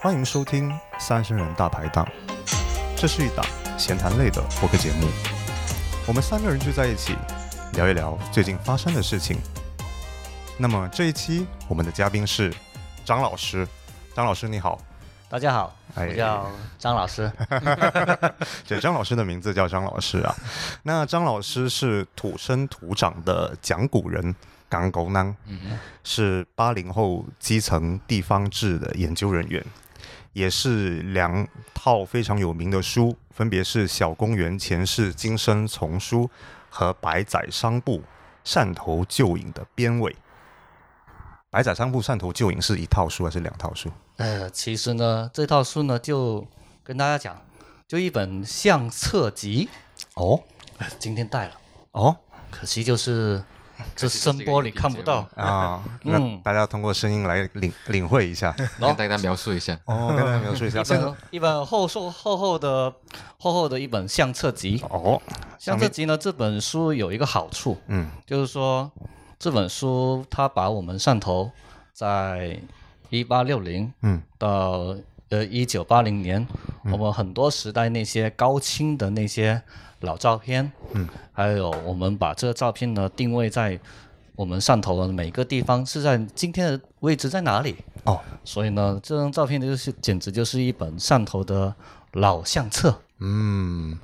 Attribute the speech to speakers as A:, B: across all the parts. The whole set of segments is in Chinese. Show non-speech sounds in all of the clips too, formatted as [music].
A: 欢迎收听《三生人大排档》，这是一档闲谈类的播客节目。我们三个人聚在一起，聊一聊最近发生的事情。那么这一期我们的嘉宾是张老师，张老师你好。
B: 大家好，
A: 哎
B: 我叫张老师。
A: 对，张老师的名字叫张老师 [laughs] 啊。那张老师是土生土长的讲古人，港狗男，是八零后基层地方志的研究人员，也是两套非常有名的书，分别是《小公园前世今生丛书》和《百载商埠汕头旧影》的编委。《百载商埠汕头旧影》是一套书还是两套书？
B: 呃，其实呢，这套书呢，就跟大家讲，就一本相册集。
A: 哦
B: 今天带了，
A: 哦，
B: 可惜就是这声波你看不到。
A: [laughs] 啊，那
B: 嗯
A: 大家通过声音来领领会一下。
C: 跟大家描述一下，
A: 哦，跟大家描述一下
B: 一本一本厚厚厚厚的厚厚的一本相册集。
A: [laughs] 哦，
B: 相册集呢，这本书有一个好处，
A: 嗯，
B: 就是说这本书它把我们汕头在一八六零
A: 嗯
B: 到呃一九八零年，我们很多时代那些高清的那些老照片，嗯，还有我们把这个照片呢定位在我们汕头的每个地方是在今天的位置在哪里，
A: 哦，
B: 所以呢，这张照片就是简直就是一本汕头的老相册。
A: 嗯，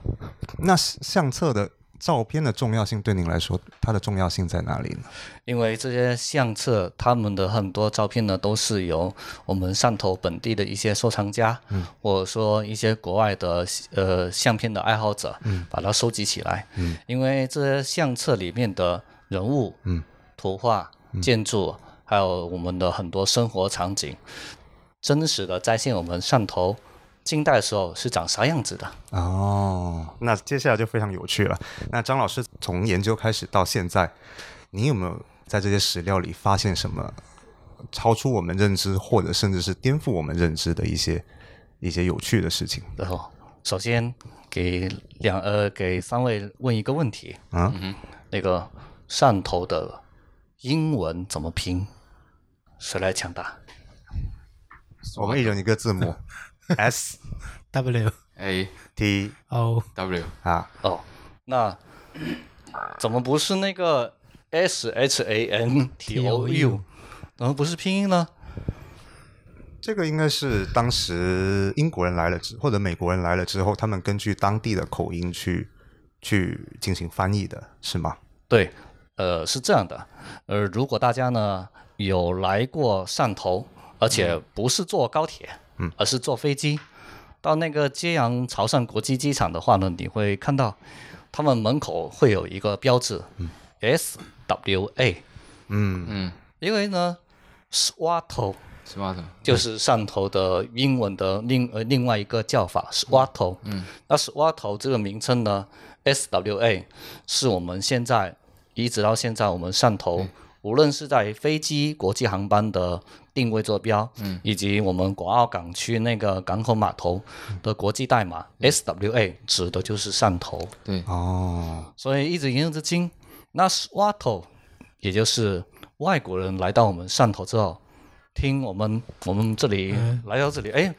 A: 那相册的照片的重要性对您来说，它的重要性在哪里呢？
B: 因为这些相册，他们的很多照片呢，都是由我们汕头本地的一些收藏家，嗯、或者说一些国外的呃相片的爱好者，嗯、把它收集起来。嗯、因为这些相册里面的人物、嗯、图画、建筑，还有我们的很多生活场景，真实的再现我们汕头近代的时候是长啥样子的。
A: 哦，那接下来就非常有趣了。那张老师从研究开始到现在，你有没有在这些史料里发现什么超出我们认知，或者甚至是颠覆我们认知的一些一些有趣的事情？
B: 然后，首先给两呃给三位问一个问题，
A: 嗯
B: 那个汕头的英文怎么拼？谁来抢答？
A: 我们一人一个字母 S
D: W [laughs]
C: A
A: T
D: O
C: W
A: 啊，
B: 哦，那怎么不是那个 S H A N T O U？怎么不是拼音呢？
A: 这个应该是当时英国人来了之或者美国人来了之后，他们根据当地的口音去去进行翻译的，是吗？
B: 对，呃，是这样的，呃，如果大家呢有来过汕头，而且不是坐高铁，嗯，而是坐飞机，到那个揭阳潮汕国际机场的话呢，你会看到他们门口会有一个标志，嗯，S W A，
A: 嗯，
C: 嗯
B: 因为呢，Swato
C: ，smart
B: 就是汕头的英文的另呃另外一个叫法 Swato。嗯，那 Swato 这个名称呢，SWA 是我们现在一直到现在我们汕头、无论是在飞机国际航班的定位坐标，嗯，以及我们港澳港区那个港口码头的国际代码、SWA 指的就是汕头，
C: 对，
A: 哦，？
B: 所以一直沿用至今。那 Swato 也就是外国人来到我们汕头之后。听我们我们这里来到这里，哎，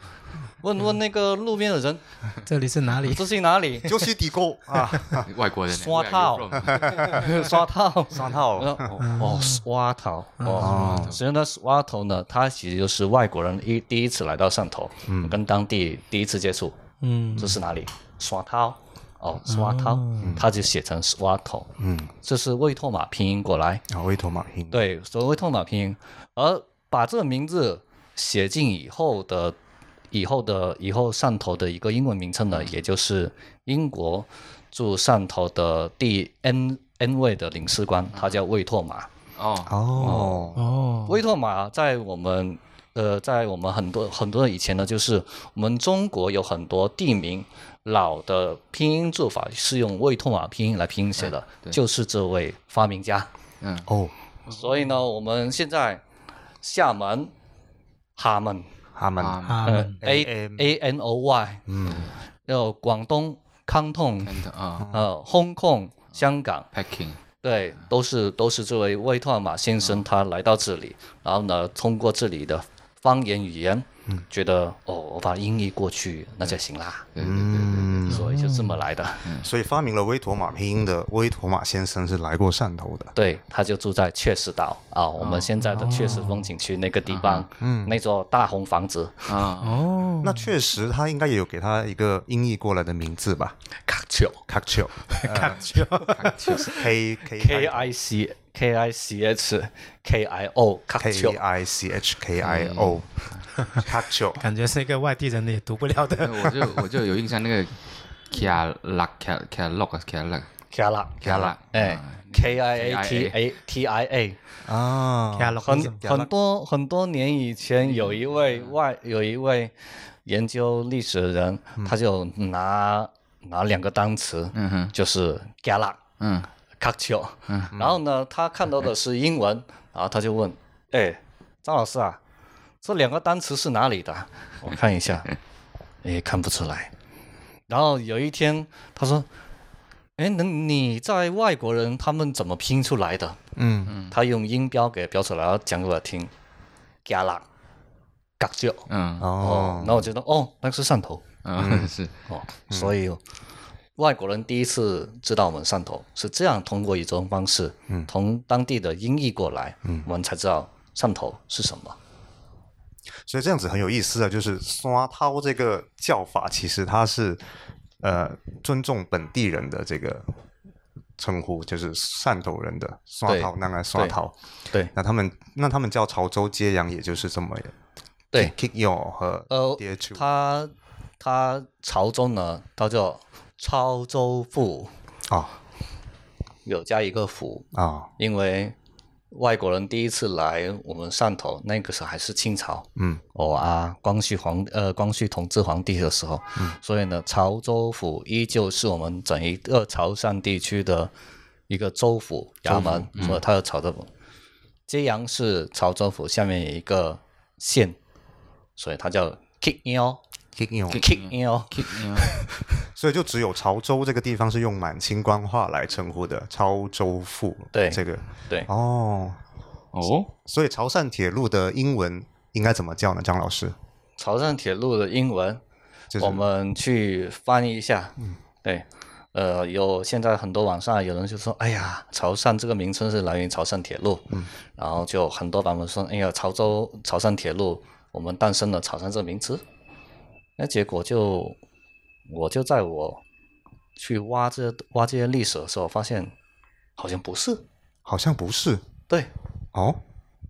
B: 问问那个路边的 [laughs] 人，
D: 这里是哪里？
B: 这是哪 [laughs] 里
A: 就是地沟 [laughs] 啊，
C: 外国人呢
B: 刷
C: Where are
B: 套
C: you from？ [laughs]
B: 刷套，
A: 双套
B: 我说哦，哦刷头哦，所以呢，刷头呢，它其实就是外国人一第一次来到汕头，跟当地第一次接触，
D: 嗯，
B: 这是哪里？刷头哦，刷头，它就写成刷头，嗯，这是魏托马拼音过来，
A: 然后哦威头马拼，
B: 对，所谓痛马拼音，而把这个名字写进以后的、以后的、以后汕头的一个英文名称呢，也就是英国驻汕头的第 N N 位的领事官，他叫魏拓马。
C: 哦，
A: 哦，
D: 哦，
B: 威拓马在我们呃，在我们很多很多以前呢，就是我们中国有很多地名老的拼音做法是用魏拓马拼音来拼写的，
C: 哎对
B: 就是这位发明家。
C: 嗯，
A: 哦，
B: 所以呢，我们现在厦门、哈门，
A: 他们
C: 啊，
D: 啊，
B: 呃，A
A: AM
B: A N O Y，
A: 嗯，
B: 然后广东康痛，
C: and 啊
B: 呃，Hong Kong，香港，
C: ，packing，
B: 对，都是都是这位维托尔马先生他来到这里，然后呢，通过这里的方言语言，
A: 嗯
B: 觉得哦，我把它音译过去，那就行啦，
C: 对对对
A: 嗯，
B: 所以就这么来的。
A: 所以发明了威妥玛拼音的威妥玛先生是来过汕头的。
B: 对，他就住在雀石岛啊，我们现在的雀石风景区那个地方，
A: 啊
B: 嗯，那座大红房子，
C: 对，啊，
D: 哦，
A: 那确实，他应该也有给他一个音译过来的名字吧
B: 卡丘
A: c a c [laughs] h [laughs] i k
B: K
A: K
B: I C K I C H K I O 卡丘
A: K。I C H K I O 嗯 c a c h i
D: 感觉是一个外地人也读不了
A: 哦
D: 的。
C: 我就我就有印象那个 Kia Luck Kia Kia Luck Kia Luck
B: Kia l a
C: Kia Luck，
B: 哎，K I A T A T I A，
A: 啊，
D: 呀，老公
B: 很很嗯多很多年以前，有一位外有一位研究历史的人，他就拿拿两个单词，
C: 嗯哼，
B: 就是 gala
C: 嗯，
B: c a c t a 然后呢，他看到的是英 [laughs] 文，然后他就问，哎，张老师啊，这两个单词是哪里的？我看一下， [laughs] 哎，看不出来。然后有一天，他说，哎，那你在外国人他们怎么拼出来的？
A: 嗯，
B: 他用音标给标出来，然后讲给我听，加啦，嘎就
C: 嗯
A: 哦
B: 哦，，那我觉得哦，那个是汕头
C: 嗯，是，
B: 哦，所以外国人第一次知道我们汕头是这样通过一种方式，嗯，从当地的音译过来，嗯，我们才知道汕头是什么。
A: 所以这样子很有意思啊，就是“刷涛”这个叫法，其实它是呃尊重本地人的这个称呼，就是汕头人的“刷涛”，那个“刷涛
B: 对”，
A: 那他们那他们叫潮州揭阳，也就是这么
B: 对，
A: kick your 和
B: 呃
A: d h，
B: 他他潮州呢，他叫潮州府，
A: 啊
B: 有加一个府，
A: 啊，
B: 因为外国人第一次来我们汕头，那个时候还是清朝，
A: 嗯，
B: 哦啊，光绪皇呃光绪同治皇帝的时候，嗯，所以呢，潮州府依旧是我们整一个潮汕地区的一个州府嗯衙门，所以它有潮州府。揭阳是潮州府下面有一个县，所以它叫 Kick y o
A: kick your，
B: Kick y o
A: 所以就只有潮州这个地方是用满清官话来称呼的，潮州府，
B: 对
A: 这个
B: 对，
A: 哦，
C: 哦，
A: 所以潮汕铁路的英文应该怎么叫呢？张老师，
B: 潮汕铁路的英文，
A: 就是
B: 我们去翻译一下。嗯，对，呃，有现在很多网上有人就说，哎呀，潮汕这个名称是来源于潮汕铁路。嗯，然后就很多版本说，哎呀，潮州潮汕铁路，我们诞生了潮汕这个名词。那结果就，我就在我去挖这挖这些历史的时候，发现好像不是。
A: 好像不是
B: 对，
A: 哦，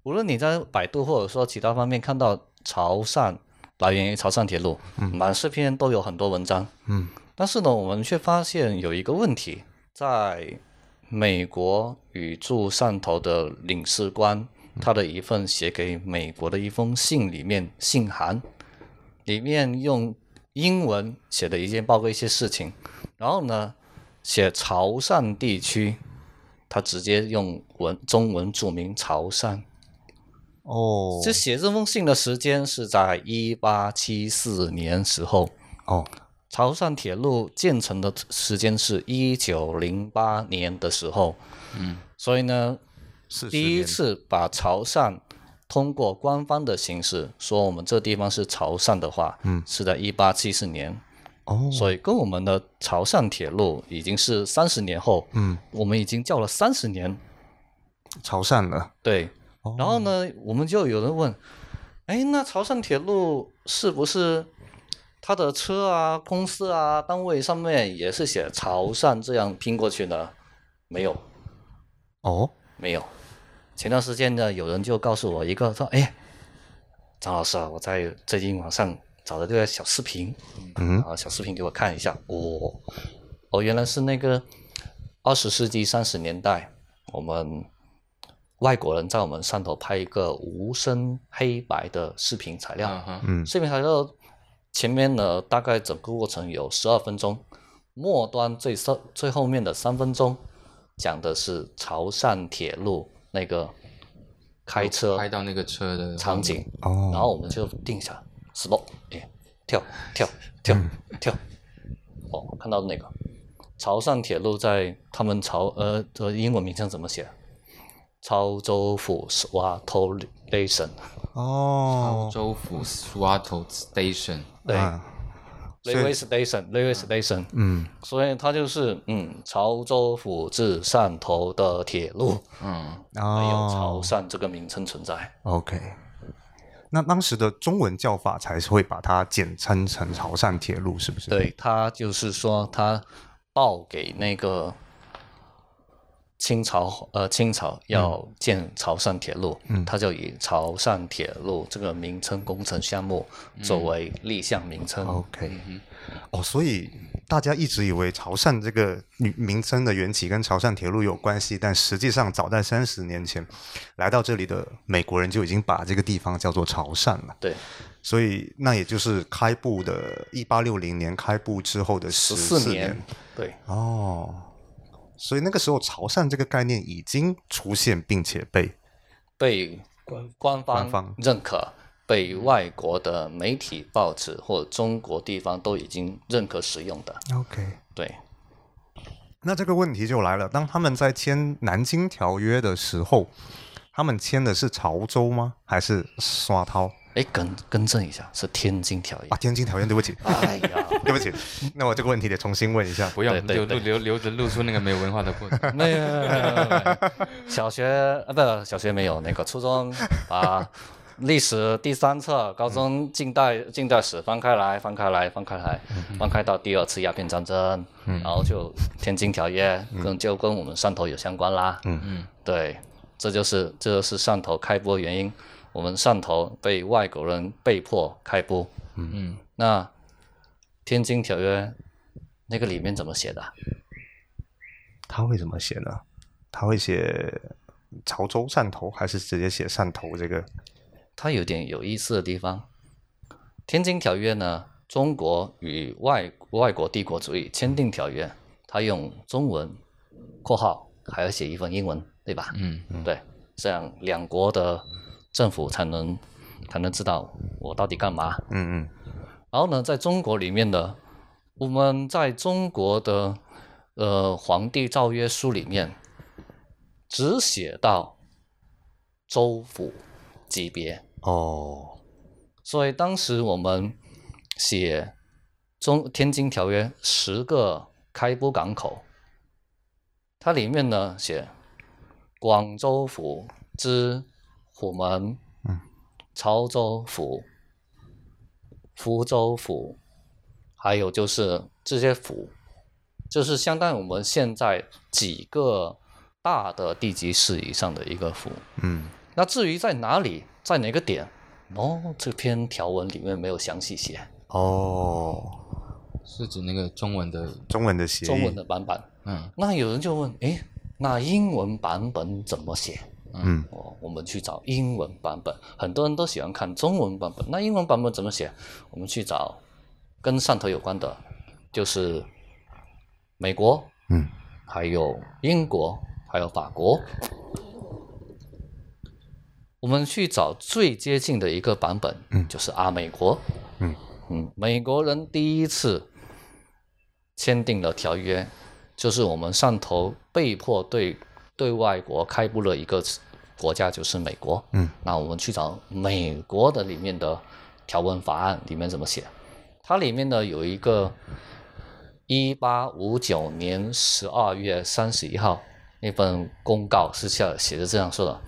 B: 无论你在百度或者说其他方面看到潮汕来源于潮汕铁路，满视篇都有很多文章。
A: 嗯，
B: 但是呢，我们却发现有一个问题，在美国与驻汕头的领事官他的一份写给美国的一封信里面，信函里面用英文写的一件报告一些事情，然后呢，写潮汕地区，他直接用文中文注明潮汕。
A: 哦，
B: 这写这封信的时间是在一八七四年时候，
A: 哦，
B: 潮汕铁路建成的时间是一九零八年的时候。嗯，所以呢，
A: 是
B: 第一次把潮汕通过官方的形式说我们这地方是潮汕的话，嗯，是在一八七四年。
A: 哦，
B: 所以跟我们的潮汕铁路已经是三十年后，嗯，我们已经叫了三十年，
A: 潮汕了，
B: 对，然后呢，我们就有人问，哎，那潮汕铁路是不是它的车啊、公司啊、单位上面也是写潮汕这样拼过去呢？没有，
A: 哦，
B: 没有。前段时间呢，有人就告诉我一个说，哎，张老师啊，我在最近网上找了这个小视频，
A: 嗯
B: 啊，小视频给我看一下，哦，哦，原来是那个二十世纪三十年代，我们外国人在我们汕头拍一个无声黑白的视频材料，
C: 嗯哼，
A: 嗯
B: 视频材料前面呢大概整个过程有十二分钟，末端最上最后面的三分钟讲的是潮汕铁路那个哦开车嗯
C: 拍到那个车的
B: 场景，
A: 哦，
B: 然后我们就定下嗯 stop，哎，跳跳跳跳，哦，看到那个，潮汕铁路在他们潮呃的英文名称怎么写？啊潮州府斯瓦头雷神，
A: 哦
C: 潮，州府 Swato Station，
B: 对
A: 啊所以
B: Railway Station，Railway Station，
A: 嗯，
B: 所以它就是嗯潮州府至汕头的铁路，
C: 嗯，
B: 没有潮
A: 哦
B: 汕这个名称存在。
A: ，OK。那当时的中文叫法才是会把它简称成潮汕铁路，是不是？，
B: 对他就是说他报给那个清朝呃清朝要建潮汕铁路，
A: 嗯
B: 他就以潮汕铁路这个名称工程项目
A: 嗯
B: 作为立项名称。
A: OK，、哦，
B: 嗯
A: 所以大家一直以为潮汕这个名名称的缘起跟潮汕铁路有关系，但实际上早在三十年前，来到这里的美国人就已经把这个地方叫做潮汕了。
B: 对，
A: 所以那也就是开埠的1860年开埠之后的
B: 十
A: 四
B: 四年，对
A: 哦。所以那个时候潮汕这个概念已经出现，并且被
B: 被官
A: 官
B: 方
A: 方
B: 认可。被外国的媒体、报纸或中国地方都已经认可使用的，
A: OK。
B: 对，
A: 那这个问题就来了，当他们在签《南京条约》的时候，他们签的是潮州吗？还是刷涛
B: 哎，更更正一下，是天津条约
A: 啊？。天津条约，对不起，
B: 哎呀，
A: [laughs] 对不起，那我这个问题得重新问一下。
C: 不用
B: 对
C: 留
B: 对
C: 留留留着露出那个没有文化的过
B: [laughs]
C: 程。
B: 没有，没有没有没有小学呃不，小学没有那个，初中把历史第三册，高中近代近代史翻开来，翻开来，翻开来，翻开到第二次鸦片战争，然后就天津条约跟就跟我们汕头有相关啦。嗯嗯，对，这就是这就是汕头开播原因，我们汕头被外国人被迫开播。
C: 嗯，
B: 那天津条约那个里面怎么写的？
A: 他会怎么写呢？他会写潮州汕头，还是直接写汕头这个？
B: 它有点有意思的地方。天津条约呢，中国与外外国帝国主义签订条约，它用中文（括号还要写一份英文，对吧？）
C: 嗯，
B: 对，这样两国的政府才能才能知道我到底干嘛。
A: 嗯嗯
B: 然后呢，在中国里面的，我们在中国的呃《皇帝诏曰书》里面，只写到州府级别，
A: 哦，
B: 所以当时我们写中天津条约十个开埠港口，它里面呢写广州府之虎门，
A: 嗯，
B: 潮州府、福州府，还有就是这些府，就是相当于我们现在几个大的地级市以上的一个府。
A: 嗯
B: 那至于在哪里，在哪个点，哦，这篇条文里面没有详细写，
A: 哦，
C: 是指那个中文的，
A: 中文的协议，
B: 中文的版本。
C: 嗯
B: 那有人就问，诶，那英文版本怎么写？
A: 嗯
B: 哦，我们去找英文版本，很多人都喜欢看中文版本。那英文版本怎么写？我们去找跟汕头有关的，就是美国、
A: 嗯，
B: 还有英国，还有法国。我们去找最接近的一个版本，
A: 嗯
B: 就是阿美国，
A: 嗯
B: 嗯美国人第一次签订了条约，就是我们汕头被迫对对外国开布了一个国家，就是美国，
A: 嗯，
B: 那我们去找美国的里面的条文法案里面怎么写，它里面呢有一个一八五九年十二月三十一号那份公告是写写着这样说的：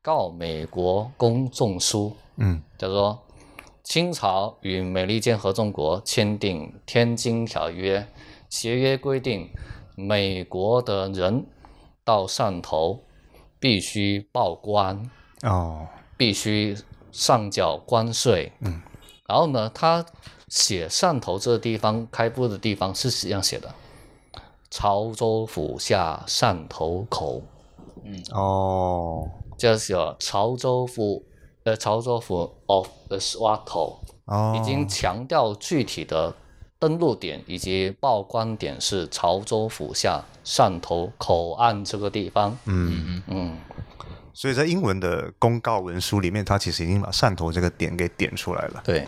B: 告美国公众书，
A: 嗯
B: 叫做《清朝与美利坚合众国签订《天津条约》，协约规定，美国的人到汕头必须报关。
A: 哦，
B: 必须上缴关税。嗯，然后呢，他写汕头这个地方开埠的地方是这样写的：潮州府下汕头口，
A: 哦
B: 这是有潮州府，呃，潮州府 of the Swato，、
A: 哦，
B: 已经强调具体的登陆点以及报关点是潮州府下汕头口岸这个地方。
A: 嗯。
C: 嗯
B: 嗯，
A: 所以在英文的公告文书里面，它其实已经把汕头这个点给点出来了。
B: 对，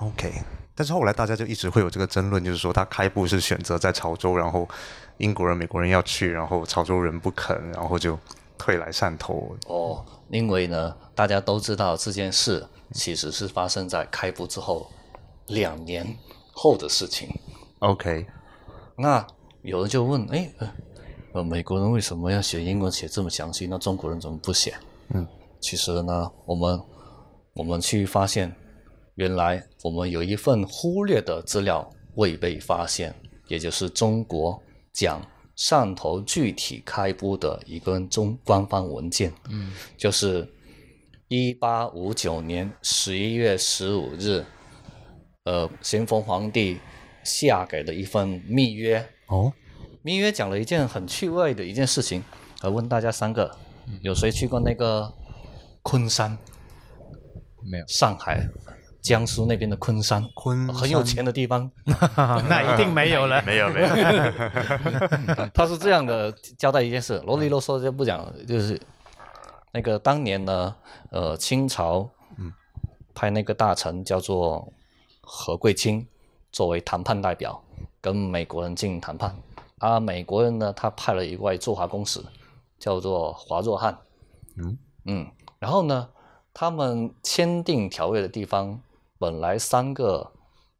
A: OK，但是后来大家就一直会有这个争论，就是说他开埠是选择在潮州，然后英国人、美国人要去，然后潮州人不肯，然后就退来汕头。
B: 哦，因为呢，大家都知道这件事其实是发生在开埠之后两年后的事情。
A: OK，
B: 那有人就问，哎，呃呃，美国人为什么要写英文写这么详细？那中国人怎么不写？
A: 嗯，
B: 其实呢，我们我们去发现，原来我们有一份忽略的资料未被发现，也就是中国讲汕头具体开埠的一个中官方文件。嗯，就是一八五九年十一月十五日，呃，咸丰皇帝下给的一份密约。
A: 哦，
B: 明约讲了一件很趣味的一件事情，呃，问大家三个，有谁去过那个昆山、
C: 没有，
B: 上海、江苏那边的昆山？
A: 昆
B: 很有钱的地方，
D: [laughs] 那一定没有
A: [laughs]
D: 了。
A: 没有没有，
B: 他是这样的交代一件事，啰里啰嗦就不讲，了，就是那个当年呢，呃，清朝，嗯，派那个大臣叫做何桂清作为谈判代表，跟美国人进行谈判。啊，美国人呢，他派了一位驻华公使，叫做华若翰，
A: 嗯
B: 嗯，然后呢，他们签订条约的地方，本来三个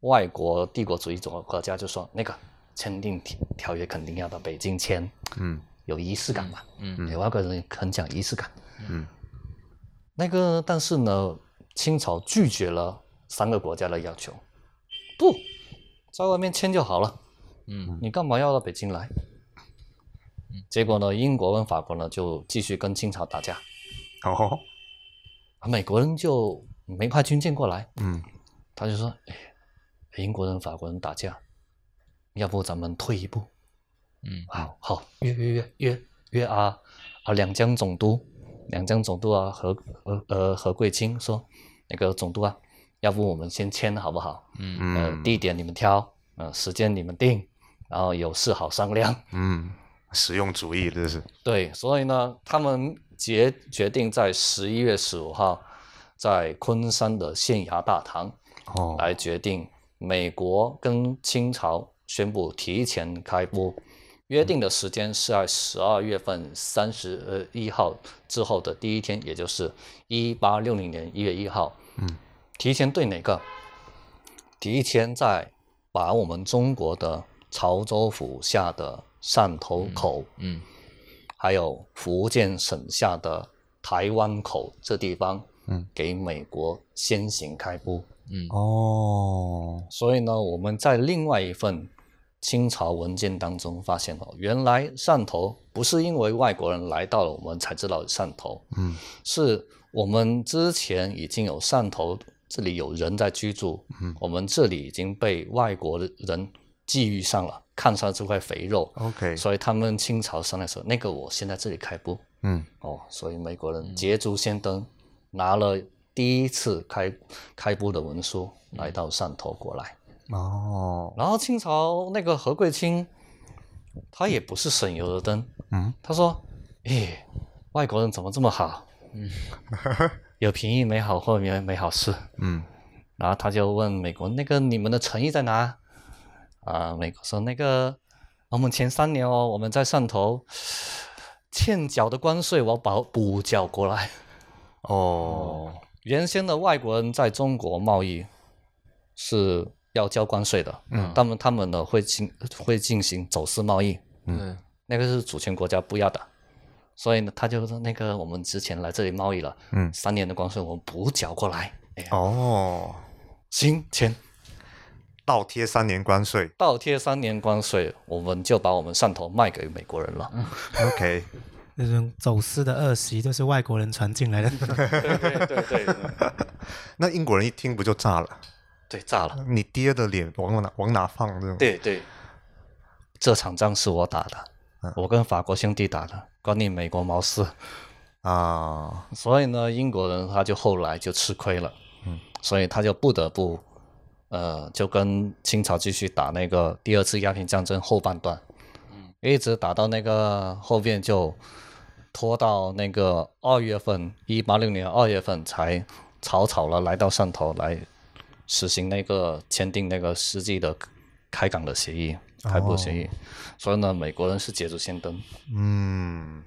B: 外国帝国主义国国家就说那个签订条条约肯定要到北京签，
A: 嗯
B: 有仪式感嘛，
C: 嗯
B: 对，外国人很讲仪式感。
A: 嗯，
B: 那个，但是呢，清朝拒绝了三个国家的要求，不，在外面签就好了，
C: 嗯，
B: 你干嘛要到北京来？结果呢，英国跟法国呢就继续跟清朝打架，
A: 哦，
B: 啊美国人就没派军舰过来，
A: 嗯
B: 他就说：“哎，英国人、法国人打架，要不咱们退一步？
C: 嗯
B: 好好约约约约约啊啊！两江总督，两江总督啊，何何呃何桂清说，那个总督啊，要不我们先签好不好？
C: 嗯
B: 呃，
A: 嗯
B: 地点你们挑，呃，时间你们定，然后有事好商量。 [laughs]
A: 嗯，实用主义这是，
B: 对，所以呢，他们决决定在十一月十五号，在昆山的县衙大堂。”
A: 哦
B: 来决定美国跟清朝宣布提前开播，约定的时间是在十二月份三十呃一号之后的第一天，也就是一八六零年一月一号。
A: 嗯，
B: 提前对哪个？提前在把我们中国的潮州府下的汕头口，
C: 嗯
B: 还有福建省下的台湾口这地方，
A: 嗯，
B: 给美国先行开播。
C: 嗯
A: 哦，
B: 所以呢，我们在另外一份清朝文件当中发现哦，原来汕头不是因为外国人来到了我们才知道有汕头，
A: 嗯
B: 是我们之前已经有汕头这里有人在居住，
A: 嗯
B: 我们这里已经被外国人觊觎上了，看上这块肥肉，
A: ，OK，
B: 所以他们清朝商量说，那个我先在这里开埠，
A: 嗯
B: 哦，所以美国人捷足先登，拿了第一次开开埠的文书来到汕头过来。
A: 哦，
B: 然后清朝那个何桂清，他也不是省油的灯，
A: 嗯
B: 他说：“咦，外国人怎么这么好？嗯，有便宜没好货，没没好事。
A: 嗯”
B: 然后他就问美国：“那个你们的诚意在哪？”啊，美国说：“那个我们前三年哦，我们在汕头欠缴的关税，我要把补缴过来。”
A: 哦，
B: 原先的外国人在中国贸易是要交关税的，嗯，他们他们呢会进会进行走私贸易，
C: 嗯
B: 那个是主权国家不要的，所以呢，他就说那个我们之前来这里贸易了，
A: 嗯
B: 三年的关税我们补缴过来，哎，
A: 哦，
B: 行，钱
A: 倒贴三年关税
B: 倒贴三年关税，我们就把我们汕头卖给美国人了。
A: ，OK，
D: 那种走私的恶习都是外国人传进来
A: [laughs]
D: 的。
B: 对对对对，
A: [laughs] 那英国人一听不就炸了？
B: [laughs] 对炸了，
A: 你爹的脸往哪往哪放这种？
B: 对对，嗯这场仗是我打的，我跟法国兄弟打的，关你美国毛事。
A: 啊，
B: 所以呢，英国人他就后来就吃亏了，嗯，所以他就不得不，呃，就跟清朝继续打那个第二次鸦片战争后半段，一直打到那个后面就拖到那个二月份，一八六年二月份才草草了来到汕头来实行那个签订那个世纪的开港的协议，开埠协议，所以呢，美国人是捷足先登。
A: 嗯，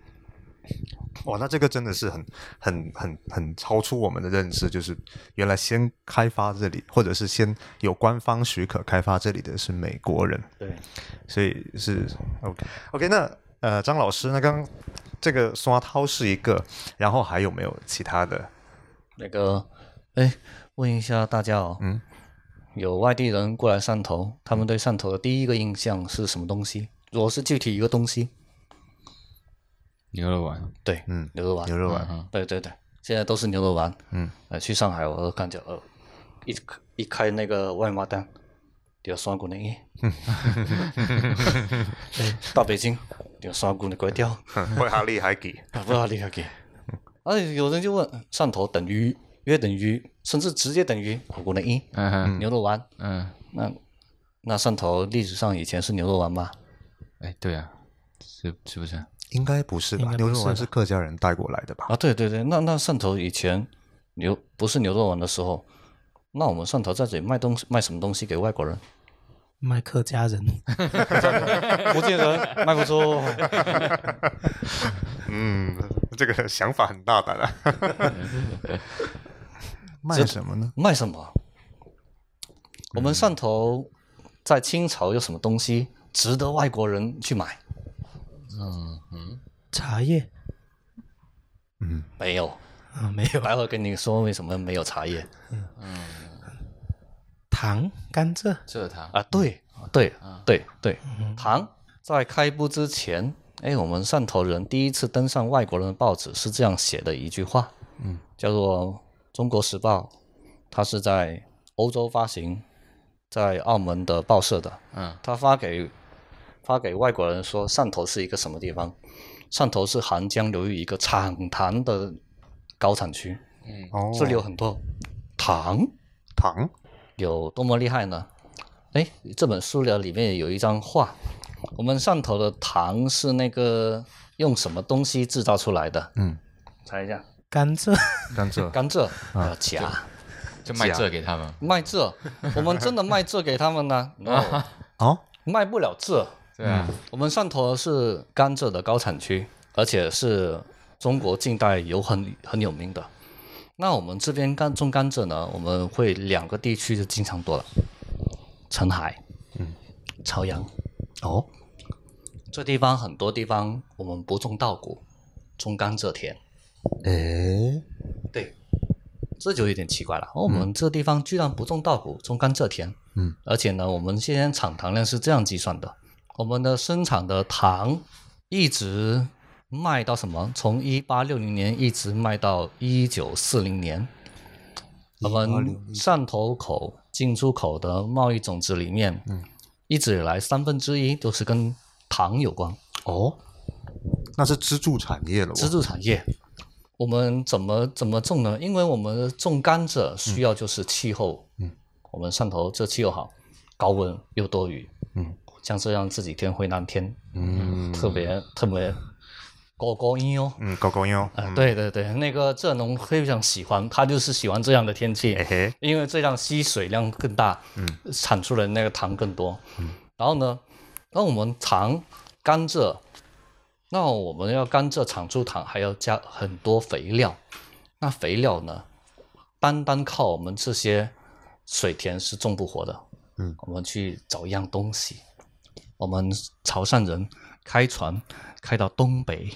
A: 哇，那这个真的是很、很、很、很超出我们的认知，就是原来先开发这里，或者是先有官方许可开发这里的是美国人，
B: 对，
A: 所以是 OK OK 那。呃，张老师，那刚这个刷涛是一个，然后还有没有其他的？
B: 那个，哎，问一下大家哦，
A: 嗯，
B: 有外地人过来汕头，他们对汕头的第一个印象是什么东西？如果是具体一个东西，
C: 牛肉丸，
B: 对，
A: 嗯，
B: 牛肉丸，
A: 牛肉丸，
B: 对对对，现在都是牛肉丸。
A: 嗯，
B: 呃，去上海我都感觉呃，一一开那个外卖单，有酸骨
A: [laughs]
B: 的一，到北京有酸骨的粿条，
A: 会哈利海给，
B: 啊不要厉害给。
A: 嗯
B: 哎，有人就问汕头等于约等于，甚至直接等于火锅的一
C: 嗯
B: 牛肉丸。
C: 嗯，
B: 那那汕头历史上以前是牛肉丸吗？
C: 哎，对啊，是是不是？
A: 应该不是吧？
D: 应该不
A: 牛
D: 是
A: 肉丸是客家人带过来的吧？
B: 啊，对对对，那那汕头以前牛不是牛肉丸的时候，那我们汕头在这里卖东西卖什么东西给外国人？
D: 卖客家人，
B: 福建 [laughs] 人卖不出。
A: 嗯，这个想法很大胆啊。 [laughs] 卖什么呢？
B: 卖什么？我们汕头在清朝有什么东西值得外国人去买？
D: 茶叶
B: 没有，
D: 啊，没有
B: 待会儿跟你说为什么没有茶叶
D: 糖、甘蔗，
C: 蔗糖
B: 啊？对对对对，糖在开埠之前，哎，我们汕头人第一次登上外国人的报纸是这样写的一句话，嗯，叫做《中国时报》，它是在欧洲发行，在澳门的报社的，
C: 嗯
B: 他发给发给外国人说汕头是一个什么地方？汕头是韩江流域一个产糖的高产区，
A: 哦
B: 这里有很多糖，
A: 糖，
B: 有多么厉害呢？哎，这本书的里面有一张画，我们汕头的糖是那个用什么东西制造出来的？
A: 嗯，
B: 猜一下，
D: 甘蔗，
A: 甘蔗，
B: 甘蔗、呃，钾、
C: 就卖这给他们，
B: 卖蔗，我们真的卖蔗给他们 [laughs] 呢？No，
A: 哦，
B: 卖不了蔗。
C: 对啊，
B: 我们汕头是甘蔗的高产区，而且是中国近代有很很有名的。那我们这边甘种甘蔗呢，我们会两个地区就经常多了，澄海，嗯，朝阳，
A: 哦，
B: 这地方很多地方我们不种稻谷，种甘蔗田。
A: 诶，
B: 对，这就有点奇怪了。哦我们这地方居然不种稻谷，种甘蔗田。
A: 嗯，
B: 而且呢，我们现在产糖量是这样计算的：我们的生产的糖一直卖到什么？从一八六零年一直卖到一九四零年。我们汕头口进出口的贸易总值里面，嗯，一直以来三分之一都是跟糖有关。
A: 哦，那是支柱产业了哦，
B: 支柱产业，我们怎么怎么种呢？因为我们种甘蔗
A: 嗯
B: 需要就是气候，嗯，我们汕头这气候好，高温又多雨，
A: 嗯，
B: 像这样这几天回南天，
A: 嗯
B: 特别特别高高音哦。
A: 嗯，狗狗哟，
B: 啊，对对对，那个蔗农非常喜欢，他就是喜欢这样的天气，
A: 诶嘿，
B: 因为这样吸水量更大，嗯，产出的那个糖更多。嗯，然后呢，那我们糖甘蔗，那我们要甘蔗产出糖，还要加很多肥料。那肥料呢，单单靠我们这些水田是种不活的。
A: 嗯，
B: 我们去找一样东西，我们潮汕人开船开到东 [laughs] 北，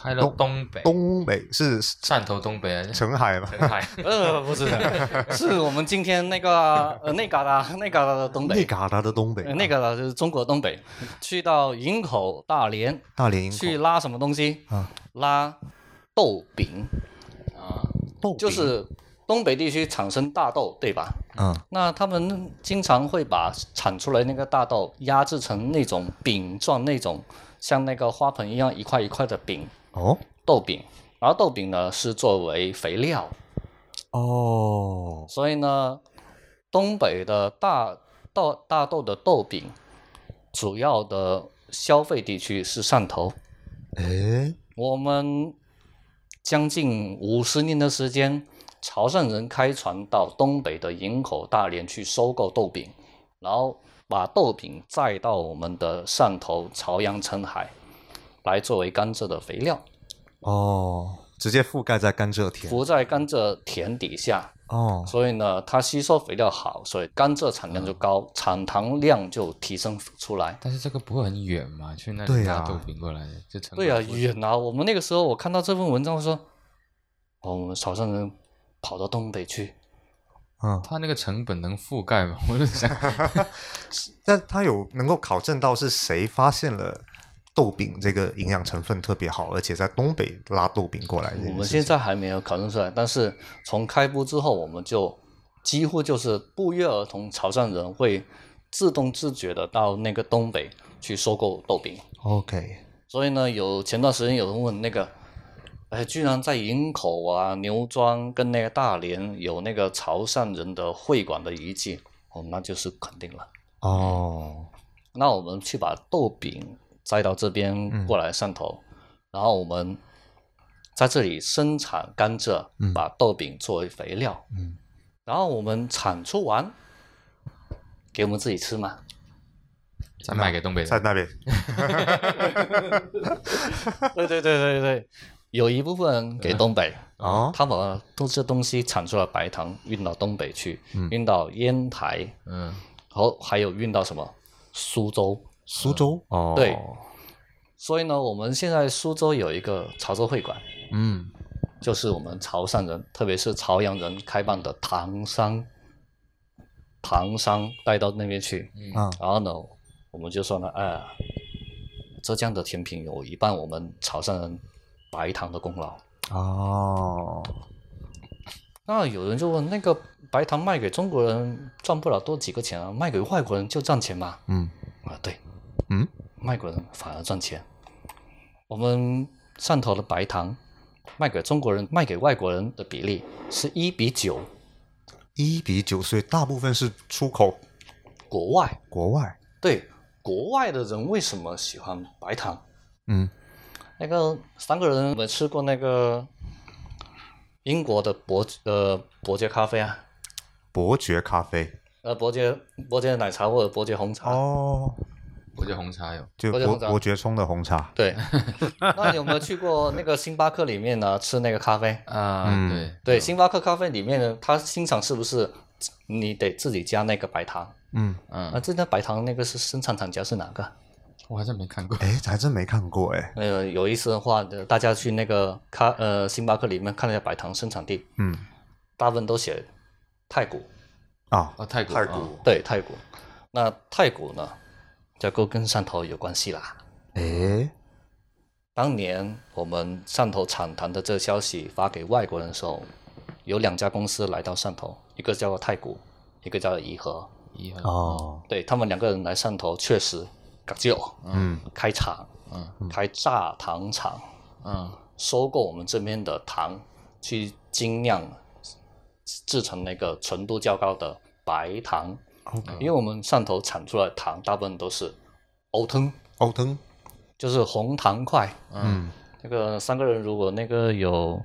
C: 开到东北，
A: 东北是
C: 汕头东北啊， [laughs]
A: 澄海吗？
C: 澄海，
B: 呃，不是的，是我们今天那个呃那嘎达那嘎达的东北，
A: 那旮旯的东北啊
B: 呃
A: 吗，
B: 那个呢就是中国东北，去到营口、大连
A: 大连营口
B: 去拉什么东西？
A: 啊，
B: 拉豆饼，
C: 啊，
A: 豆
B: 就
A: 饼
B: 是东北地区产生大豆，对吧？
A: 嗯
B: 那他们经常会把产出来那个大豆压制成那种饼状，那种像那个花盆一样一块一块的饼，
A: 哦
B: 豆饼。然后豆饼呢是作为肥料，
A: 哦
B: 所以呢，东北的大豆大豆的豆饼，主要的消费地区是汕头。
A: 诶，
B: 我们将近五十年的时间，潮汕人开船到东北的营口、大连去收购豆饼，然后把豆饼载到我们的汕头、潮阳、澄海，来作为甘蔗的肥料，
A: 哦，直接覆盖在甘蔗田
B: 浮在甘蔗田底下。
A: 哦，
B: 所以呢，它吸收肥料好，所以甘蔗产量就高，产糖量就提升出来。
C: 但是这个不会很远嘛？去那
A: 对
C: 里拿
A: 啊
C: 豆饼过来的，就成
B: 对
C: 本
B: 啊，
C: 不会
B: 远啊！我们那个时候我看到这份文章我说，哦，我们潮汕人跑到东北去，
A: 嗯，
C: 它那个成本能覆盖吗？ [laughs] 我就想，
A: 但他有能够考证到是谁发现了豆饼这个营养成分特别好，而且在东北拉豆饼过来这件事
B: 我
A: 情。
B: 们现在还没有考证出来，但是从开播之后，我们就几乎就是不约而同，潮汕人会自动自觉的到那个东北去收购豆饼。
A: OK，
B: 所以呢，有前段时间有人问那个，哎，居然在营口啊、牛庄跟那个大连有那个潮汕人的会馆的遗迹，哦，那就是肯定了。
A: 哦，
B: 那我们去把豆饼摘到这边过来汕头，然后我们在这里生产甘蔗，把豆饼作为肥料，
A: 嗯
B: 然后我们产出完，给我们自己吃嘛。
C: 再卖给东北 [laughs]
A: 在
C: 人。
A: 那边
B: [laughs] 对对对对对，有一部分给东北，
A: 哦，
B: 他把东这东西产出了白糖运到东北去，运到烟台，然
C: 嗯，
B: 后还有运到什么苏州。
A: 苏州哦，
B: 对所以呢，我们现在苏州有一个潮州会馆，
C: 嗯，
B: 就是我们潮汕人，特别是潮阳人开办的糖商，糖商带到那边去。
A: 啊，
B: 然后呢，我们就说呢，哎呀，浙江的甜品有一半我们潮汕人白糖的功劳。
A: 哦，
B: 那有人就问，那个白糖卖给中国人赚不了多几个钱啊，卖给外国人就赚钱嘛？
A: 嗯
B: 啊，对，
A: 嗯，
B: 外国人反而赚钱。我们汕头的白糖卖给中国人、卖给外国人的比例是一比九，
A: 一比九，所以大部分是出口
B: 国外
A: 国外，
B: 对国外的人为什么喜欢白糖？
A: 嗯
B: 那个三个人有没有吃过那个英国的伯呃伯爵咖啡啊？
A: 伯爵咖啡
B: 呃，伯爵伯爵奶茶或者伯爵红茶？
A: 哦，
C: 我觉得红茶有，
A: 就
B: 伯爵
A: 伯
B: 红茶
A: 伯爵冲的红茶，
B: 对， [laughs] 那你有没有去过那个星巴克里面呢吃那个咖啡？
C: 啊，
A: 嗯
C: 对，
B: 对，星巴克咖啡里面呢，它经常是不是你得自己加那个白糖？
A: 嗯，
B: 啊，
C: 嗯，
B: 这家白糖那个是生产厂家是哪个？
C: 我好像没看过。
A: 哎，还真没看过哎，
B: 呃，有意思的话，呃大家去那个咖呃星巴克里面看一下白糖生产地，
A: 嗯
B: 大部分都写泰国。
A: 啊，
C: [laughs] 哦，泰国，
A: 泰
C: 哦
A: 国，
B: 对，泰国。那泰国呢，就够跟汕头有关系啦。
A: 哎，
B: 当年我们汕头产糖的这个消息发给外国人的时候，有两家公司来到汕头，一个叫做泰国，一个叫做颐和。
C: 颐和
A: 哦，
B: 对他们两个人来汕头，确实搞就
A: 嗯
B: 开厂，
C: 嗯，
B: 开榨糖厂，
C: 嗯，
B: 收购我们这边的糖，去精酿制成那个纯度较高的白糖。
A: ，OK，
B: 因为我们汕头产出来的糖大部分都是欧藤，
A: 欧腾，
B: 就是红糖块。
A: 嗯，
B: 那个三个人如果那个有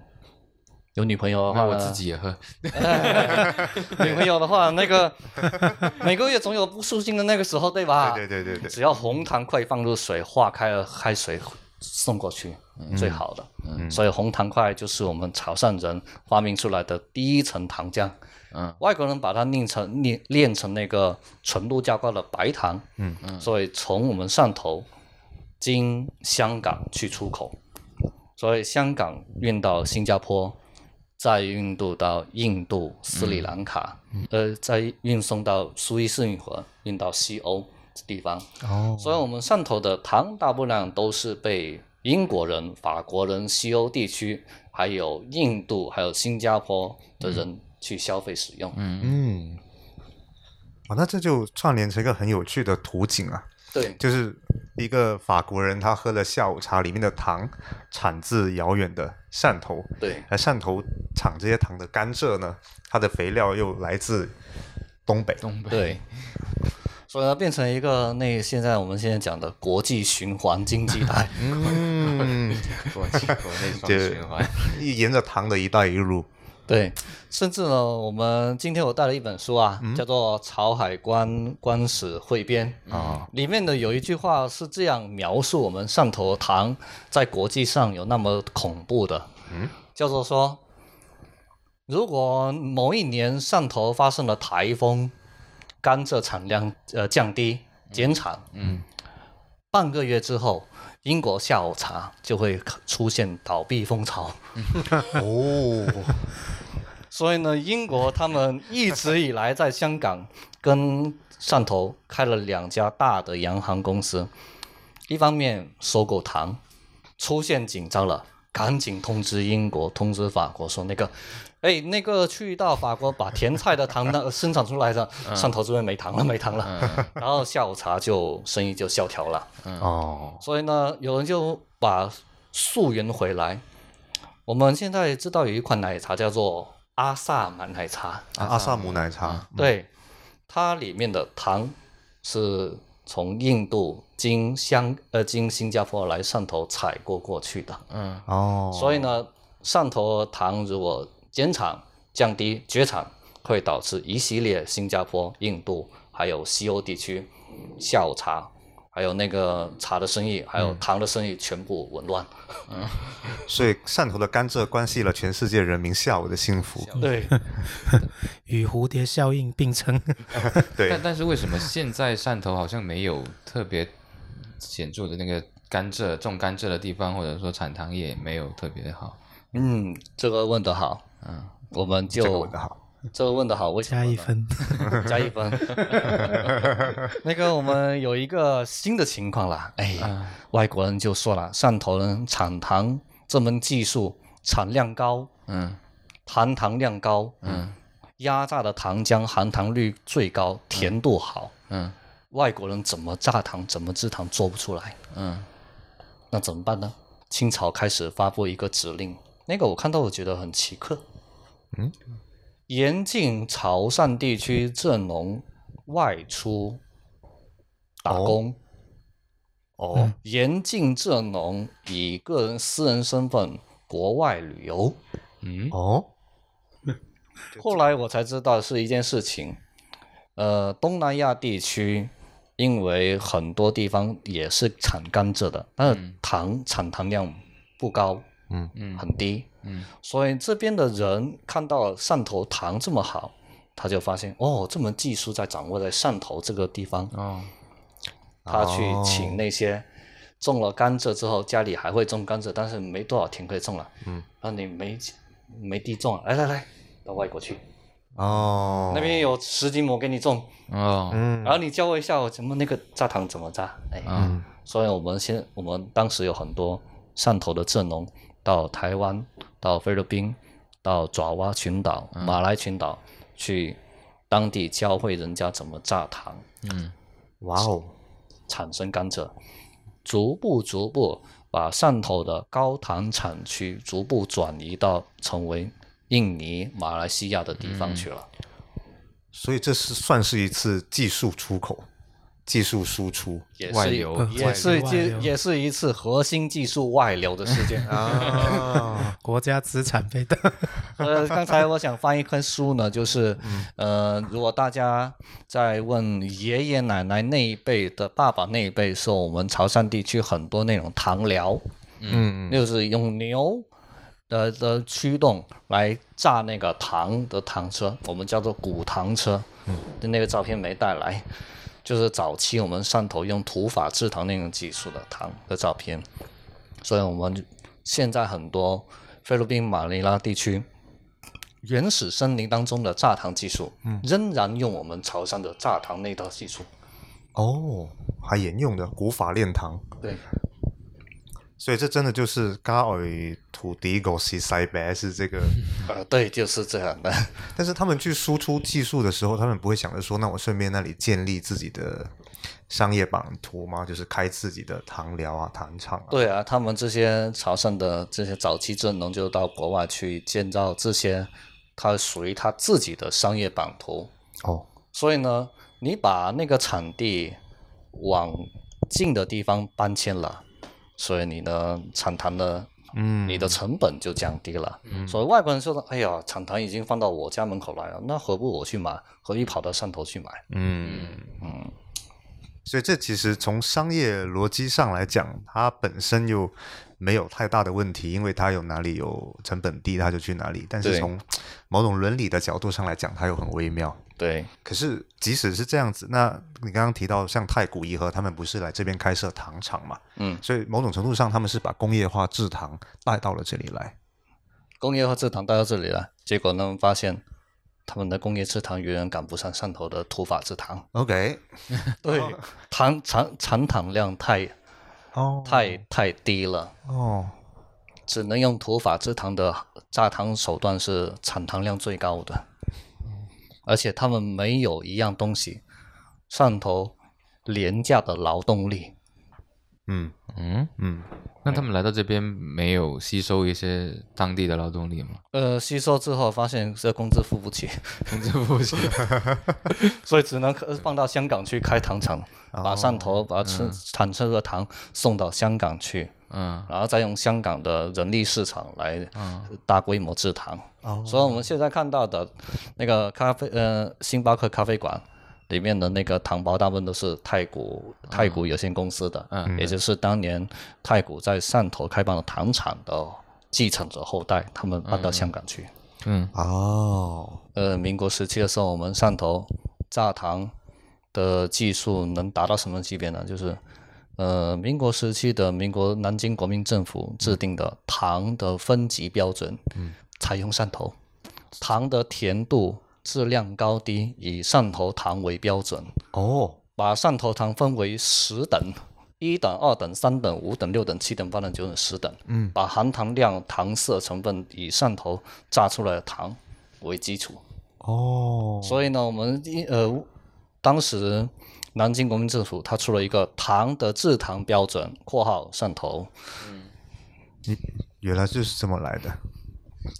B: 有女朋友的
C: 那
B: 话
C: 我
B: 呢
C: 自己也喝。
B: 女朋友的话，那个每个月总有不舒心的那个时候，对吧？
A: 对对对对对，
B: 只要红糖块放入水化开了，开水送过去，最好的。
A: 嗯
B: 所以红糖块就是我们潮汕人发明出来的第一层糖浆。
C: 嗯，
B: 外国人把它炼成炼炼成那个纯度较高的白糖。
A: 嗯
B: 嗯，所以从我们汕头经香港去出口，所以香港运到新加坡。再运渡到印度、斯里兰卡，
A: 嗯
B: 呃，再运送到苏伊士运河，运到西欧地方，
A: 哦，
B: 所以，我们汕头的糖大部分都是被英国人、法国人、西欧地区，还有印度、还有新加坡的人去消费使用。嗯，
C: [laughs]
A: 嗯，啊，那这就串联成一个很有趣的图景啊，
B: 对，
A: 就是一个法国人他喝了下午茶，里面的糖产自遥远的汕头，
B: 对，
A: 而汕头产这些糖的甘蔗呢，它的肥料又来自东北，
C: 东北，
B: 对。所以它变成一个那现在我们现在讲的国际循环经济带，
A: 嗯，
C: 国际国内双
A: 就
C: 循环。
A: 一沿着糖的一带一路，
B: 对，甚至呢，我们今天我带了一本书啊，叫做《潮海关官史汇编》啊，里面的有一句话是这样描述我们汕头堂在国际上有那么恐怖的，嗯，叫做说，如果某一年汕头发生了台风，甘蔗产量呃降低减产，
C: 嗯，
B: 半个月之后。英国下午茶就会出现倒闭风潮，
A: [laughs] 哦，
B: 所以呢，英国他们一直以来在香港跟汕头开了两家大的洋行公司，一方面收购糖，出现紧张了，赶紧通知英国，通知法国说那个， [laughs] 哎，那个去到法国把甜菜的糖呢生产出来的， [laughs] 汕头这边没糖了，没糖了，然后下午茶就生意就萧条了。
A: 哦，
B: 所以呢，有人就把溯源回来。我们现在知道有一款奶茶叫做阿萨姆奶茶，
A: 啊阿萨姆奶茶，
B: 对，它里面的糖是从印度经香呃经新加坡来汕头采购过去的，
C: 嗯
A: 哦，
B: 所以呢，汕头糖如果减产、降低、绝产，会导致一系列新加坡、印度还有西欧地区下午茶，还有那个茶的生意，还有糖的生意全部紊乱。
A: 所以汕头的甘蔗关系了全世界人民下午的幸福，
B: 对，
D: [laughs] 与蝴蝶效应
A: [laughs]
D: 并称。
A: 对
C: 但，但是为什么现在汕头好像没有特别显著的那个甘蔗种甘蔗的地方，或者说产糖业没有特别好？
B: 嗯，这个问得好，
C: 嗯，
B: 我们就
A: 这个问的好，
B: 这个问得好，为什么
D: 加一
B: 呢
D: 分，
B: 加一分。 [laughs] 那个我们有一个新的情况啦，哎，外国人就说了，汕头人产糖这门技术产量高，
C: 嗯
B: 含糖量高，
C: 嗯
B: 压榨的糖浆含糖率最高，甜度好。
C: 嗯
B: 外国人怎么榨糖，怎么制糖做不出来，
C: 嗯
B: 那怎么办呢？清朝开始发布一个指令，那个我看到我觉得很奇特，
A: 嗯，
B: 严禁潮汕地区蔗农外出打工，哦，严禁蔗农以个人私人身份国外旅游。
C: 嗯
A: 哦，
B: 后来我才知道是一件事情，呃，东南亚地区，因为很多地方也是产甘蔗的，但是糖产糖量不高，
A: 嗯
C: 嗯
B: 很低，
C: 嗯
B: 所以这边的人看到汕头糖这么好，他就发现哦，这门技术在掌握在汕头这个地方，
C: 哦
B: 他去
A: 哦
B: 请那些种了甘蔗之后，家里还会种甘蔗，但是没多少田可以种了，
A: 嗯，
B: 那你没没地种啊，来来来，到外国去。
A: 哦，
B: 那边有十斤我给你种，
C: 哦
A: 嗯
B: 然后你教我一下我怎么那个榨糖怎么榨。哎，
C: 嗯
B: 所以我们先我们当时有很多汕头的蔗农到台湾、到菲律宾、到爪哇群岛、
A: 嗯
B: 马来群岛去当地教会人家怎么榨糖，
C: 嗯
A: 哇哦，
B: 产生甘蔗，逐步逐步把汕头的高糖产区逐步转移到成为印尼、马来西亚的地
A: 嗯
B: 方去了。
A: 所以这是算是一次技术出口，技术输
B: [laughs]
A: 出
B: 也
C: 外
B: 是一
C: 流
B: 也
D: 外
B: 是
D: 流外
B: 一
D: 流
B: 也是一次核心技术外流的事件啊。
A: 啊，
D: 国家资产被盗。
B: [laughs] 呃，刚才我想翻一本书呢，就是呃，如果大家在问爷爷奶奶那一辈的爸爸那一辈，说我们潮汕地区很多那种糖疗，
A: 嗯，
B: 就是用牛的的驱动来榨那个糖的糖车，我们叫做谷糖车。嗯，那个照片没带来，就是早期我们汕头用土法制糖那种技术的糖的照片。所以我们就现在很多菲律宾马尼拉地区原始森林当中的榨糖技术，仍然用我们潮汕的榨糖那套技术。
A: 哦，还沿用的古法炼糖，
B: 对，
A: 所以这真的就是加尔土地狗西塞白是这
B: [laughs]
A: 个，
B: 呃，对，就是这样的。
A: 但是他们去输出技术的时候，他们不会想着说，那我顺便那里建立自己的商业版图吗？就是开自己的糖疗啊、糖厂啊。
B: 对啊，他们这些潮汕的这些早期智能就到国外去建造这些，它属于它自己的商业版图。
A: 哦，
B: 所以呢，你把那个产地往近的地方搬迁了，所以你的产糖的
A: 嗯
B: 你的成本就降低了。所以外国人说的，哎呀，产糖已经放到我家门口来了，那何不我去买？何必跑到汕头去买？
A: 嗯嗯，所以这其实从商业逻辑上来讲，它本身又没有太大的问题，因为它有哪里有成本低，它就去哪里。但是
B: 对
A: 从某种伦理的角度上来讲，它又很微妙。
B: 对，
A: 可是即使是这样子，那你刚刚提到像太古颐和，他们不是来这边开设糖厂嘛？
B: 嗯，
A: 所以某种程度上，他们是把工业化制糖带到了这里来。
B: 工业化制糖带到这里了，结果呢发现他们的工业制糖远远赶不上汕头的土法制糖，
A: [laughs] OK，
B: 对，糖产产糖量太
A: 哦，
B: 太太低了，
A: 哦，
B: 只能用土法制糖的榨糖手段是产糖量最高的，而且他们没有一样东西汕头廉价的劳动力，
A: 嗯
C: 嗯，
A: 嗯，
C: 那他们来到这边没有吸收一些当地的劳动力吗？ [laughs]
B: 呃，吸收之后发现这工资付不起，
C: 工资不行，
B: 所以只能呃放到香港去开糖厂，
C: 哦
B: 把汕头把吃、产出的糖送到香港去，
C: 嗯
B: 然后再用香港的人力市场来
C: 嗯
B: 大规模制糖。
A: 哦
B: 所以我们现在看到的那个咖啡，呃，星巴克咖啡馆里面的那个糖包，大部分都是太古太古有限公司的，
C: 嗯
B: 也就是当年太古在汕头开办了糖厂的继承者后代，他们搬到香港去。
C: 嗯
A: 哦，
B: 呃，民国时期的时候，我们汕头榨糖的技术能达到什么级别呢？就是，呃，民国时期的民国南京国民政府制定的糖的分级标准，嗯，采用汕头糖的甜度、质量高低以汕头糖为标准，
A: 哦，
B: 把汕头糖分为十等。一等、二等、三等、五等、六等、七等、八等、九等、十等，嗯，把含糖量、糖色成分以汕头榨出来的糖为基础，
A: 哦，
B: 所以呢，我们一呃，当时南京国民政府它出了一个糖的制糖标准（括号汕头
A: 原来就是这么来的。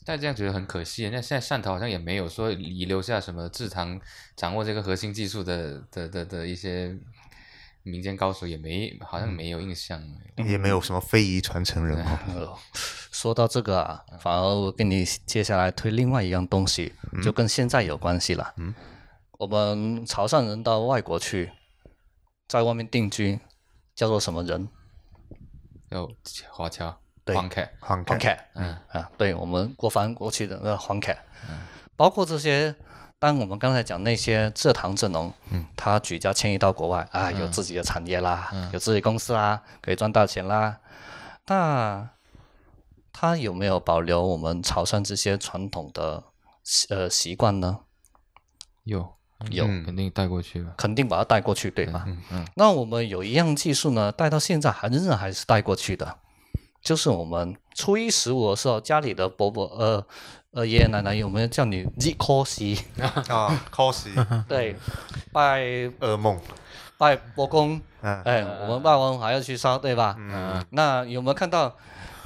C: 但这样觉得很可惜。那现在汕头好像也没有说遗留下什么制糖、掌握这个核心技术的的的的一些民间高手，也没好像没有印象。
A: 也没有什么非遗传承人哦。）
B: 呃。说到这个啊，反而我跟你接下来推另外一样东西，就跟现在有关系了。嗯，我们潮汕人到外国去，在外面定居，叫做什么人
C: 有华侨、
B: 对
C: 黄凯，
A: 黄
B: 黄
A: 凯，
B: 凯。
C: 嗯
B: 啊，对我们国防国企的呃黄凯，包括这些，当我们刚才讲那些蔗糖蔗农，嗯，他举家迁移到国外啊，有自己的产业啦，有自己公司啦，可以赚大钱啦。那他有没有保留我们潮汕这些传统的习呃习惯呢？
C: 有
B: 有，
C: 肯定带过去了。
B: 肯定把它带过去，对吗？
C: 嗯嗯
B: 那我们有一样技术呢，带到现在还仍然还是带过去的，就是我们初一十五的时候，家里的伯伯呃呃爷爷奶奶有没有叫你日科西？
A: 啊 c o s [laughs]
B: 对，拜
A: 噩梦，
B: 拜伯公，
A: 嗯
B: 哎，我们拜完还要去烧，对吧？
C: 嗯，
B: 那有没有看到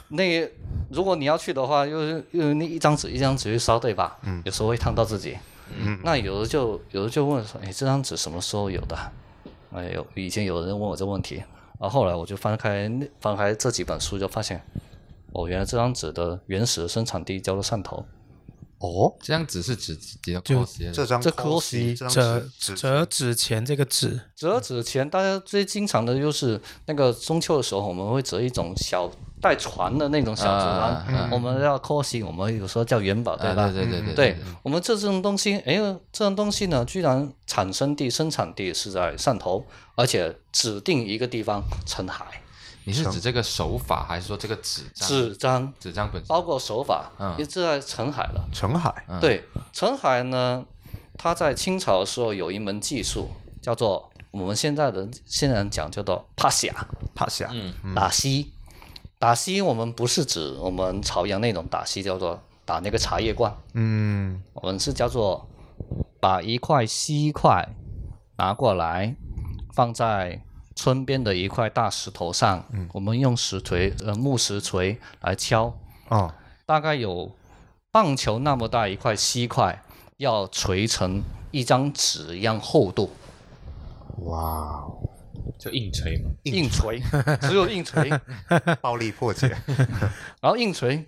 B: 那？如果你要去的话，又是又是那一张纸一张纸去烧，对吧？嗯，有时候会烫到自己。
A: 嗯，
B: 那有的就有的就问说，哎，这张纸什么时候有的？哎有以前有人问我这问题，然后后来我就翻开那翻开这几本书，就发现，哦，原来这张纸的原始生产地叫做汕头。
A: 哦，
C: 这样只是指哦几
D: 就
C: 高鞋
A: 这张
B: 这
A: Cosy，
B: Cosy
A: 这张
D: 折
A: 纸纸
D: 折纸钱这个纸，
C: 嗯
B: 折纸钱，大家最经常的就是那个中秋的时候，我们会折一种小带船的那种小竹篮，
C: 啊
B: 我们叫 cosy，我们有时候叫元宝，对吧？嗯
C: 啊对对对
B: 对我们这种东西，哎呦，这种东西呢，居然产生地、生产地是在汕头，而且指定一个地方澄海，
C: 你是指这个手法，还是说这个纸张？
B: 纸张
C: 纸张本身
B: 包括手法，
C: 嗯
B: 一直在澄海了。
A: 澄海，
B: 对，澄海呢，它在清朝的时候有一门技术，叫做我们现在的现在人讲叫做帕霞。
A: 帕夏，
B: 打稀，打稀我们不是指我们朝阳那种打稀，叫做打那个茶叶罐，
A: 嗯，
B: 我们是叫做把一块锡块拿过来，放在村边的一块大石头上，我们用石锤呃木石锤来敲，
A: 哦，
B: 大概有棒球那么大一块锡块，要锤成一张纸一样厚度。
A: 哇哦，
C: 就硬锤嘛。
B: 硬锤，只有硬锤，
A: 暴力破解，
B: 然后硬锤，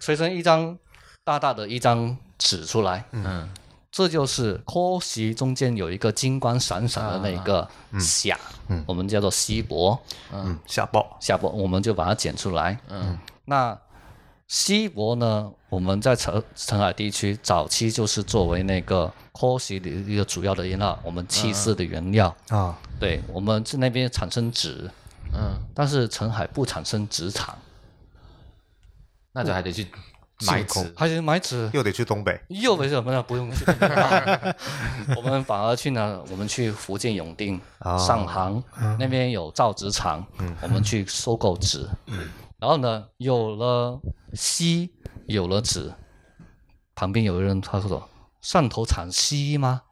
B: 锤成一张大大的一张纸出来，
C: 嗯，
B: 这就是科席中间有一个金光闪闪的那
C: 啊
B: 个
C: 嗯
B: 匣，我们叫做锡箔，
A: [laughs] 嗯，下暴，
B: 下箔我们就把它剪出来。
C: 嗯，
B: 那锡箔呢，我们在澄澄海地区早期就是作为那个科席的一个主要的原料，我们漆制的原料，
A: 啊，
B: 对，我们在那边产生纸，
C: 嗯，
B: 但是澄海不产生纸厂，
C: 那就还得去买
A: 进口
C: 纸。
B: 还是买纸。
A: 又得去东北，
B: 又为什么呢？不用去，我们反而去呢？我们去福建永定、
A: 哦
B: 上杭那边有造纸厂，我们去收购纸。然后呢，有了锡，有了纸，旁边有人他说：“汕头产锡吗？”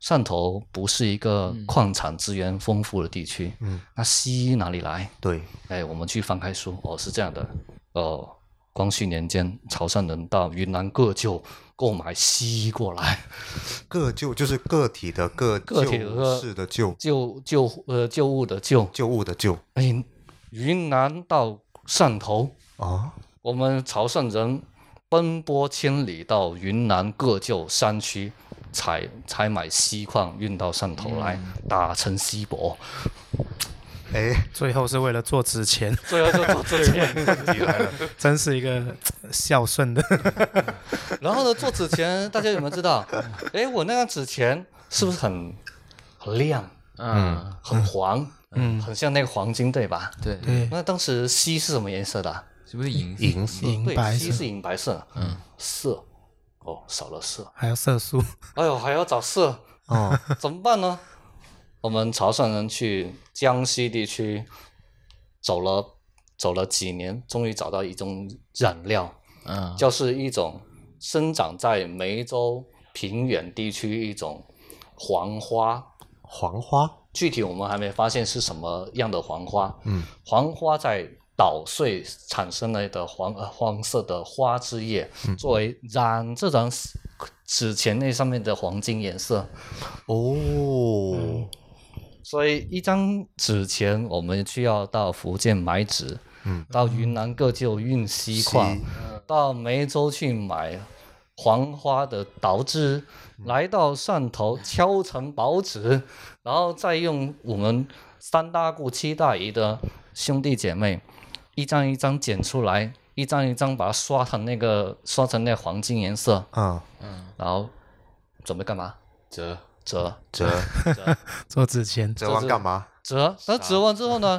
B: 汕头不是一个矿产资源丰富的地区，嗯，那锡哪里来？
A: 对，
B: 哎，我们去翻开书，哦，是这样的，哦，光绪年间，潮汕人到云南各就购买锡过来， [laughs]
A: 个旧就是个体的个，
B: 个体的个
A: 旧事的旧，
B: 旧旧呃旧物的旧，
A: 旧物的旧，
B: 哎，云南到汕头，
A: 哦，
B: 我们潮汕人奔波千里到云南各就山区。采采买锡矿运到汕头来，打成锡箔，
A: 哎，
D: 最后是为了做纸钱，
B: 最后就做这些。
A: 起来了，
D: 真是一个孝顺的。
B: [laughs] 然后呢，做纸钱，大家有没有知道？哎，我那张纸钱是不是很很亮、
C: 嗯，
B: 很黄？嗯，很像那个黄金，对吧？
C: 对，
D: 对，
B: 那当时锡是什么颜色的啊？
C: 是不是银色？
A: 银色，
D: 银
B: 对
D: 白
B: 锡
D: 色，
B: 是银白色。嗯，色，哦，少了色。
D: 还有色素， [laughs]
B: 哎呦，还要找色，
A: 哦，
B: [laughs] 怎么办呢？我们潮汕人去江西地区走了走了几年，终于找到一种染料，
C: 嗯，
B: 就是一种生长在梅州平原地区一种黄花，
A: [laughs] 黄花，
B: 具体我们还没发现是什么样的黄花。
A: 嗯，
B: 黄花在捣碎产生了的黄呃黄色的花枝叶，
A: 嗯
B: 作为染这张纸钱那上面的黄金颜色。
A: 哦，
B: 所以一张纸钱，我们需要到福建买纸，
A: 嗯，
B: 到云南各就运锡矿，
A: 锡
B: 到梅州去买黄花的导枝，来到汕头敲成薄纸，然后再用我们三大姑七大姨的兄弟姐妹，一张一张剪出来，一张一张把它刷成那个刷成那黄金颜色，
A: 嗯，
B: 然后准备干嘛？
C: 折
B: 折
A: [laughs] 折
D: 做纸钱，
A: 折完干嘛？
B: 折，那折完之后呢？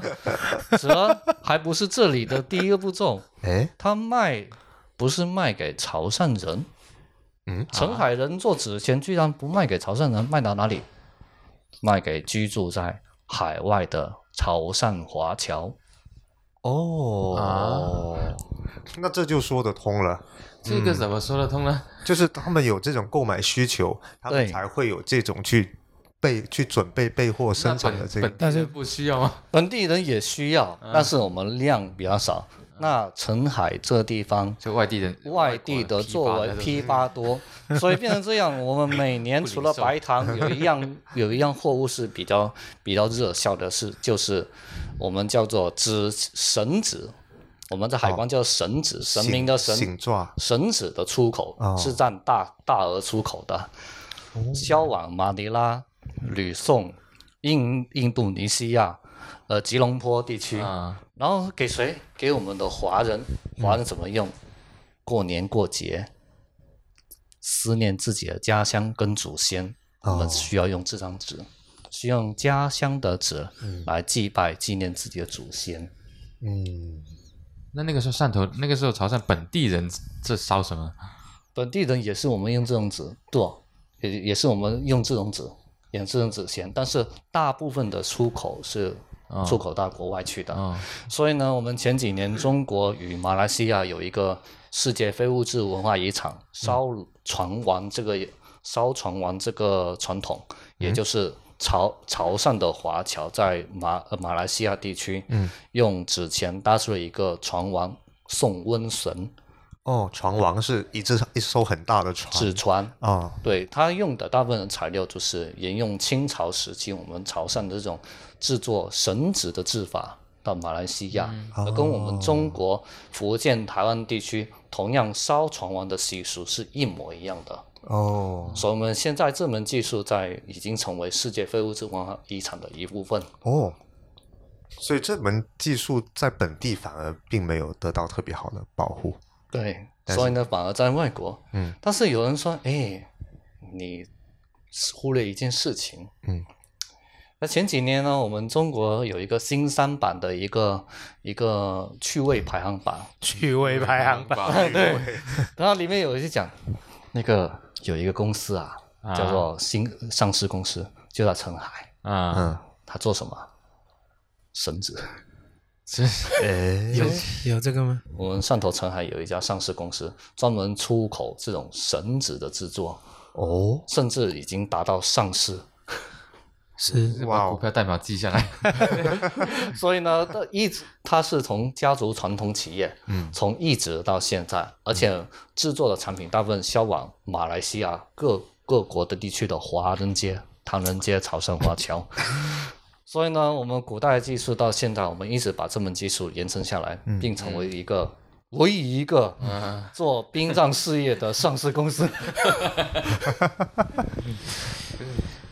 B: 折还不是这里的第一个步骤，
A: 哎，
B: 他卖不是卖给潮汕人，
A: 嗯，
B: 澄海人做纸钱居然不卖给潮汕人，卖到哪里？卖给居住在海外的潮汕华侨。啊
C: 啊
A: 哦，那这就说得通了。
C: 这个怎么说得通呢？
A: 就是他们有这种购买需求，他们
B: 对
A: 才会有这种去备、去准备备货生产的这
C: 那
A: 个
C: 本。本地
D: 但是
C: 人不需要吗？
B: 本地人也需要，
A: 啊
B: 但是我们量比较少。那澄海这地方
C: 就外地人，
B: 外地
C: 国
B: 的
C: 人
B: 作为批发多，所以变成这样。我们每年除了白糖，有一样有一样货物是比较比较热销的是，就是我们叫做纸绳子，我们在海关叫绳子，神明的
A: 醒
B: 神
A: 醒状
B: 绳子的出口
A: 哦
B: 是占大大额出口的，销往马尼拉、吕宋、印印度尼西亚、呃吉隆坡地区。
C: 啊，
B: 然后给谁？给我们的华人，
C: 嗯
B: 华人怎么用？过年过节，思念自己的家乡跟祖先，我们
A: 哦
B: 需要用这张纸，需要用家乡的纸
C: 嗯
B: 来祭拜、纪念自己的祖先。
A: 嗯，
C: 那那个时候汕头，那个时候潮汕本地人这烧什么？
B: 本地人也是我们用这种纸做，也也是我们用这种纸，用这种纸钱，但是大部分的出口是
C: 哦
B: 出口到国外去的。
C: 哦，
B: 所以呢，我们前几年中国与马来西亚有一个世界非物质文化遗产烧船王这个烧船王这个传统，也就是潮潮汕的华侨在马呃马来西亚地区，嗯，用纸钱搭出了一个船王送瘟神
A: 哦，船王是一只一艘很大的船
B: 纸船。
A: 哦，
B: 对它用的大部分的材料就是沿用清朝时期我们潮汕的这种制作绳子的制法到马来西亚，而跟我们中国福建、台湾地区同样烧船王的习俗是一模一样的。
A: 哦，
B: 所以我们现在这门技术在已经成为世界非物质文化遗产的一部分。
A: 哦，所以这门技术在本地反而并没有得到特别好的保护。
B: 对，
A: 但是
B: 所以呢，反而在外国，
A: 嗯，
B: 但是有人说，哎，你忽略一件事情，
A: 嗯，
B: 那前几年呢，我们中国有一个新三板的一个一个趣味排
A: [laughs]
B: 行榜，
D: [laughs] 趣味排行榜，
C: 榜，
B: 对，然后里面有一些讲，那个有一个公司啊，
C: 啊
B: 叫做新上市公司，就在澄海，
C: 啊，
A: 嗯，
B: 它做什么？绳子。
C: 这
A: 哎，
D: 有有这个吗？
B: 我们汕头澄海有一家上市公司，专门出口这种绳子的制作，
A: 哦，
B: 甚至已经达到上市。
D: 是
A: 哇
C: 把
A: 哦
C: 股票代码记下来。
B: 所以呢， [laughs] 它一直它是从家族传统企业，
A: 嗯
B: 从一直到现在，而且制作的产品大部分销往马来西亚各各国的地区的华人街、唐人街、潮汕华侨。 [laughs] 所以呢，我们古代的技术到现在，我们一直把这门技术延伸下来，并成为一个唯一一个
C: 嗯，
B: 做殡葬事业的上市公司。 [laughs]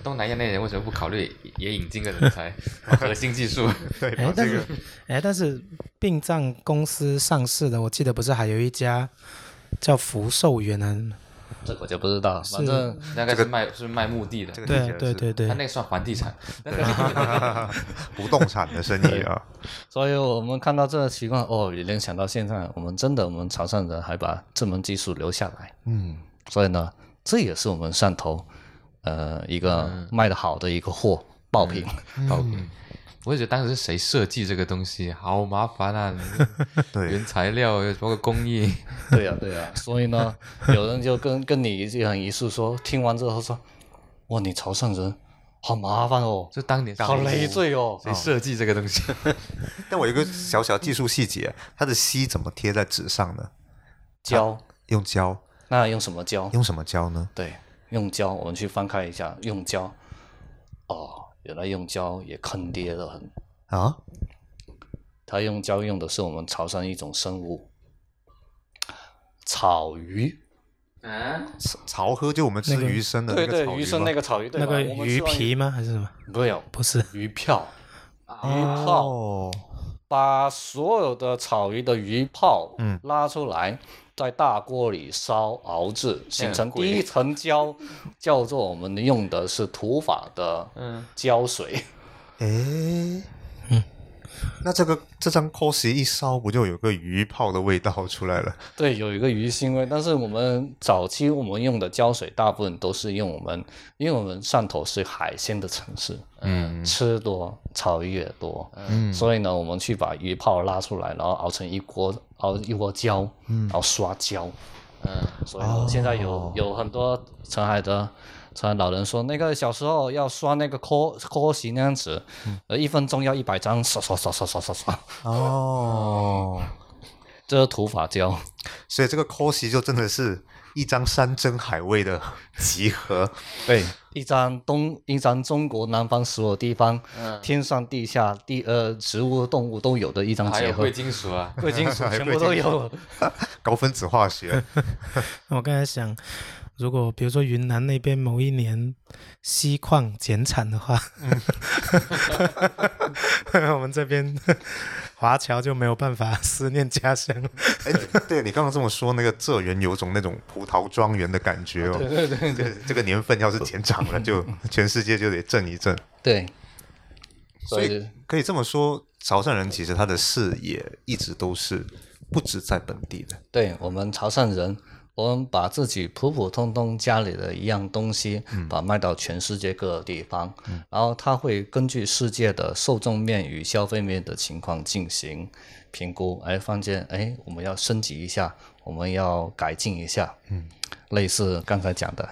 C: 东南亚那人为什么不考虑也引进个人才，核心技术？
A: 对，
D: 哎
A: 把，
D: 但
A: 这
D: 是
A: 个
D: 哎，但是殡葬公司上市的，我记得不是还有一家叫福寿园啊？
B: 这个我就不知道了，反正
C: 那个是卖是卖墓地的，
A: 这个
D: 对
A: 理解
D: 啊
A: 是
D: 对对
C: 他
D: 对
C: 那，个算房地产。
A: [laughs]
C: [laughs]
A: 不动产的生意啊，
B: 所以我们看到这个习惯哦，也联想到现在，我们真的我们潮汕人还把这门技术留下来，
A: 嗯，
B: 所以呢，这也是我们汕头呃一个卖的好的一个货爆品。
C: 好，嗯我也觉得当时是谁设计这个东西，好麻烦啊！
A: 对
C: 原，材料包括工艺，
B: [laughs] 对呀、对呀、所以呢，有人就跟跟你一样一诉说，听完之后说，哇，你潮汕人好麻烦哦，
C: 就当年
B: 好累赘哦，
C: 谁设计这个东西？
A: 但我有一个小小技术细节，它的“锡”怎么贴在纸上呢？
B: 胶
A: 用胶，
B: 那用什么胶？
A: 用什么胶呢？
B: 对，用胶，我们去翻开一下，用胶。哦，原来用胶也坑爹的很。
A: 啊，
B: 它用胶用的是我们潮汕一种生物，草鱼。
C: 啊，
A: 潮潮喝就我们吃
D: 那个
A: 鱼生的那
B: 对
A: 个
B: 对
A: 草，
B: 鱼
A: 吗
B: 生那个草鱼，对
D: 那
B: 吧
D: 个
B: 我们
D: 鱼
B: 吃完
D: 皮吗？还是什么？
B: 没有，
D: 不是，
B: 鱼票，鱼炮，
A: 哦，
B: 把所有的草鱼的鱼泡
A: 嗯
B: 拉出来，在大锅里烧熬制，形成
C: 贵
B: 第一层胶，叫做我们用的是土法的
C: 嗯
B: 胶水。
A: 诶，那这个这张 cos 一烧，不就有个鱼泡的味道出来了？
B: 对，有一个鱼腥味，但是我们早期我们用的胶水大部分都是用我们，因为我们汕头是海鲜的城市，呃
C: 嗯，
B: 吃多，草鱼也多，
A: 嗯
B: 所以呢，我们去把鱼泡拉出来，然后熬成一锅，熬一锅胶，然后刷胶，
C: 嗯，
B: 所以我现在有、
A: 哦
B: 有很多澄海的澄海老人说，那个小时候要刷那个科科席那样子，呃，一分钟要一百张，刷刷刷刷刷刷刷， [laughs]
A: 哦，
B: 这是土法胶。
A: 所以这个 cos 就真的是一张山珍海味的集合。
B: 对，一张东，一张中国南方所有地方，天上地下地呃植物动物都有的一张嗯
C: 还
B: 结
C: 有
B: 合
C: 贵，金属啊，
B: [laughs] 贵金属全
A: 贵
B: 部都
A: 金属
B: 有。
A: [laughs] 高分子化学，
D: 我刚才想，如果比如说云南那边某一年锡矿减产的话， [laughs] 我们这边华侨就没有办法思念家乡了。
A: 哎，对你刚刚这么说，那个浙园有种那种葡萄庄园的感觉哦。对对对这个年份要是减长了，就全世界就得震一震。
B: 对，
A: 所
B: 所以
A: 以可以这么说，潮汕人其实他的视野一直都是不止在本地的。
B: 对我们潮汕人，我们把自己普普通通家里的一样东西，
A: 嗯
B: 把卖到全世界各个地方，然后他会根据世界的受众面与消费面的情况进行评估。哎，发现哎，我们要升级一下，我们要改进一下。嗯，类似刚才讲的，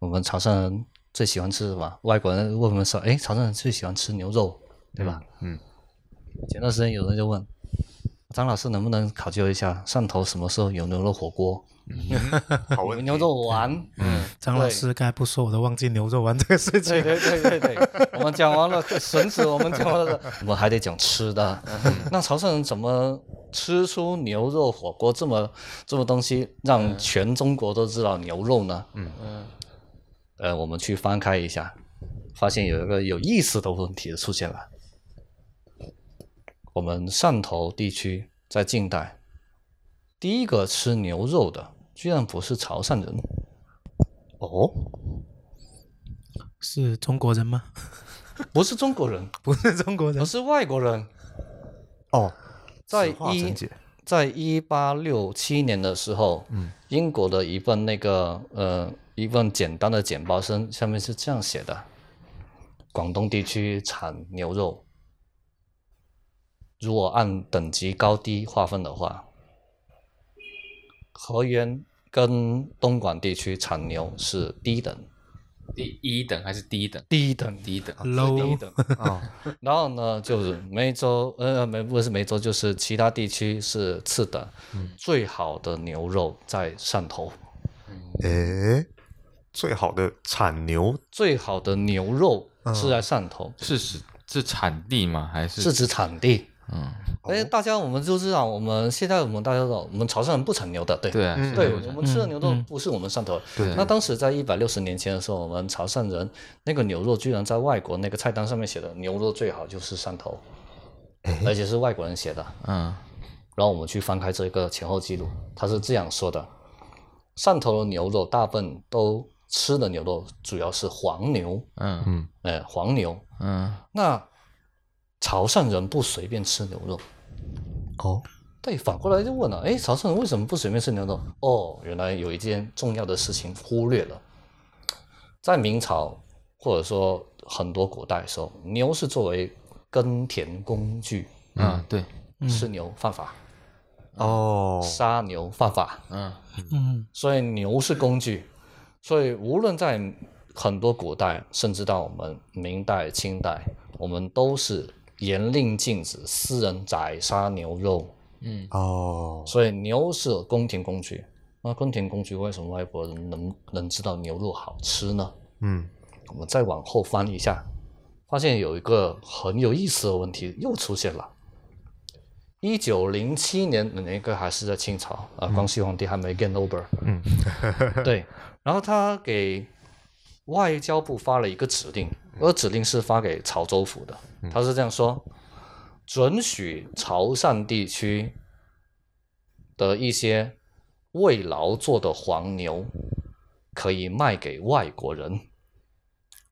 B: 我们潮汕人最喜欢吃什么？外国人问我们说，哎，潮汕人最喜欢吃牛肉，对吧？
A: 嗯，
B: 前段时间有人就问，张老师能不能考究一下汕头什么时候有牛肉火锅、
A: 好问
B: 有
A: 题
B: 牛肉丸？嗯，
D: 张老师刚才不说，我都忘记牛肉丸这个事情
B: 对。对对对对，我们讲完了 [laughs] 绳子，我们讲完了，我们还得讲吃的。那潮汕人怎么吃出牛肉火锅这么这么东西，让全中国都知道牛肉呢？嗯
C: 嗯，
B: 呃，我们去翻开一下，发现有一个有意思的问题出现了。我们汕头地区在近代第一个吃牛肉的，居然不是潮汕人。哦，
D: [laughs] 是中国人吗？
B: 不是中国人，
D: 不是中国人
B: 而，是外国人。
A: 哦，
B: 在
A: 此话
B: 一
A: 怎
B: [laughs]
A: 解
B: 在一八六七年的时候，英国的一份那个呃一份简单的简报上上面是这样写的：广东地区产牛肉，如果按等级高低划分的话，河源跟东莞地区产牛是低等，
C: 第一等还是低等？
B: 低等。
C: 低等
D: Low
C: 等。
A: 哦，
B: 然后呢，就是梅州，呃，没不是梅州，就是其他地区是次等，最好的牛肉在汕头，
A: 诶，最好的产牛
B: 最好的牛肉是在汕头，
C: 是是是产地吗？还是
B: 嗯是指产地。
C: 嗯，
B: 哎，大家我们都知道，我们现在我们大家都知道，我们潮汕人不产牛的，对
C: 对啊，
A: 嗯
C: 是
B: 对
C: 牛
B: 我
C: 产
B: 们吃的牛嗯肉不是我们汕头的。
A: 对
B: 那当时在一百六十年前的时候，我们潮汕人那个牛肉居然在外国那个菜单上面写的牛肉最好就是汕头，而且是外国人写的。
C: 嗯
B: 然后我们去翻开这个前后记录，他是这样说的：汕头的牛肉大部分都吃的牛肉主要是黄牛，
C: 嗯
B: 呃，黄牛。
C: 嗯
B: 那潮汕人不随便吃牛肉，
A: 哦，
B: 对，反过来就问了，哎，潮汕人为什么不随便吃牛肉？哦，原来有一件重要的事情忽略了，在明朝或者说很多古代的时候，牛是作为耕田工具，
C: 嗯，对，
B: 吃牛犯法，啊
A: 哦，
B: 杀牛犯法。
C: 嗯
D: 嗯，
B: 所以牛是工具，所以无论在很多古代，甚至到我们明代、清代，我们都是严令禁止私人宰杀牛肉，
C: 嗯
A: 哦，
B: 所以牛是宫廷工具。那宫廷工具为什么外国人能能知道牛肉好吃呢？
A: 嗯，
B: 我们再往后翻一下，发现有一个很有意思的问题又出现了。一九零七年，那个还是在清朝啊、呃光绪皇帝还没 get over。嗯， [laughs] 对。然后他给外交部发了一个指令，而指令是发给潮州府的。他是这样说：准许潮汕地区的一些为劳作的黄牛可以卖给外国人。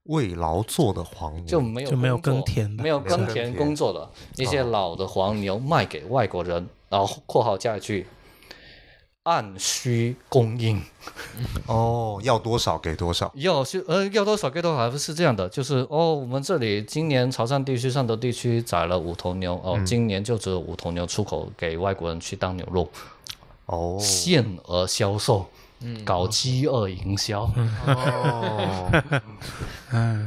A: 为劳作的黄牛
B: 就没有
D: 就没有
B: 工作
D: 耕田的
B: 没有
A: 嗯
B: 耕
A: 耕
B: 田
A: 田啊
B: 工作的一些老的黄牛卖给外国人，然后括号加一句，按需供应，
A: 哦，要多少给多少，
B: 要是呃要多少给多少，是这样的，就是哦，我们这里今年潮汕地区、汕头地区宰了五头牛，
A: 嗯
B: 哦，今年就只有五头牛出口给外国人去当牛肉，
A: 哦，嗯
B: 限额销售，搞饥饿营销，
A: 哦，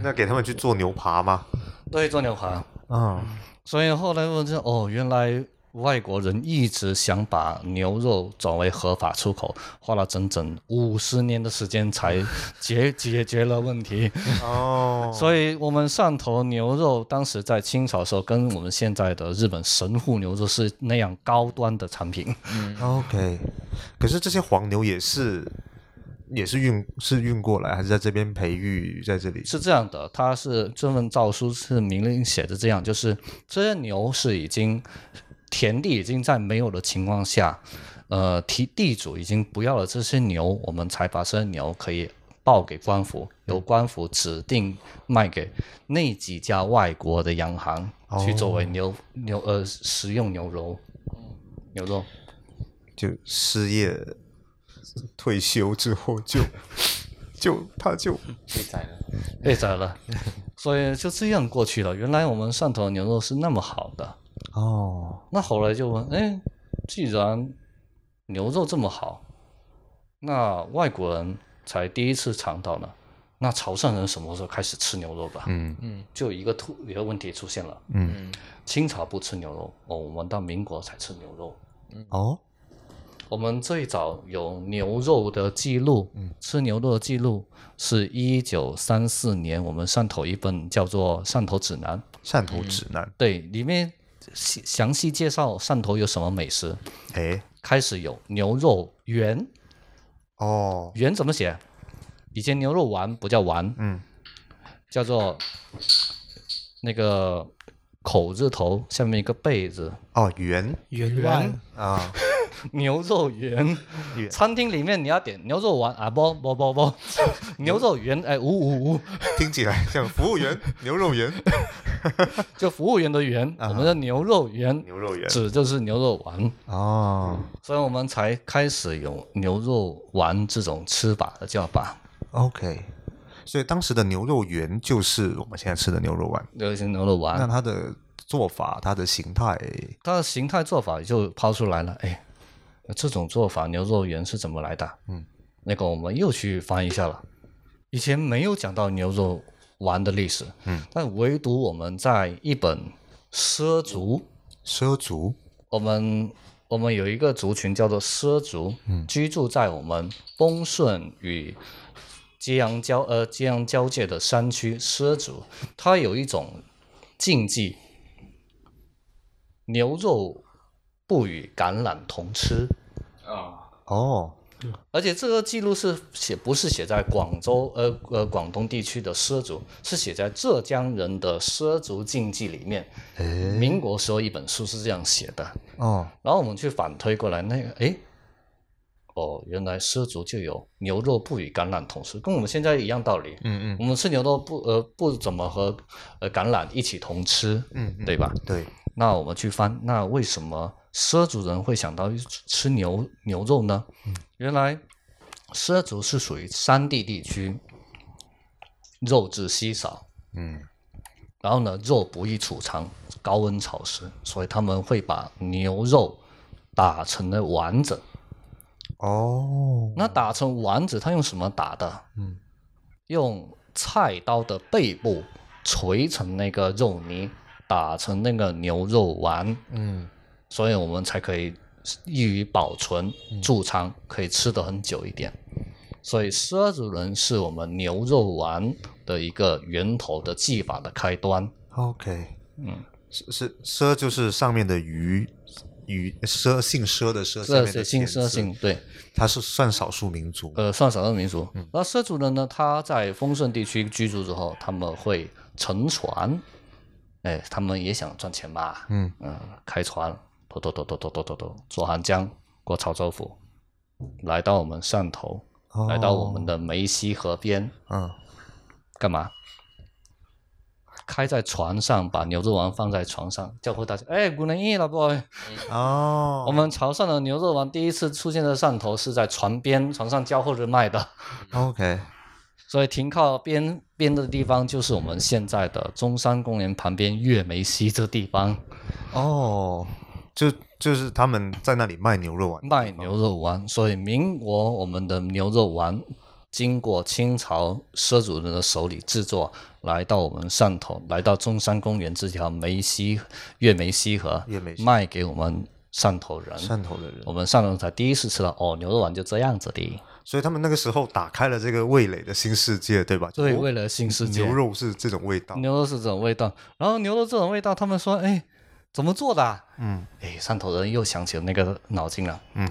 A: 那给他们去做牛扒吗？
B: 对，做牛排。
A: 嗯，
B: 所以后来我就哦，原来外国人一直想把牛肉转为合法出口，花了整整五十年的时间才解 [laughs] 解决了问题。
A: 哦，
B: 所以我们汕头牛肉当时在清朝的时候，跟我们现在的日本神户牛肉是那样高端的产品。
A: OK，可是这些黄牛也是也是运是运过来，还是在这边培育，在这里？
B: 是这样的，它是这份诏书是明令写的这样，就是这些牛是已经田地已经在没有的情况下，呃，提地主已经不要了这些牛，我们才把这些牛可以报给官府，由官府指定卖给那几家外国的洋行去作为牛、牛呃食用牛肉，牛肉。
A: 就失业退休之后就就他就
C: 被宰了。
B: 被宰哎了， [laughs] 所以就这样过去了。原来我们汕头的牛肉是那么好的，
A: 哦，
B: 那后来就问，哎，既然牛肉这么好，那外国人才第一次尝到呢，那潮汕人什么时候开始吃牛肉吧？
A: 嗯
C: 嗯
B: 就一个突一个问题出现了，
A: 嗯，
C: 嗯
B: 清朝不吃牛肉，哦，我们到民国才吃牛肉。
A: 哦，
B: 我们最早有牛肉的记录，
A: 嗯
B: 吃牛肉的记录是一九三四年，我们汕头一本叫做《汕头指南》，
A: 汕头指南，
B: 对，里面细详细介绍汕头有什么美食。
A: 哎，
B: 开始有牛肉圆，
A: 哦，
B: 圆怎么写？以前牛肉丸不叫丸，
A: 嗯，
B: 叫做那个口字头下面一个贝字，
A: 哦，圆
D: 圆丸
A: 啊，
B: [laughs] 牛肉圆。
A: 圆
B: 餐厅里面你要点牛肉丸啊，不不
A: [laughs]
B: 不不，牛肉圆哎，五五五，
A: 听起来像服务员牛肉圆，
B: 就服务员的员，我们的牛肉圆，
A: 啊牛肉圆，
B: 指就是牛肉丸，
A: 哦
B: 所以我们才开始有牛肉丸这种吃法的叫法。
A: ，OK，所以当时的牛肉圆就是我们现在吃的牛肉丸，
B: 流行牛肉丸，
A: 那它的做法、它的形态，
B: 它的形态做法就抛出来了。哎，这种做法牛肉圆是怎么来的？
A: 嗯，
B: 那个我们又去翻一下了。以前没有讲到牛肉丸的历史，
A: 嗯，
B: 但唯独我们在一本畲族，
A: 畲族，
B: 我们我们有一个族群叫做畲族，嗯，居住在我们丰顺与揭阳交呃揭阳交界的山区畲族，它有一种禁忌，牛肉不与橄榄同吃，
C: 啊
A: 哦，
B: 而且这个记录是写不是写在广州呃呃广东地区的畲族，是写在浙江人的畲族禁忌里面。
A: 哎，
B: 民国时候一本书是这样写的，
A: 哦，
B: 然后我们去反推过来，那个诶，哦，原来畲族就有牛肉不与橄榄同吃，跟我们现在一样道理。
A: 嗯嗯
B: 我们吃牛肉不呃不怎么和呃橄榄一起同吃，
A: 嗯嗯
B: 对吧？
A: 对，
B: 那我们去翻，那为什么畲族人会想到吃吃牛牛肉呢？原来畲族是属于山地地区，肉质稀少，
A: 嗯，
B: 然后呢，肉不易储藏，高温潮湿，所以他们会把牛肉打成了丸子。
A: 哦，
B: 那打成丸子，他用什么打的？
A: 嗯，
B: 用菜刀的背部锤成那个肉泥，打成那个牛肉丸，
A: 嗯，
B: 所以我们才可以易于保存、
A: 嗯
B: 贮藏，可以吃得很久一点。所以畲族人是我们牛肉丸的一个源头的技法的开端。
A: OK，
B: 嗯，
A: 是是奢就是上面的鱼鱼奢姓奢的奢，下
B: 这
A: 面的
B: 是性
A: 田字
B: 色性，对，
A: 它是算少数民族。
B: 呃，算少数民族。
A: 嗯
B: 那畲族人呢，他在丰顺地区居住之后，他们会乘船，哎，他们也想赚钱嘛，
A: 嗯
B: 嗯，开船，拖拖拖拖拖拖拖拖，坐汉江过潮州府，来到我们汕头，
A: 哦
B: 来到我们的梅溪河边，
A: 嗯
B: 干嘛？开在船上，把牛肉丸放在床上，叫呼大家，哎，古人意了 boy。
A: 哦，
B: [laughs] 我们潮汕的牛肉丸第一次出现在汕头是在船边，船上交货着卖的， [laughs]
A: OK
B: 所以停靠边边的地方就是我们现在的中山公园旁边月梅溪这地方
A: 哦，就就是他们在那里卖牛肉啊丸。
B: 卖牛肉丸。所以民国我们的牛肉丸经过清朝畲族人的手里制作，来到我们汕头，来到中山公园这条梅溪月梅溪河，
A: 月梅溪
B: 卖给我们汕头人。
A: 汕头的人
B: 我，们汕头人才第一次吃到哦，牛肉丸就这样子的。
A: 所以他们那个时候打开了这个味蕾的新世界，对吧？
B: 对，
A: 哦
B: 为了新世界，
A: 牛肉是这种味道。
B: 牛肉是这种味道，然后牛肉这种味道，他们说，哎，怎么做的啊？
A: 嗯
B: 哎，汕头人又想起那个脑筋了。
A: 嗯，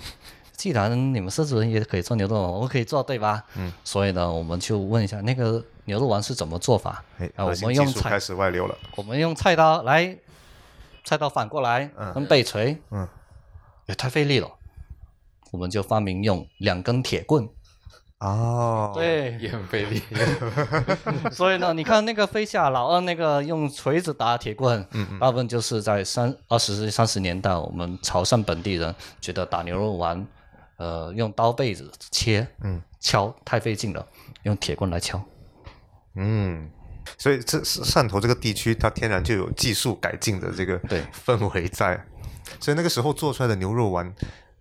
B: 既然你们狮子人也可以做牛肉丸，我可以做，对吧？
A: 嗯，
B: 所以呢，我们就问一下那个牛肉丸是怎么做法？
A: 哎，
B: 啊，
A: 核
B: 我
A: 心
B: 们用
A: 技术开
B: 菜，
A: 始外流了。
B: 我们用菜刀来，菜刀反过来，
A: 嗯
B: 跟背锤，
A: 嗯，
B: 也太费力了。我们就发明用两根铁棍，
A: 哦，，
B: 对，
C: 也很费力，
B: 所以呢，你看那个飞下老二那个用锤子打铁棍，大部分就是在三二十世纪三十年代，我们潮汕本地人觉得打牛肉丸，呃，用刀背子切，
A: 嗯，
B: 敲太费劲了，用铁棍来敲。
A: 嗯。所以这是汕头这个地区，它天然就 [laughs] 有技术改进的这个
B: 对
A: 氛围在，所以那个时候做出来的牛肉丸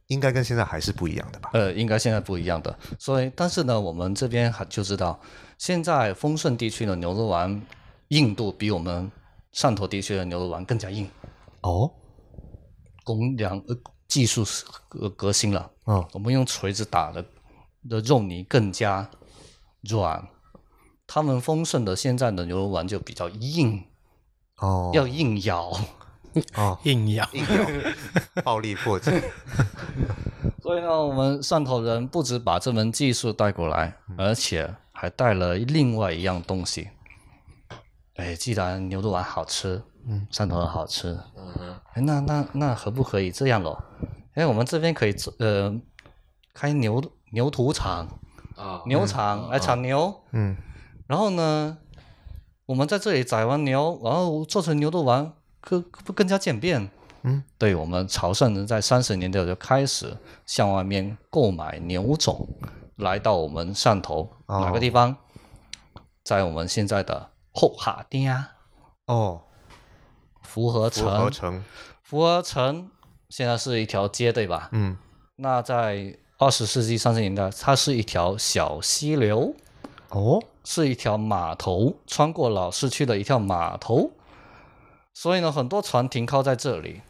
A: 应该跟现在还是不一样的吧？
B: 呃，应该现在不一样的。所以，但是呢，我们这边还就知道，现在丰顺地区的牛肉丸硬度比我们汕头地区的牛肉丸更加硬，
A: 哦，
B: 工粮呃技术是革革新了。
A: 嗯，
B: 我们用锤子打的的肉泥更加软，他们丰盛的现在的牛肉丸就比较硬，
A: 哦，
B: 要硬咬，
A: 哦，
D: 硬咬，
A: 暴力破解， [laughs]
B: 所以呢，我们汕头人不止把这门技术带过来，而且还带了另外一样东西。哎，既然牛肉丸好吃，嗯，汕头人好吃，
C: 嗯
B: 哎，那那那可不可以这样咯？哎，我们这边可以做呃开牛牛屠场，
C: 啊，
B: 牛场来产牛，
A: 嗯，
B: 然后呢，我们在这里宰完牛，然后做成牛肉丸，更不更加简便？
A: 嗯，
B: 对我们潮汕人在三十年代就开始向外面购买牛种，来到我们汕头、
A: 哦
B: 哪个地方？在我们现在的后哈店啊，
A: 哦，
B: 福和
A: 符合
B: 城，
A: 成，
B: 福和城现在是一条街，对吧？
A: 嗯，
B: 那在二十世纪三十年代，它是一条小溪流。
A: 哦，
B: 是一条码头，穿过老市区的一条码头，所以呢，很多船停靠在这里，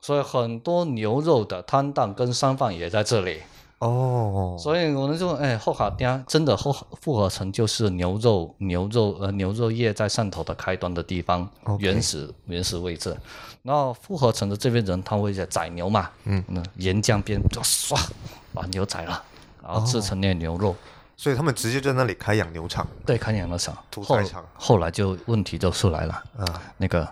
B: 所以很多牛肉的摊档跟商贩也在这里，
A: 哦，
B: 所以我们就哎后海边真的后复合城就是牛肉牛肉呃牛肉业在汕头的开端的地方
A: OK
B: 原始原始位置。然后复合城的这边人他会在宰牛嘛，
A: 嗯，
B: 那沿江边就唰把牛宰了，然
A: 哦
B: 后制成那牛肉。
A: 所以他们直接在那里开养牛场
B: 对，看养了场，
A: 屠
B: 后
A: 宰场
B: 后来就问题就出来了，
A: 啊，
B: 那个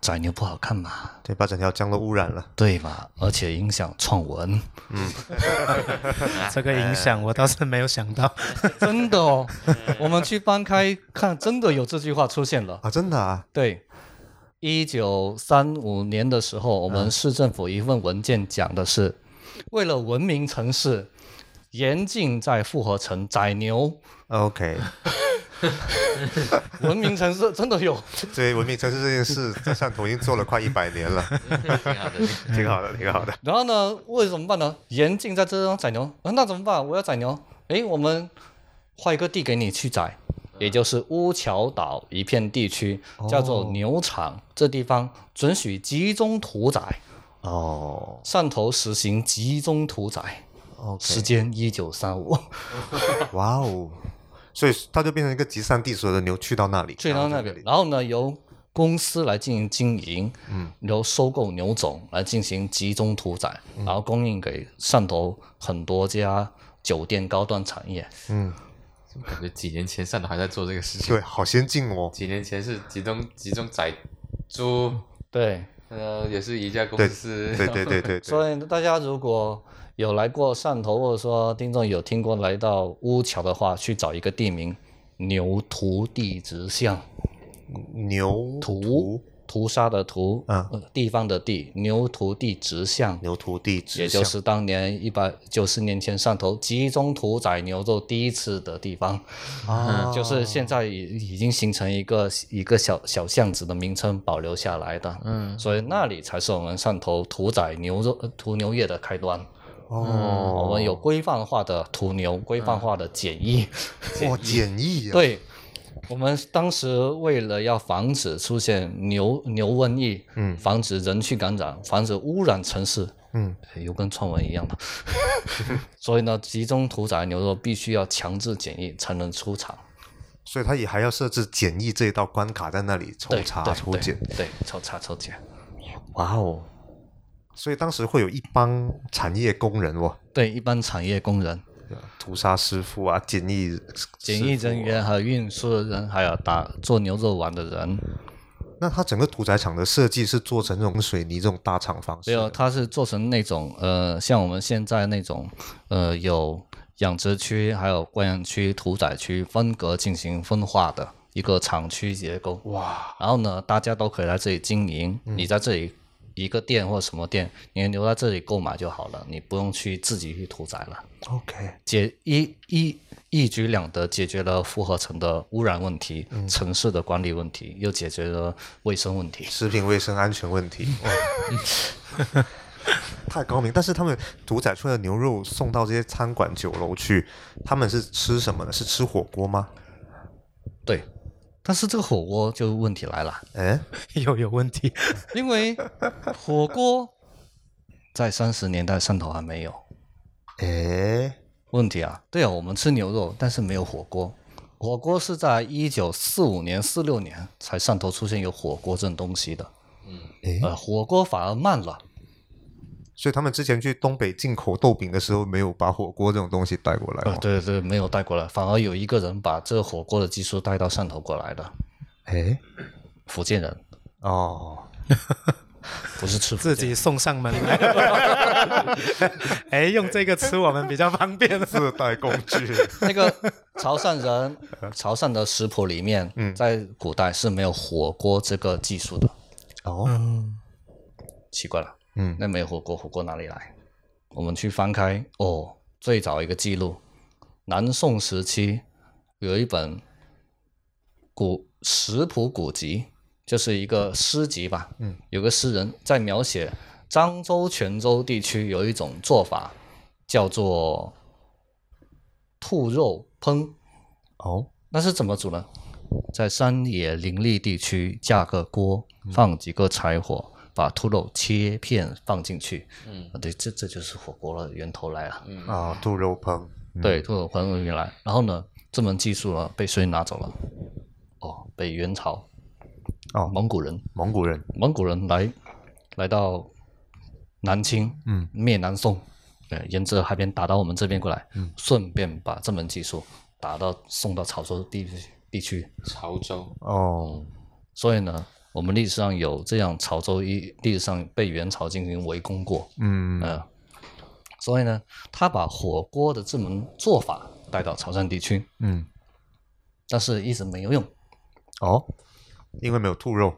B: 宰牛不好看嘛，
A: 对，把整条江都污染了。
B: 对嘛，而且影响创文，
D: 这个影响我倒是没有想到。
B: 真的哦，我们去翻开看，真的有这句话出现了。
A: 啊，真的啊，
B: 对，一九三五年的时候，我们市政府一份文件讲的是，为了文明城市，严禁在复合城宰牛。
A: 哦 OK，
B: 文明城市真的有，
A: 所以文明城市这件事在汕头已经做了快一百年了， [laughs]
C: 挺好的，
A: 挺好的，挺好的。
B: 然后呢，为怎么办呢？严禁在这地方宰牛、啊，那怎么办？我要宰牛，诶，我们划一个地给你去宰，也就是乌桥岛一片地区，叫做牛场，这地方准许集中屠宰，
A: 哦
B: 汕头实行集中屠宰，时
A: ，OK，
B: 间一九三五，
A: 哇哦，所以它就变成一个集散地，所有的牛去到那里，
B: 去到那边，然后呢由公司来进行经营，嗯，由收购牛种来进行集中屠宰，然后供应给汕头很多家酒店高端产业。
C: [laughs] 感觉几年前汕头还在做这个事情。
A: 对，好先进哦。
C: 几年前是集中集中宰猪，
B: 对，
C: 呃，也是一家公司，
A: 对对对对对，
B: 所以大家如果有来过汕头，或者说听众有听过来到乌桥的话，去找一个地名牛屠地直巷，
A: 牛
B: 屠屠杀的屠，
A: 嗯
B: 呃地方的地，牛屠地直巷。
A: 牛徒弟
B: 也
A: 指向，
B: 就是当年一百九十年前汕头集中屠宰牛肉第一次的地方，
A: 啊，
B: 嗯就是现在已已经形成一个一个小小巷子的名称保留下来的，嗯，所以那里才是我们汕头屠宰牛肉呃屠牛业的开端。
A: 哦，
B: 嗯
A: 嗯
B: 我们有规范化的屠牛，规范化的检疫。
A: 哇，简易啊，，
B: [laughs] 对，我们当时为了要防止出现牛牛瘟疫，嗯，防止人去感染，防止污染城市，
A: 嗯，
B: 又跟创文一样的。 [laughs] 所以呢，集中屠宰牛肉必须要强制检疫才能出厂。
A: 所以它也还要设置检疫这一道关卡在那里抽
B: 对，
A: 查
B: 对
A: 抽检，，
B: 对对，抽查抽检。
A: 哇哦，所以当时会有一帮产业工人哇，
B: 对，一般产业工人、
A: 屠杀师傅啊，检疫师
B: 检疫人员和运输人，还有打做牛肉丸的人，
A: 哦那它整个屠宰场的设计是做成这种水泥这种大厂方式
B: 没
A: 的，
B: 有，它是做成那种呃，像我们现在那种呃，有养殖区、还有观养区、屠宰区分隔进行分化的一个厂区结构。
A: 哇，
B: 然后呢，大家都可以来这里经营，你在这里一个店或什么店，你留在这里购买就好了，你不用去自己去屠宰了，
A: ，OK，
B: 解一一一举两得，解决了复合城的污染问题、城市的管理问题，又解决了卫生问题。
A: 食品卫生安全问题，哇 [laughs] 太高明。但是他们屠宰出来的牛肉送到这些餐馆酒楼去，他们是吃什么呢？是吃火锅吗？
B: 对，但是这个火锅就问题来了，
A: 哎，
D: 又有问题。
B: 因为火锅在三十年代汕头还没有
A: 哎，
B: 问题啊。对啊，我们吃牛肉，但是没有火锅。火锅是在一九四五年、四六年才汕头出现有火锅这种东西的，
A: 哎，
B: 呃，火锅反而慢了。
A: 所以他们之前去东北进口豆饼的时候，没有把火锅这种东西带过来、
B: 呃
A: 哦。，
B: 对对，没有带过来，反而有一个人把这火锅的技术带到汕头过来的，
A: 哎，
B: 福建人，
A: 哦，
B: 不是吃福
D: 自
B: 建人。
D: 己送上门来。 [laughs] 哎，用这个词我们比较方便。 [laughs]
A: 自带工具。
B: 那个潮汕人，潮汕的食谱里面，在古代是没有火锅这个技术的，
A: [laughs] 哦，
D: 嗯，
B: 奇怪了，
A: 嗯
B: 那没有火锅，火锅哪里来？我们去翻开哦，最早一个记录，南宋时期有一本古食谱古籍，就是一个诗集吧，
A: 嗯，
B: 有个诗人在描写漳州、泉州地区有一种做法叫做兔肉烹。
A: 哦，
B: 那是怎么煮呢？在山野林立地区架个锅，放几个柴火，把兔肉切片放进去。
C: 嗯
B: 啊，对，这这就是火锅的源头来了。
C: 嗯
A: 啊，兔肉烹。嗯
B: 对，兔肉还原原来。然后呢，这门技术呢被谁拿走了？哦，被元朝
A: 哦
B: 蒙古人，
A: 蒙古人，
B: 蒙古人来来到南清，
A: 嗯，
B: 灭南宋，呃，沿着海边打到我们这边过来，嗯，顺便把这门技术打到送到潮州地区地区。
C: [laughs] 潮州，
A: 哦，
B: 所以呢，我们历史上有这样潮州一历史上被元朝进行围攻过，
A: 嗯，
B: 嗯、所以呢，他把火锅的这门做法带到潮汕地区，
A: 嗯，
B: 但是一直没有用，
A: 哦，因为没有兔肉，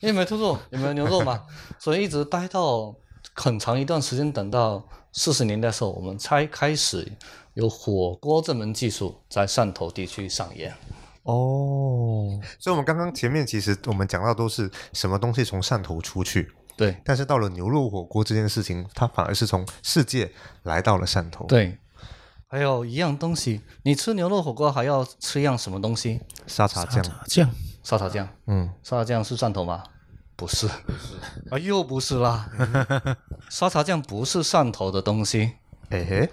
B: 因为没兔肉，也没有牛肉嘛，所以一直待到很长一段时间，等到四十年代的时候，我们才开始有火锅这门技术在汕头地区上演。
A: 哦， [laughs] 所以我们刚刚前面其实我们讲到都是什么东西从汕头出去，
B: 对
A: 但是到了牛肉火锅这件事情，它反而是从世界来到了汕头，，
B: 对，还有一样东西，你吃牛肉火锅还要吃一样什么东西？
A: 沙茶酱，
D: 这样
B: 沙茶酱。
A: 嗯，
B: 沙茶酱是汕头吗？不是，啊，又不是 [laughs] 啦。沙茶酱不是汕头的东西。
A: 哎嘿，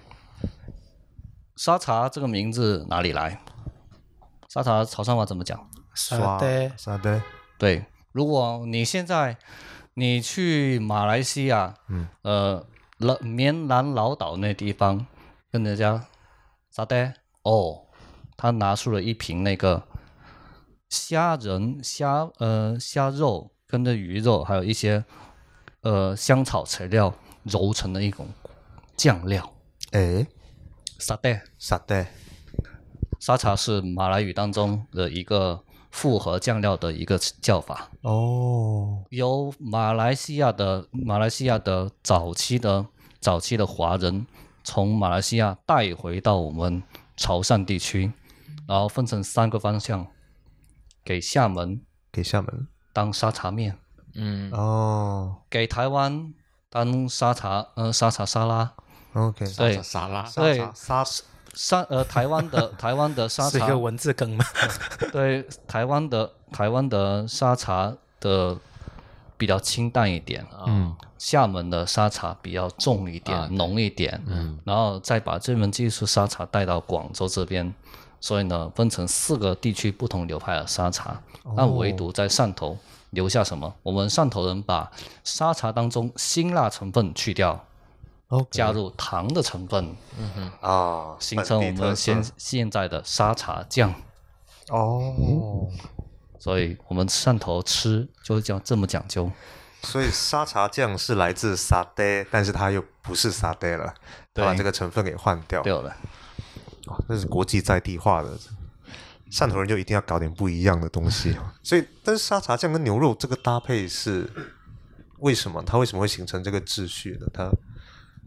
B: 沙茶这个名字哪里来？沙茶潮汕话怎么讲？
A: 刷
D: 沙爹
A: 沙爹，
B: 对，如果你现在你去马来西亚，嗯，呃，老棉兰老岛那地方，跟人家沙爹哦，他拿出了一瓶那个虾仁、虾呃虾肉，跟着鱼肉，还有一些呃香草材料揉成的一种酱料
A: 哎，
B: 沙爹。
A: 沙爹，
B: 沙茶是马来语当中的一个复合酱料的一个叫法。
A: 哦，
B: 由马来西亚的马来西亚的早期的早期的华人从马来西亚带回到我们潮汕地区，然后分成三个方向，给厦门
A: 给厦门，
B: 当沙茶面，
C: 嗯
A: 哦
B: 给台湾当沙茶呃沙茶沙拉，
A: ，OK，
B: 对
C: 沙拉，
A: 沙
B: 对
D: 啊
A: 茶沙茶，
B: 沙呃台湾的台湾的沙
D: 是一
B: 茶
D: 个文字梗 [laughs] 吗？
B: 对台湾的台湾的沙茶的比较清淡一点，
A: 嗯，
B: 厦门的沙茶比较重一点、
C: 啊对
B: 浓一点，嗯，然后再把这门技术沙茶带到广州这边，所以呢，分成四个地区不同流派的沙茶，但唯独在汕头留下什么？我们汕头人把沙茶当中辛辣成分去掉，
D: 哦
A: OK
B: 加入糖的成分，
A: 啊，
B: 形成我
A: 本地特
B: 们现
A: 色
B: 现在的沙茶酱。
A: 哦，
B: 嗯所以我们汕头吃就是讲这么讲究，
A: 所以沙茶酱是来自沙爹，但是它又不是沙爹了，它把
B: 对
A: 这个成分给换掉。
B: 对了，
A: 哇，这哦是国际在地化的。汕头人就一定要搞点不一样的东 [laughs] 西，所以，但是沙茶酱跟牛肉这个搭配是为什么？它为什么会形成这个秩序呢？它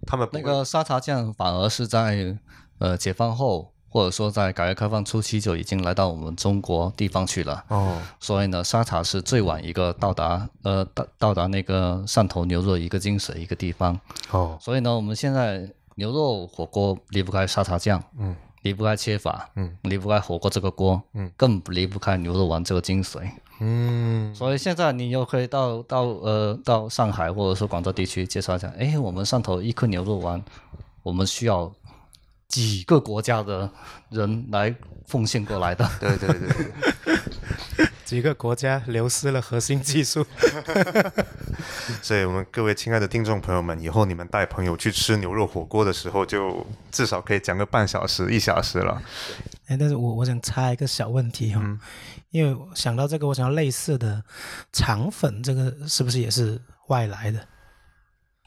A: 他们不
B: 那
A: 会
B: 个沙茶酱反而是在呃解放后。或者说在改革开放初期就已经来到我们中国地方去了。
A: 哦，
B: 所以呢，沙茶是最晚一个到达呃到到达那个汕头牛肉一个精髓一个地方。
A: 哦，
B: 所以呢，我们现在牛肉火锅离不开沙茶酱，
A: 嗯，
B: 离不开切法，
A: 嗯，
B: 离不开火锅这个锅，
A: 嗯，
B: 更离不开牛肉丸这个精髓。
A: 嗯，
B: 所以现在你又可以到到呃到上海或者说广州地区介绍一下，哎，我们汕头一颗牛肉丸，我们需要几个国家的人来奉献过来的。
C: 对对对对，
D: 几个国家流失了核心技术，
A: 所以我们各位亲爱的听众朋友们，以后你们带朋友去吃牛肉火锅的时候，就至少可以讲个半小时、一小时了。
D: [laughs] 哎，但是我我想插一个小问题哈、因为我想到这个，我想到类似的肠粉，这个是不是也是外来的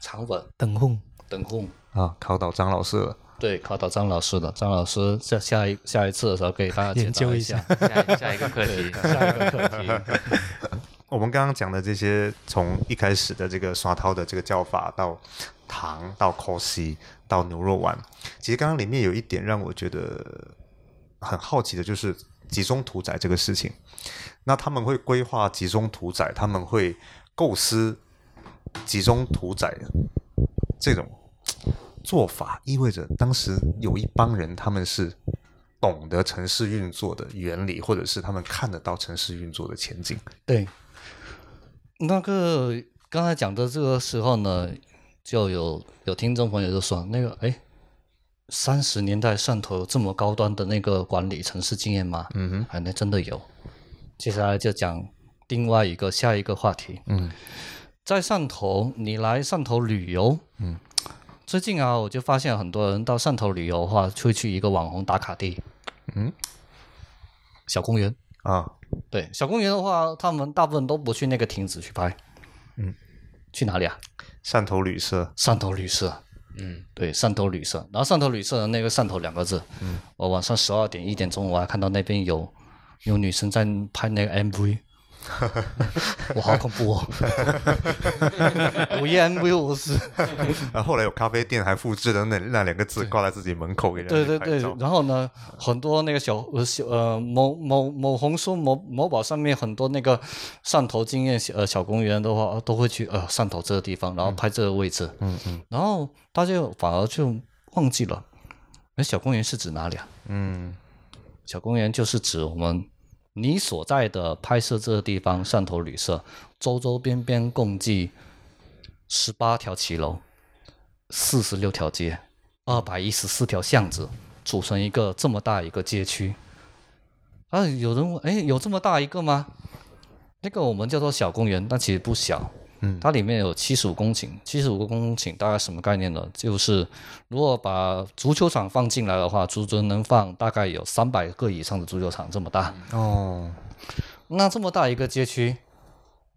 B: [laughs] 肠粉、
D: 等混？ [laughs]
B: 等控，
A: 啊，考倒张老师了。
B: 对，考到张老师的，张老师下下一下一次的时候给大家解答
D: 研究
B: 一
D: 一
B: 下
D: 下。
C: 下一下一个课
B: [laughs]
C: 题，
B: 下一个课题，
A: 我们刚刚讲的这些，从一开始的这个刷涛的这个叫法，到糖，到 cosi，到牛肉丸，其实刚刚里面有一点让我觉得很好奇的，就是集中屠宰这个事情。那他们会规划集中屠宰，他们会构思集中屠宰这种做法，意味着当时有一帮人他们是。懂得城市运作的原理，或者是他们看得到城市运作的前景。
B: 对，那个刚才讲的这个时候呢，就有有听众朋友就说，那个哎，三十年代汕头有这么高端的那个管理城市经验吗？
A: 嗯哼，
B: 哎，那真的有。接下来就讲另外一个下一个话题。
A: 嗯，
B: 在汕头，你来汕头旅游，嗯，最近啊，我就发现很多人到汕头旅游的话，会去一个网红打卡地，
A: 嗯，
B: 小公园。
A: 啊，
B: 对，小公园的话，他们大部分都不去那个亭子去拍，
A: 嗯，
B: 去哪里啊？
A: 汕头旅 [laughs] 社，
B: 汕头旅社。
C: 嗯，
B: 对，汕头旅社，然后汕头旅社的那个“汕头”两个字，嗯，我晚上十二点一点钟，我还看到那边有有女生在拍那个 MV，我好恐怖哦， [laughs] 午夜 MV 我是，
A: 然后后来有咖啡店还复制了那那两个字挂在自己门口给人
B: 对对
A: 家拍
B: 对
A: 照，，
B: 然后呢，很多那个小呃小呃某某某红书某某宝上面很多那个汕头经验小呃小公园的话，都会去呃汕头这个地方，然后拍这个位置，
A: 嗯嗯
B: 然后大家反而就忘记了，哎，小公园是指哪里啊？
A: 嗯
B: 小公园就是指我们你所在的拍摄这个地方汕头旅社，周周边边共计十八条骑楼，四十六条街，二百一十四条巷子，组成一个这么大一个街区。啊，有人问，哎，有这么大一个吗？那个我们叫做小公园，但其实不小。
A: 嗯
B: 它里面有七十五公顷，七十五公顷大概什么概念呢？就是如果把足球场放进来的话，足足能放大概有三百个以上的足球场这么大。
A: 哦，
B: 那这么大一个街区，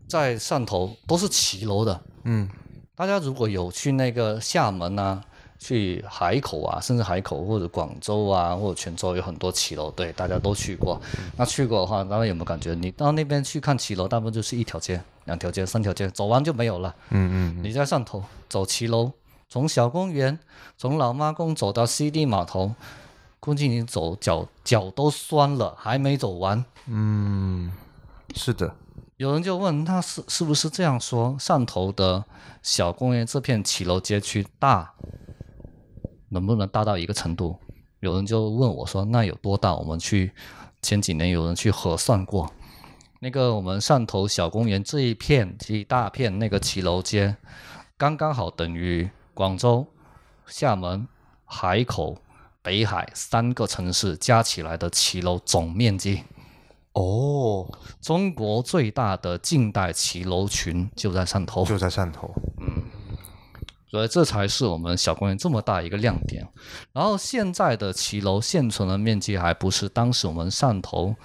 B: 在汕头都是骑楼的。
A: 嗯
B: 大家如果有去那个厦门啊，去海口啊，甚至海口或者广州啊，或者泉州有很多骑楼，对，大家都去过。那去过的话，大家有没有感觉？你到那边去看骑楼，大部分就是一条街、两条街、三条街，走完就没有了。
A: 嗯嗯
B: 你在汕头走骑楼，从小公园，从老妈宫走到西堤码头，估计你走脚脚都酸了，还没走完。
A: 嗯，是的，
B: 有人就问，那是是不是这样说？汕头的小公园这片骑楼街区大，能不能大到一个程度？有人就问我说，那有多大？我们去前几年有人去核算过，那个我们汕头小公园这一片这一大片那个骑楼街，刚刚好等于广州、厦门、海口、北海三个城市加起来的骑楼总面积。
A: 哦，
B: 中国最大的近代骑楼群就在汕头，
A: 就在汕头，
B: 所以这才是我们小公园这么大一个亮点。然后现在的骑楼现存的面积还不是当时我们汕头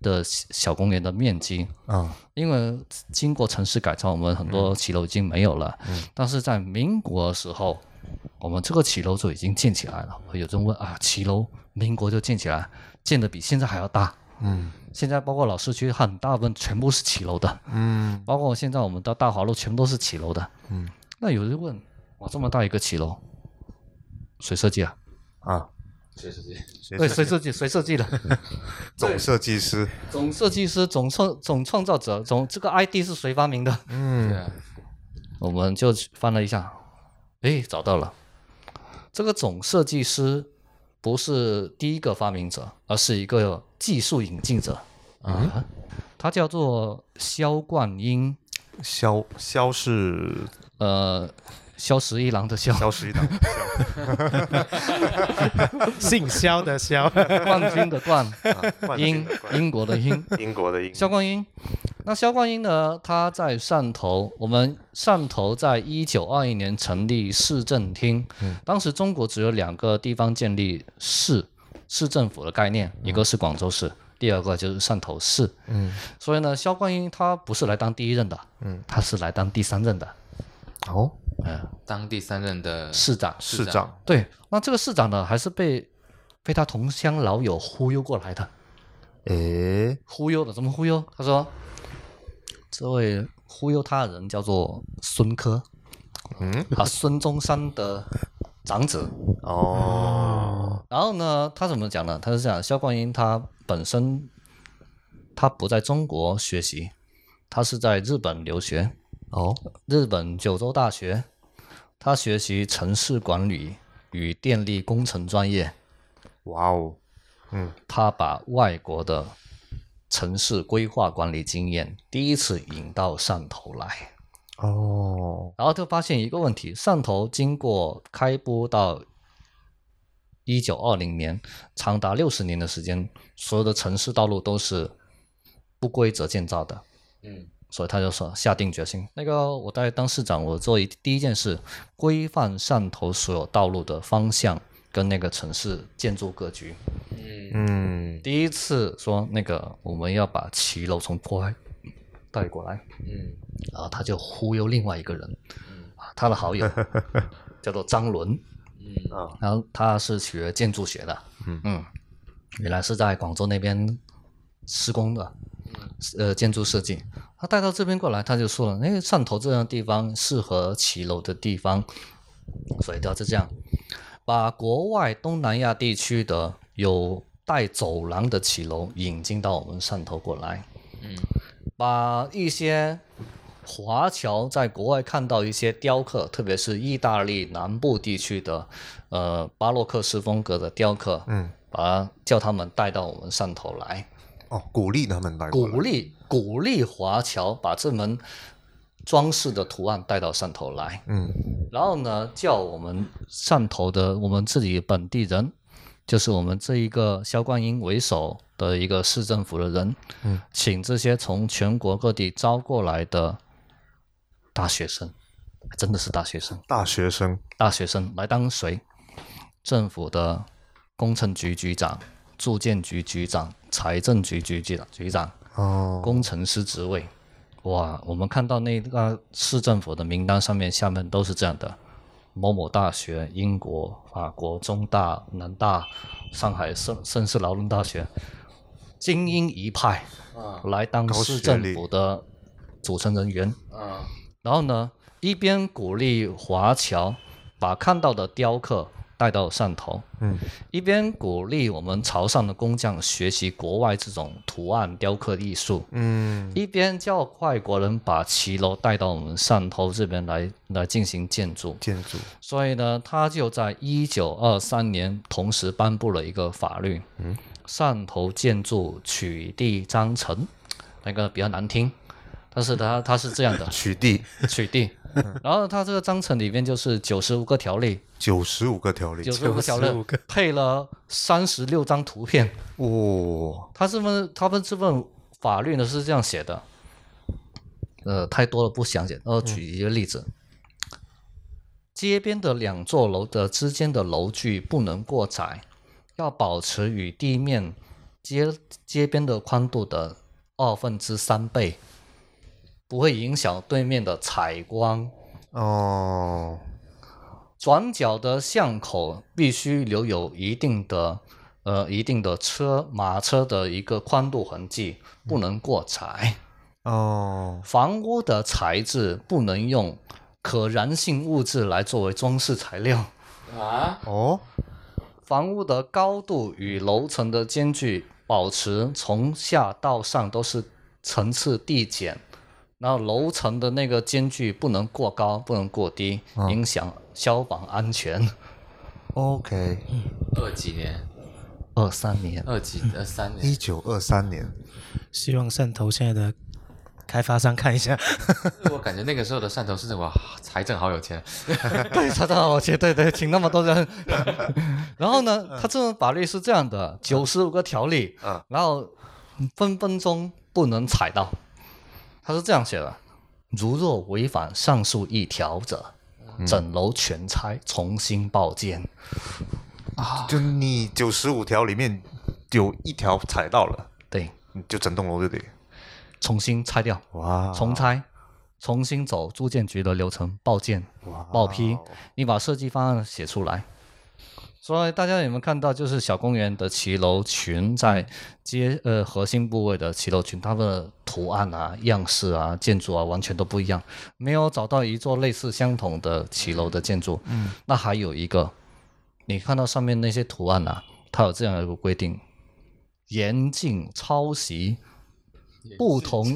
B: 的小小公园的面积，
A: 啊，
B: 因为经过城市改造，我们很多骑楼已经没有了。但是在民国的时候，我们这个骑楼就已经建起来了。有人问啊，骑楼民国就建起来，建的比现在还要大。
A: 嗯
B: 现在包括老市区很大部分全部是骑楼的。
A: 嗯
B: 包括现在我们到大华路全部都是骑楼的。
A: 嗯，
B: 那有人问，哇，这么大一个骑楼，谁设计啊？
A: 啊，
C: 确实是。
A: 谁
B: 对，
A: 是
B: 谁设计谁设计的？ [laughs]
A: 总设计师，
B: 总设计师、总创总创造者、总这个 ID 是谁发明的？ [laughs]
C: 对啊，
B: 我们就去翻了一下，诶，找到了。这个总设计师不是第一个发明者，而是一个技术引进者啊，他叫做萧冠英，
A: 萧萧是
B: 呃，萧十一郎
A: [laughs]
B: 的萧，
A: 萧十一郎的萧，
D: 姓肖的肖，
B: 冠军的冠，
A: 冠军
B: 英
A: 的冠
B: 英国的 [laughs] 英，
A: 英国的英，
B: 萧冠英。那萧冠英呢？他在汕头，我们汕头在一九二一年成立市政厅，当时中国只有两个地方建立市市政府的概念，一个是广州市。第二个就是汕头市，嗯，所以呢，萧冠英他不是来当第一任的，嗯，他是来当第三任的，
A: 哦，
B: 嗯，
C: 当第三任的
B: 市长。
A: 市
C: 市
A: 长
C: 长，
B: 对，那这个市长呢，还是被被他同乡老友忽悠过来的，
A: 诶，
B: 忽悠的，怎么忽悠？他说，这位忽悠他的人叫做孙科，
A: 嗯，
B: 啊，孙中山的长子。
A: 哦，
B: 然后呢，他怎么讲呢？他是讲萧冠英他本身他不在中国学习，他是在日本留学，
A: 哦，
B: 日本九州大学，他学习城市管理与电力工程专业，
A: 哇哦，嗯，
B: 他把外国的城市规划管理经验第一次引到汕头来。
A: 哦，
B: 然后就发现一个问题：汕头经过开播到一九二零年，长达六十年的时间，所有的城市道路都是不规则建造的。
C: 嗯，
B: 所以他就说下定决心，那个我在当市长，我做一第一件事，规范汕头所有道路的方向跟那个城市建筑格局。
A: 嗯，
B: 第一次说那个我们要把骑楼从坡外带过来，
C: 嗯
B: 然后啊他就忽悠另外一个人，啊他的 [laughs] 好友叫做张伦，
C: 嗯
A: 啊，
B: 然后他是学建筑学的，
A: 嗯
B: 原来是在广州那边施工的，呃，建筑设计。他带到这边过来，他就说了，那个汕头这样的地方适合骑楼的地方，所以他就这样，把国外东南亚地区的有带走廊的骑楼引进到我们汕头过来。
C: 嗯
B: 把一些华侨在国外看到一些雕刻，特别是意大利南部地区的呃巴洛克式风格的雕刻，
A: 嗯，
B: 把它叫他们带到我们汕头来，
A: 哦，鼓励他们来过来，
B: 鼓励鼓励华侨把这门装饰的图案带到汕头来。
A: 嗯，
B: 然后呢，叫我们汕头的我们自己本地人，就是我们这一个萧冠英为首的一个市政府的人，
A: 嗯，
B: 请这些从全国各地招过来的大学生，真的是大学生，
A: 大学生，
B: 大学生来当谁？政府的工程局局长、住建局局长、财政局局局长、局长、
A: 哦，
B: 工程师职位。哇，我们看到那个市政府的名单上面，下面都是这样的：某某大学、英国、法国、中大、南大、上海盛盛世劳伦大学，精英一派
C: 啊
B: 来当
A: 高
B: 市
A: 学
B: 政
A: 历
B: 府的组成人员。
C: 啊
B: 然后呢，一边鼓励华侨把看到的雕刻带到汕头，
A: 嗯，
B: 一边鼓励我们潮汕的工匠学习国外这种图案雕刻艺术，
A: 嗯，
B: 一边叫外国人把骑楼带到我们汕头这边来来进行建筑。
A: 建筑，
B: 所以呢，他就在一九二三年同时颁布了一个法律，嗯，汕头建筑取缔章程，那个比较难听，但是 [laughs] 他他是这样的，
A: 取缔
B: 取缔。然后它这个章程里面就是九十五个条例，
A: 九十五个条例
B: 九，十五个条例配了三十六张图片。
A: 哇，
B: 它这份它们这份法律呢是这样写的，呃，太多了不详解。然后举一个例子，街边的两座楼的之间的楼距不能过窄，要保持与地面街街边的宽度的二分之三倍，不会影响对面的采光。
A: 哦，
B: 转角的巷口必须留有一定的呃一定的车马车的一个宽度痕迹，不能过窄。
A: 哦，
B: 房屋的材质不能用可燃性物质来作为装饰材料。
C: 啊！
A: 哦，
B: 房屋的高度与楼层的间距保持从下到上都是层次递减，然后楼层的那个间距不能过高，不能过低，影响消防安全。
A: OK，
B: 嗯
C: 二几年，
B: 二三年，
C: 二几二三
A: 一
C: 年，
A: 九二三年，
D: [laughs] 希望汕头现在的开发商看一下，
C: [laughs] 我感觉那个时候的汕头市政府啊财政好有钱，
B: [laughs] 对，查到我去，对对，请那么多人。 [laughs] 然后呢，他这种法律是这样的，九十五个条例，
A: 嗯
B: 然后分分钟不能踩到，他是这样写的：如若违反上述一条者，整楼全拆，重新报建。啊
A: 就你九十五条里面有一条踩到了，
B: 对，
A: 你就整栋楼就得
B: 重新拆掉，
A: 哇
B: 重拆，重新走住建局的流程，报建。
A: 哇
B: 报批，你把设计方案写出来。所以大家有没有看到，就是小公园的骑楼群在街呃核心部位的骑楼群，它们的图案啊、样式啊、建筑啊，完全都不一样，没有找到一座类似相同的骑楼的建筑。嗯，那还有一个，你看到上面那些图案啊，它有这样一个规定：严禁抄袭不同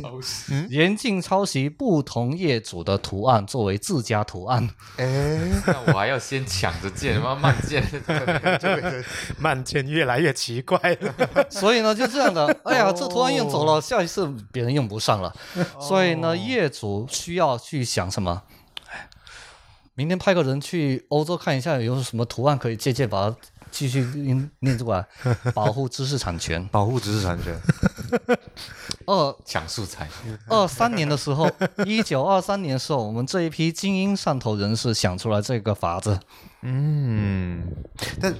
A: 嗯
B: 严禁抄袭不同业主的图案作为自家图
A: [laughs]
B: 案。
A: 哎，。
C: 那我还要先抢着建，慢慢建，
D: [laughs] 慢建越来越奇怪了。
B: 所以呢，就这样的，哎呀，这图案用走了，下一次别人用不上了。所以呢，业主需要去想什么？哎明天派个人去欧洲看一下，有什么图案可以借鉴，把它继续念念出来，保护知识产权
A: [laughs] 保护知识产权，
B: 二
C: [laughs] 抢素材，
B: 二三年的时候，一九二三年的时候，我们这一批精英上头人士想出来这个法子，
A: 嗯，但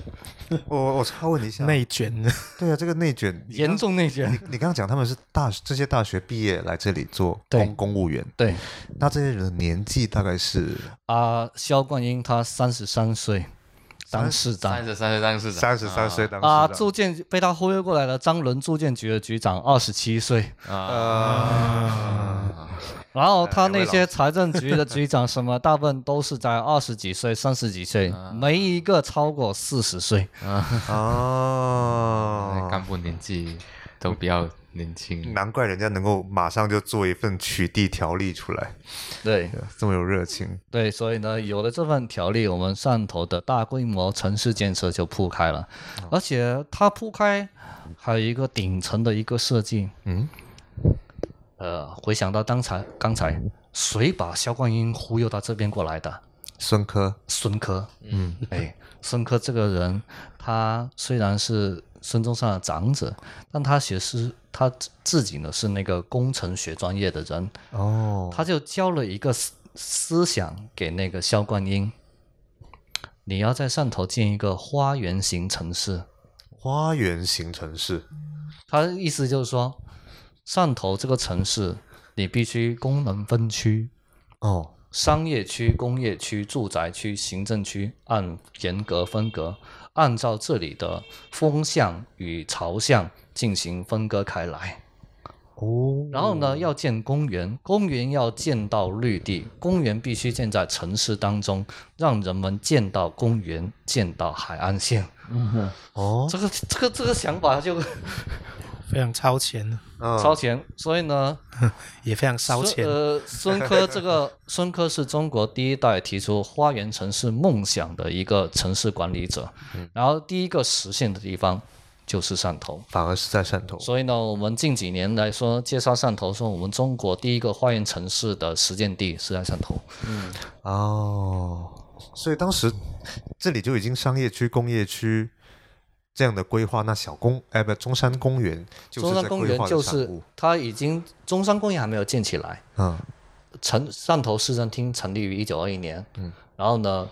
A: 我我稍微问你一下，
D: [laughs] 内卷的，
A: 对啊，这个内卷你
B: 严重内卷。
A: 你刚刚讲他们是大这些大学毕业来这里做
B: 对
A: 公公务员，
B: 对
A: 那这些人的年纪大概是
B: 啊、萧冠英他三十三岁，当市长。
C: 三十三十当市长，
A: 三十三岁当时
B: 啊，住建局被他忽悠过来的张伦住建局的局长，二十七岁，
A: 呃，
C: 啊
B: 然后他那些财政局的局长什
C: [laughs]
B: 么，大部分都是在二十几岁、三十几岁，
C: 啊
B: 没一个超过四十岁。
A: 啊哦，
C: 哎干部年纪都比较年轻，
A: 难怪人家能够马上就做一份取缔条例出来，
B: 对
A: 这么有热情。
B: 对，所以呢，有了这份条例，我们汕头的大规模城市建设就铺开了，而且它铺开还有一个顶层的一个设计。
A: 嗯，
B: 呃，回想到刚才刚才谁把萧冠英忽悠到这边过来的？
A: 孙科，
B: 孙科，嗯，哎，孙科这个人，他虽然是孙中山的长子，但他其实他自自己呢是那个工程学专业的人，
A: 哦，
B: 他就教了一个思思想给那个萧冠英，你要在汕头建一个花园型城市，
A: 花园型城市，
B: 他的意思就是说，汕头这个城市你必须功能分区，
A: 哦，
B: 商业区、工业区、住宅区、行政区按严格分隔，按照这里的风向与朝向进行分割开来。
A: 哦，
B: 然后呢，要建公园，公园要建到绿地，公园必须建在城市当中，让人们见到公园，见到海岸线。
A: 哦，
B: 这个这个这个想法就
D: 非常超前，
A: 嗯
B: 超前，所以呢，
D: 也非常烧
B: 孙
D: 钱。
B: 呃，孙科
A: [laughs]
B: 这个孙科是中国第一代提出花园城市梦想的一个城市管理者，
A: 嗯
B: 然后第一个实现的地方就是汕头。
A: 反而是在汕头，
B: 所以呢，我们近几年来说介绍汕头，说我们中国第一个花园城市的实践地是在汕头。
A: 哦，所以当时这里就已经商业区、工业区这样的规划，那小公哎不，中山公园就是
B: 中山
A: 在
B: 公
A: 规
B: 园
A: 划的
B: 就
A: 产
B: 是
A: 物
B: 它已经中山公园还没有建起来，
A: 嗯
B: 城汕头市政厅成立于一九二一年，
A: 嗯，
B: 然后呢，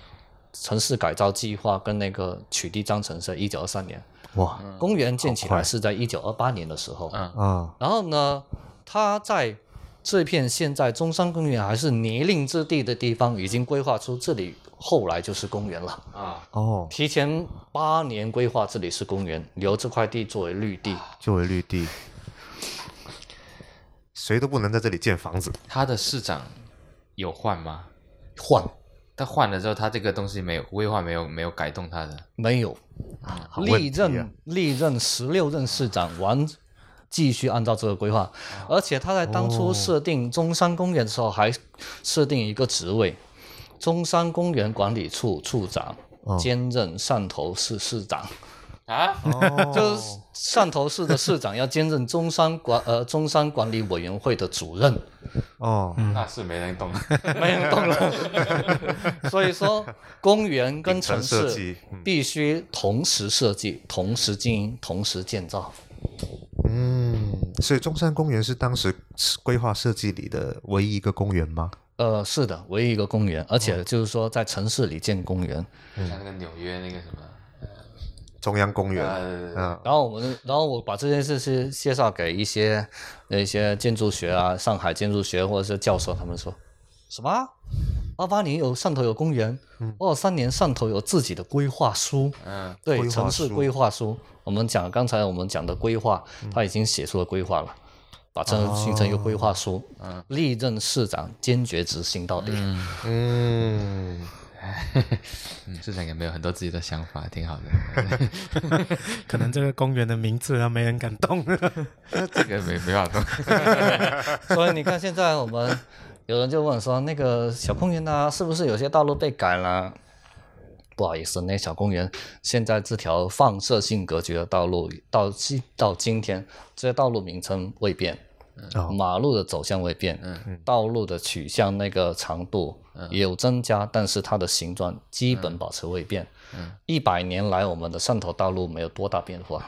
B: 城市改造计划跟那个取缔章程是一九二三年，
A: 哇
B: 公园建起
A: 好快
B: 来是在一九二八年的时候，
C: 嗯，
A: 啊
B: 然后呢，它在这片现在中山公园还是泥泞之地的地方，已经规划出这里后来就是公园了。
C: 啊，
A: 哦，
B: 提前八年规划这里是公园，留这块地作为绿地。
A: 作为绿地，谁都不能在这里建房子
C: 他的市长有换吗？
B: 换
C: 他换了之后，他这个东西没有规划，没有没有改动他的。
B: 没有，
A: 问
B: 历
A: 题啊
B: 任历任十六任市长完，继续按照这个规
A: 啊
B: 划，而且他在当
A: 哦
B: 初设定中山公园的时候，还设定一个职位，中山公园管理处处长。
A: 哦
B: 兼任汕头市市长，
C: 啊，
A: 哦
B: 就是汕头市的市长要兼任中山管呃中山管理委员会的主任，
A: 哦，
C: 那是没人懂。
B: [laughs] 没人懂
A: [laughs]
B: 了。所以说，公园跟城
A: 顶层设计
B: 市
A: 嗯
B: 必须同时设计、同时经营、同时建造。
A: 嗯，所以中山公园是当时规划设计里的唯一一个公园吗？
B: 呃，是的，唯一一个公
A: 嗯
B: 园，而且就是说在城市里建公园。
C: 像那个纽约那个什么，
A: 中央公园，
C: 呃，
A: 嗯，
B: 然后我们，然后我把这件事是介绍给一些那些建筑学啊，上海建筑学或者是教授，他们说什么？二八年有汕头有公园，
A: 嗯
B: 二三年汕头有自己的规划书，
C: 嗯，
A: 规
B: 对，
A: 划
B: 城市
A: 书
B: 规划书。我们讲刚才我们讲的规划，他已经写出了规划了，把这形
A: 哦
B: 成一个规划书，嗯历任市长坚决执行到底。
A: 嗯，
C: 嗯市长也没有很多自己的想法，挺好
B: [laughs]
C: 的。
D: 可能这个公园的名字啊，没人敢动。
C: 这个没没法懂。
B: 所以你看，现在我们有人就问说，那个小公园啊，是不是有些道路被改了？不好意思，那小公园现在这条放射性格局的道路，到今到今天，这些道路名称未变，马路的走向未变，道路的取向那个长度有增加，但是它的形状基本保持未变。一百年来，我们的汕头道路没有多大变化。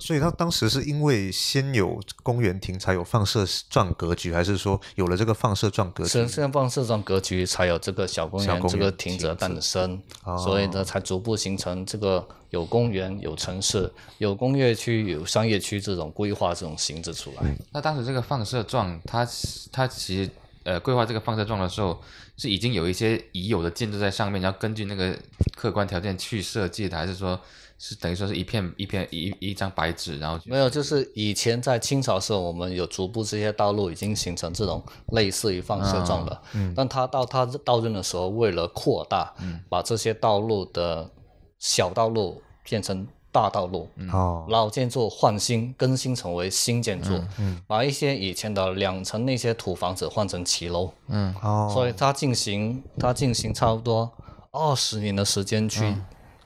A: 所以他当时是因为先有公园亭才有放射状格局，还是说有了这个放射状格局
B: 神圣放射状格局才有这个小公
A: 小
B: 园
A: 公
B: 这个
A: 园
B: 停着诞生，
A: 哦
B: 所以呢才逐步形成这个有公园、有城市、有工业区、有商业区这种规划这种形制出
A: 嗯
B: 来。
C: 那当时这个放射状，它它其实呃规划这个放射状的时候，是已经有一些已有的建筑在上面，然后根据那个客观条件去设计的，还是说是等于说是一片一片一一张白纸，然后就
B: 没有，就是以前在清朝时候，我们有逐步这些道路已经形成这种类似于放射
A: 啊
B: 状的，
A: 嗯
B: 但它到它到任的时候，为了扩大，把这些道路的小道路变成大道路，
A: 哦，
B: 老建筑换新，更新成为新建筑，把一些以前的两层那些土房子换成骑楼，
C: 嗯
A: 哦，
B: 所以它进行它进行差不多二十年的时间去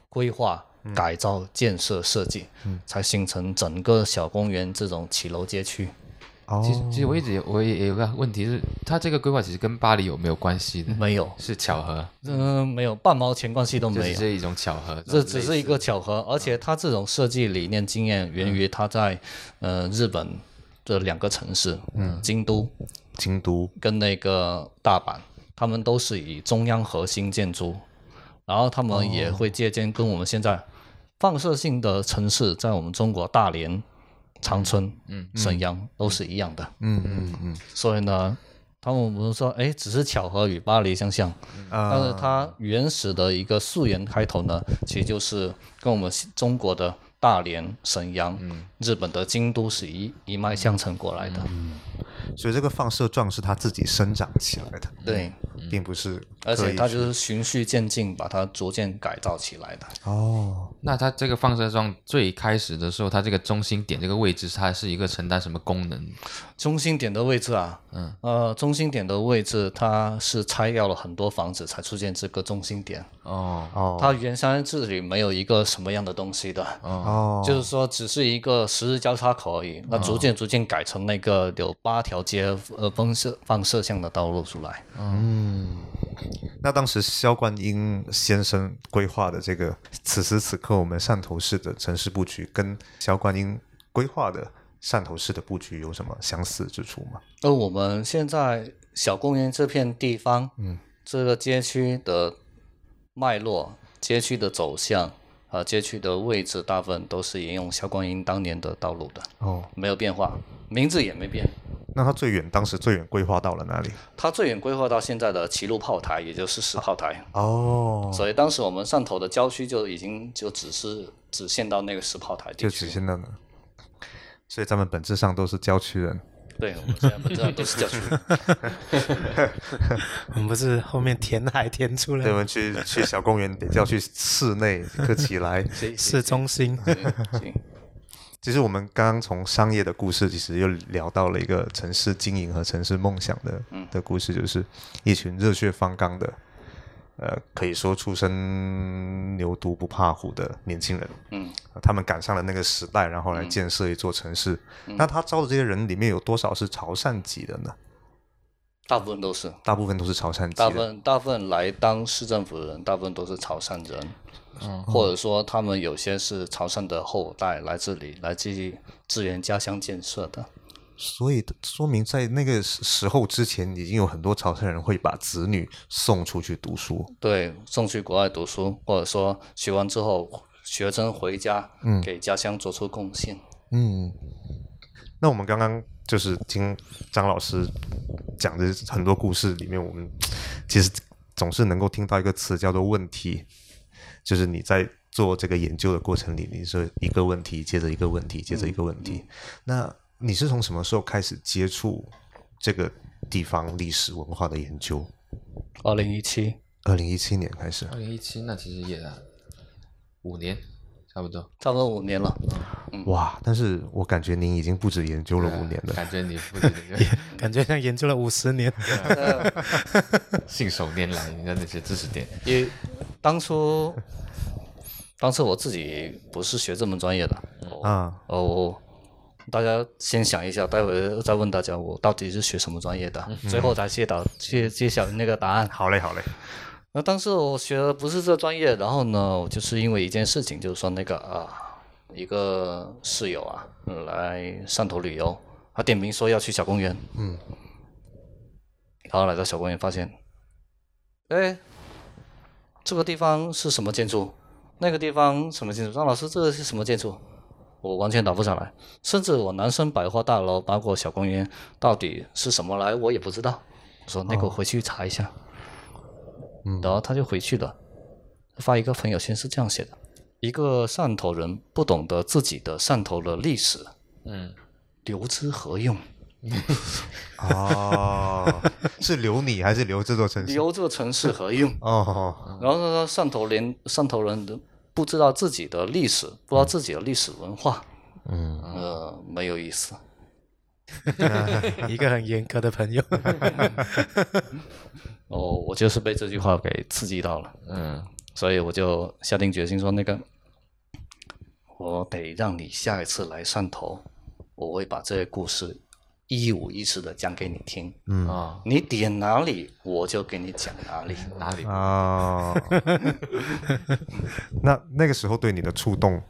B: 规划、改造、建设、设计，才形成整个小公园这种骑楼街区。哦
A: 哦
C: 其实其实我一直有我也也有个问题是，它这个规划其实跟巴黎有没有关系的？
B: 没有，
C: 是巧合，
B: 嗯、没有半毛钱关系都嗯
C: 这
B: 没
C: 只
B: 有。
C: 是一种巧合，
B: 这只是一个巧合，而且它这种设计理念经验源于它在呃日本的两个城市，嗯，京都
A: 京都
B: 跟那个大阪，他们都是以中央核心建筑，然后他们也会借鉴跟我们现在放射性的城市，在我们中国大连、长春、嗯、沈阳都是一样的。
A: 嗯嗯嗯，
B: 所以呢，他们不是说，哎，只是巧合与巴黎相像，但是它原始的一个溯源开头呢，其实就是跟我们中国的大连、沈阳、日本的京都是一一脉相承过来的。
A: 所以这个放射状是他自己生长起来的，
B: 对。
A: 并不是刻意去，
B: 而且它就是循序渐进，把它逐渐改造起来的。
A: 哦，
C: 那它这个放射状最开始的时候，它这个中心点这个位置，它是一个承担什么功能？
B: 中心点的位置啊，嗯，呃，中心点的位置，它是拆掉了很多房子才出现这个中心点。
C: 哦，
B: 它原先这里没有一个什么样的东西的，
A: 哦，
B: 就是说只是一个十字交叉口而已。那逐渐逐渐改成那个有八条街呃放射放射向的道路出来。
A: 那当时萧冠英先生规划的这个，此时此刻我们汕头市的城市布局，跟萧冠英规划的汕头市的布局有什么相似之处吗？
B: 而我们现在小公园这片地方，嗯，这个街区的脉络、街区的走向啊、街区的位置，大部分都是沿用萧观音当年的道路的，
A: 哦，
B: 没有变化，名字也没变。
A: 那他最远当时最远规划到了哪里？
B: 它最远规划到现在的齐路炮台，也就是石炮台，
A: 哦，
B: 所以当时我们汕头的郊区就已经就只是只限到那个石炮台地
A: 就
B: 区
A: 只。现在呢，所以咱们本质上都是郊区人。
B: 对，我们现在本质上都是叫出
D: 我们不是后面填海填出来
A: 对，我们去去小公园，得叫去室内科起来。
B: 谁
D: 市中心，
B: 行，
A: 其实我们刚刚从商业的故事，其实又聊到了一个城市经营和城市梦想的
B: 嗯
A: 的故事，就是一群热血方刚的，呃，可以说初生牛犊不怕虎的年轻人，
B: 嗯
A: 呃他们赶上了那个时代，然后来建设一座城市。
B: 嗯
A: 那他招的这些人里面有多少是潮汕籍的呢？
B: 大部分都是，
A: 大部分都是潮汕籍
B: 大部
A: 的，
B: 分大部分来当市政府的人，大部分都是潮汕人，或者说他们有些是潮汕的后代来这里来去支援家乡建设的。
A: 所以说明在那个时时候之前，已经有很多潮汕人会把子女送出去读书。
B: 对，送去国外读书，或者说学完之后学生回家，
A: 嗯
B: 给家乡做出贡献。
A: 嗯，那我们刚刚就是听张老师讲的很多故事里面，我们其实总是能够听到一个词叫做“问题”，就是你在做这个研究的过程里，你是一个问题接着一个问题接着一个问题。那你是从什么时候开始接触这个地方历史文化的研究？
B: 二零一七，
A: 二零一七年开始
C: 二，零一七那其实也五年差不多，
B: 差不多五年了。
A: 哇！但是我感觉您已经不止研究了五年了。
C: 感觉你不止那个
D: [laughs] 感觉像研究了五
A: [laughs]
D: 十年。
C: 信手拈来，你的那些知识点，
B: 也当初，当初我自己不是学这门专业的，
A: 啊，
B: 哦，我大家先想一下，待会再问大家我到底是学什么专业的，最后才揭导揭揭晓那个答案。
A: 好嘞，好嘞，
B: 那当时我学的不是这专业，然后呢，我就是因为一件事情，就是说那个啊，一个室友啊来汕头旅游，他点名说要去小公园，嗯，然后来到小公园发现，哎，这个地方是什么建筑？那个地方什么建筑？张老师，这个是什么建筑？我完全答不上来，甚至我南生百货大楼，包括小公园，到底是什么来，我也不知道。我说那个回去查一下。然后他就回去了，发一个朋友圈是这样写的：一个汕头人不懂得自己的汕头的历史，
C: 嗯，
B: 留之何用？
A: 哦， [laughs] 是留你还是留这座城市？
B: 留这个城市何用？
A: 哦，
B: 然后他说汕头连汕头人都不知道自己的历史，不知道自己的历史文化，
A: 嗯，
B: 呃，没有意思。
D: 一个很严格的朋友，
B: 哦，我就是被这句话给刺激到了，
C: 嗯，
B: 所以我就下定决心说，那个我得让你下一次来汕头，我会把这些故事一五一十的讲给你听。
C: 啊，
B: 你点哪里，我就给你讲哪里。
C: 哪里
A: 哦，那那个时候对你的触动，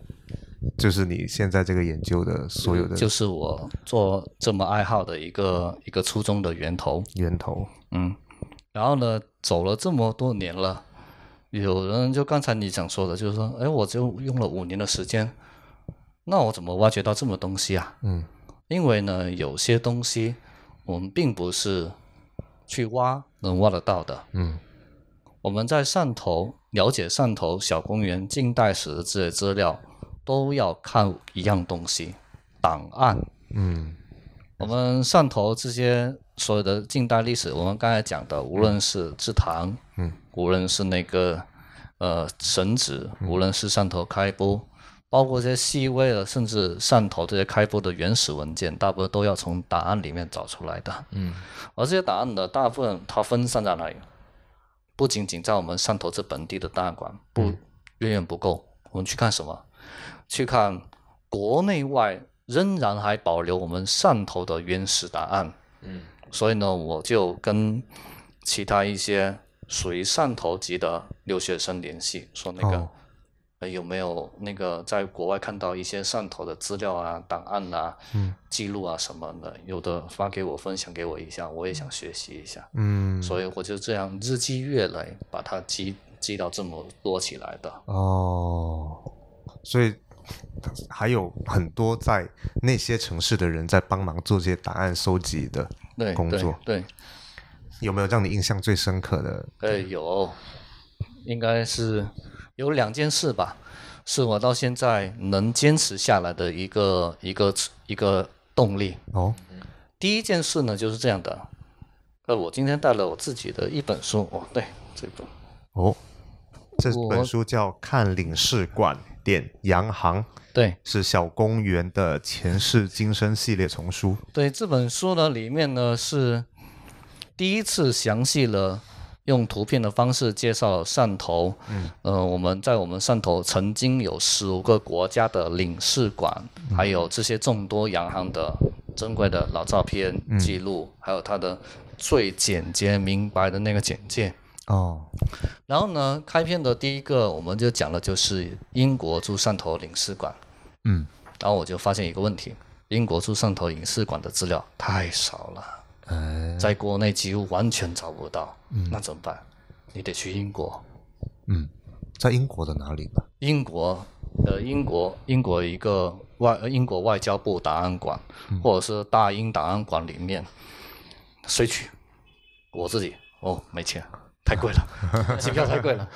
A: 就是你现在这个研究的所有的
B: 就是我做这么爱好的一个一个初衷的源头。
A: 源头。
B: 嗯，然后呢，走了这么多年了，有人就刚才你想说的，就是说，哎，我就用了五年的时间，那我怎么挖掘到这么东西啊？
A: 嗯，
B: 因为呢，有些东西我们并不是去挖能挖得到的。
A: 嗯，
B: 我们在汕头了解汕头小公园近代史的这些资料，都要看一样东西——档案。
A: 嗯
B: 我们汕头这些所有的近代历史，我们刚才讲的，无论是制糖，
A: 嗯，
B: 无论是那个呃绳子，无论是汕头开埠，包括这些细微的，甚至汕头这些开埠的原始文件，大部分都要从档案里面找出来的。
C: 嗯，
B: 而这些档案的大部分它分散在哪里？不仅仅在我们汕头这本地的档案馆，不
A: 嗯
B: 远远不够。我们去看什么？去看国内外仍然还保留我们汕头的原始档案。
C: 嗯，
B: 所以呢，我就跟其他一些属于汕头籍的留学生联系，说那个、
A: 哦
B: 呃有没有那个在国外看到一些汕头的资料啊、档案啊、
A: 嗯
B: 记录啊什么的，有的发给我分享给我一下，我也想学习一下。
A: 嗯，
B: 所以我就这样日积月累，把它积积到这么多起来的。
A: 哦，所以还有很多在那些城市的人在帮忙做这些档案收集的
B: 对，
A: 工
B: 对
A: 作，
B: 对，哎
A: 有没有让你印象最深刻的？
B: 呃，有，应该是有两件事吧，是我到现在能坚持下来的一个一个一个动力。
A: 哦，
B: 第一件事呢就是这样的，呃，我今天带了我自己的一本书，哦，对，这本
A: 哦，这
B: 我
A: 本书叫《看领事馆点洋行》，
B: 对
A: 是小公园的前世今生系列丛书。
B: 对，这本书呢里面呢是第一次详细了用图片的方式介绍汕头。嗯，呃，我们在我们汕头曾经有十五个国家的领事馆，还有这些众多洋行的珍贵的老照片记录，还有它的最简洁明白的那个简介。
A: 哦，
B: 然后呢，开篇的第一个我们就讲的就是英国驻汕头领事馆。
A: 嗯，
B: 然后我就发现一个问题：英国驻汕头领事馆的资料太少了，
A: 呃
B: 在国内几乎完全找不到。那怎么办？你得去英国。
A: 嗯在英国的哪里吧？
B: 英国，呃，英国，英国一个外，呃英国外交部档案馆，或者是大英档案馆里面，谁去？我自己哦，没钱，太贵了，机票太贵了。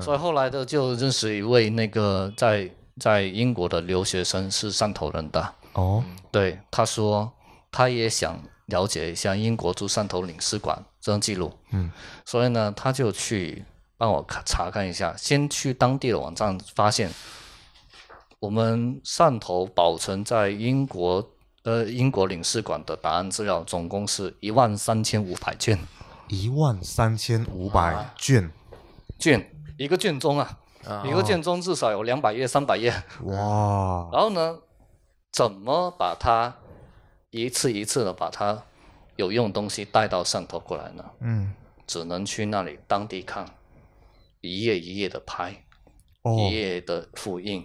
B: 所以后来的就认识一位那个在在英国的留学生，是汕头人的，
A: 哦，
B: 对，他说他也想了解一下英国驻汕头领事馆这张记录，
A: 嗯，
B: 所以呢，他就去帮我看查看一下，先去当地的网站发现，我们汕头保存在英国呃英国领事馆的档案资料总共是一万三千五百卷
A: 一万三千五百卷，
B: 卷，一个卷宗啊，
C: 啊
B: 一个卷宗至少有两百页、三百页。
A: 哇！
B: 然后呢，怎么把它一次一次的把它有用的东西带到汕头过来呢？
A: 嗯，
B: 只能去那里当地看，一页一页的拍，
A: 哦，
B: 一页的复印，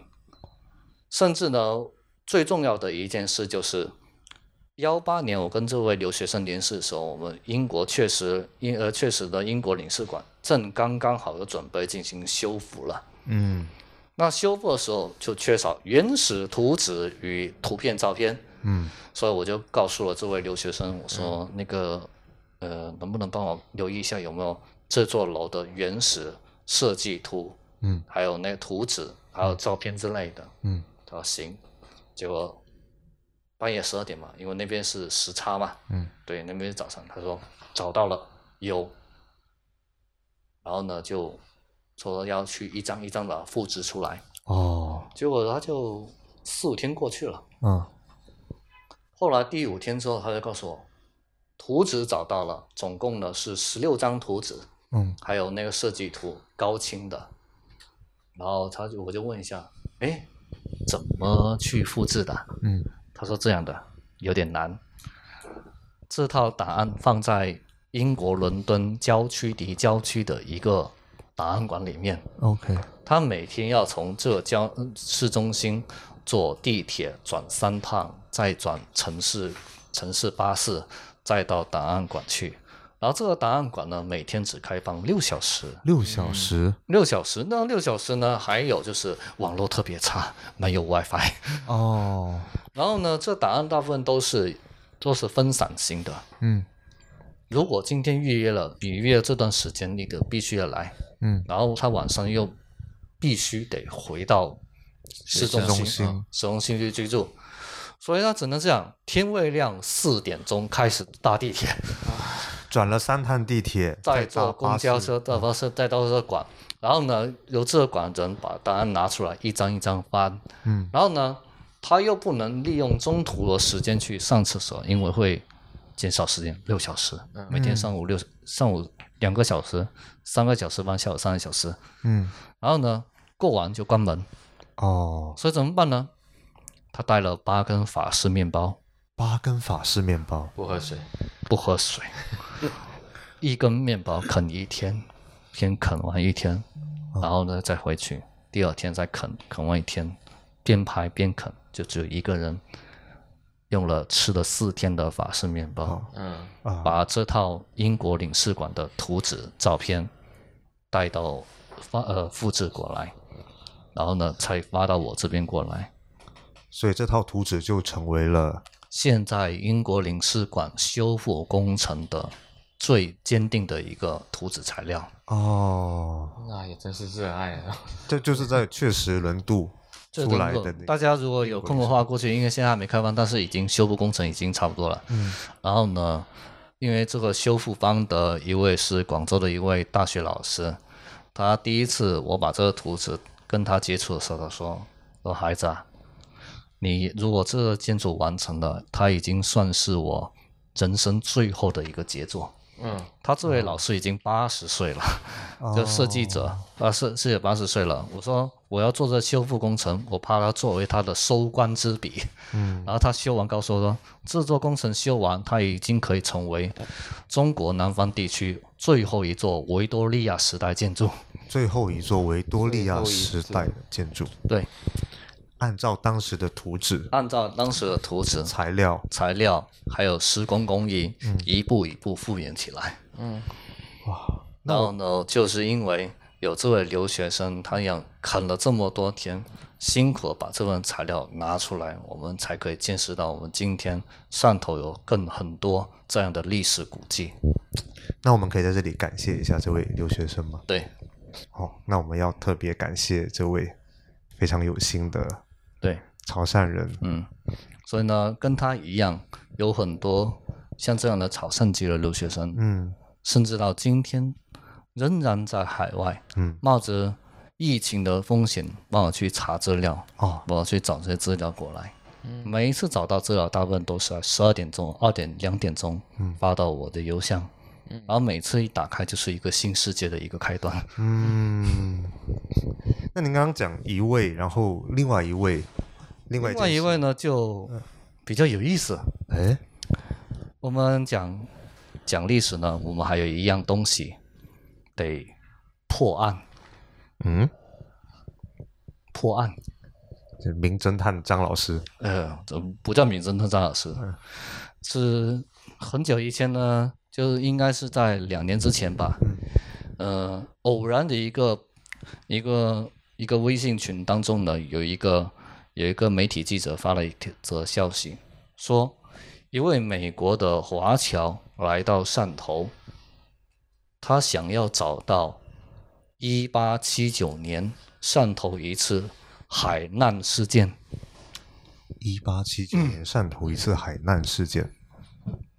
B: 甚至呢，最重要的一件事就是。幺八年，我跟这位留学生联系的时候，我们英国确实英呃确实的英国领事馆正刚刚好的准备进行修复了。
A: 嗯
B: 那修复的时候就缺少原始图纸与图片照片，
A: 嗯，
B: 所以我就告诉了这位留学生，我说、那个呃，能不能帮我留意一下有没有这座楼的原始设计图，
A: 嗯，
B: 还有那个图纸，还有照片之类的，
A: 嗯，
B: 他说行，结果半夜十二点嘛，因为那边是时差嘛，
A: 嗯，
B: 对，那边是早上，他说找到了有，然后呢就说要去一张一张的复制出来，
A: 哦，
B: 结果他就四五天过去了。
A: 嗯，
B: 后来第五天之后，他就告诉我，图纸找到了，总共呢是十六张图纸，
A: 嗯，
B: 还有那个设计图高清的。然后他就我就问一下，哎，怎么去复制的？
A: 嗯，
B: 他说这样的有点难，这套档案放在英国伦敦郊区离郊区的一个档案馆里面，
A: OK，
B: 他每天要从浙江呃市中心坐地铁转三趟，再转城市城市巴士，再到档案馆去。然后这个档案馆呢，每天只开放六小时。
A: 六
B: 嗯
A: 小时
B: 六小时呢，六小时呢，还有就是网络特别差，没有 WiFi。 [laughs]
A: 哦，
B: 然后呢，这档案大部分都是都是分散型的。
A: 嗯
B: 如果今天预约了，预约这段时间你得必须要来，
A: 嗯，
B: 然后他晚上又必须得回到市中
A: 市中心
B: 心，嗯市中心去居住，所以他只能这样，天未亮四点钟开始搭地铁，
A: 转了三趟地铁，
B: 再
A: 搭巴
B: 坐公
A: 士
B: 交车，再巴士，再到这个馆，然后呢，由这个馆人把档案拿出来一张一张翻，
A: 嗯，
B: 然后呢，他又不能利用中途的时间去上厕所，因为会减少时间，六小时，每天上午六上午两个小时，三个小时半，下午三个小时，
A: 嗯，
B: 然后呢，过完就关门，
A: 哦，
B: 所以怎么办呢？他带了八根法式面包，
A: 八根法式面包，
C: 不喝水，
B: 不喝水， [laughs] 一根面包啃一天，先啃完一天，然后呢再回去，第二天再啃，啃完一天，边拍边啃，就只有一个人用了吃了四天的法式面包，
C: 嗯，
B: 把这套英国领事馆的图纸照片带到发呃复制过来，然后呢才发到我这边过来。
A: 所以这套图纸就成为了
B: 现在英国领事馆修复工程的最坚定的一个图纸材料。
A: 哦，
C: 那也真是热爱啊！
A: 这就是在确实轮渡
B: 这
A: 出
B: 灯
A: 来
B: 笼
A: 的那
B: 大家如果有空的话，过去因为现在还没开放，但是已经修复工程已经差不多了。嗯，然后呢，因为这个修复方的一位是广州的一位大学老师，他第一次我把这个图纸跟他接触的时候，他说：“说孩子啊，你如果这个建筑完成了，它已经算是我人生最后的一个杰作。”
C: 嗯，
B: 他这位老师已经八十岁了，就设计者啊，设设计八十岁了。我说我要做这修复工程，我怕他作为他的收官之笔。嗯，然后他修完告诉我说，这座工程修完，他已经可以成为中国南方地区最后一座维多利亚时代建筑。
A: 最后一座维多利
C: 最
A: 亚
C: 后一
A: 时代的建筑，
B: 对，
A: 按照当时的图纸、
B: 按照当时的图纸、
A: 材料，
B: 材料还有施工工艺，一步一步复原起来。嗯，哇，然后呢，就是因为有这位留学生，他想啃了这么多天，辛苦地把这份材料拿出来，我们才可以见识到我们今天汕头有更很多这样的历史古迹。
A: 那我们可以在这里感谢一下这位留学生吗？
B: 对，
A: 好、那我们要特别感谢这位非常有心的
B: 对，
A: 潮汕人，
B: 嗯，所以呢，跟他一样，有很多像这样的草汕籍的留学生，
A: 嗯
B: 甚至到今天仍然在海外，
A: 嗯，
B: 冒着疫情的风险，帮我去查资料，
A: 哦，
B: 我要去找这些资料过来。每一次找到资料，大部分都是在十二点钟、二点、两点钟发到我的邮箱，然后每次一打开就是一个新世界的一个开端。
A: 嗯，那您刚刚讲一位，然后另外一位，另外
B: 另外一
A: 位，
B: 位呢，就比较有意思。
A: 哎，
B: 我们讲讲历史呢，我们还有一样东西得破案，
A: 嗯，
B: 破案。
A: 这名侦探张老师，
B: 呃，这不叫名侦探张老师，是很久以前呢，就是应该是在两年之前吧，呃，偶然的一个一个一个微信群当中呢，有一个有一个媒体记者发了一则消息，说一位美国的华侨来到汕头，他想要找到一八七九年汕头一次海难事件。
A: 一八七九年汕头一次海难事件，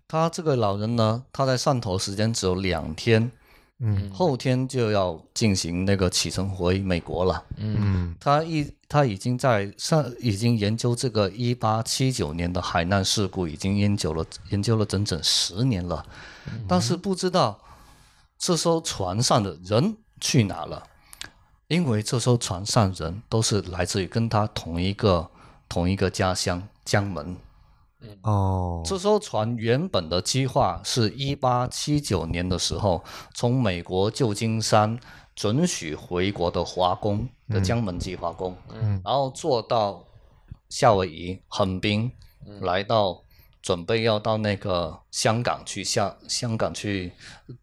B: 他这个老人呢，他在汕头时间只有两天，
A: 嗯，
B: 后天就要进行那个启程回美国了。
A: 嗯
B: 他一他已经在上已经研究这个一八七九年的海难事故，已经研究了研究了整整十年了，
A: 嗯
B: 但是不知道这艘船上的人去哪了，因为这艘船上人都是来自于跟他同一个同一个家乡江门。
A: 哦，
B: 这艘船原本的计划是一八七九年的时候从美国旧金山准许回国的华工的江门籍华工，嗯，然后坐到夏威夷横滨，来到准备要到那个香港去下香港去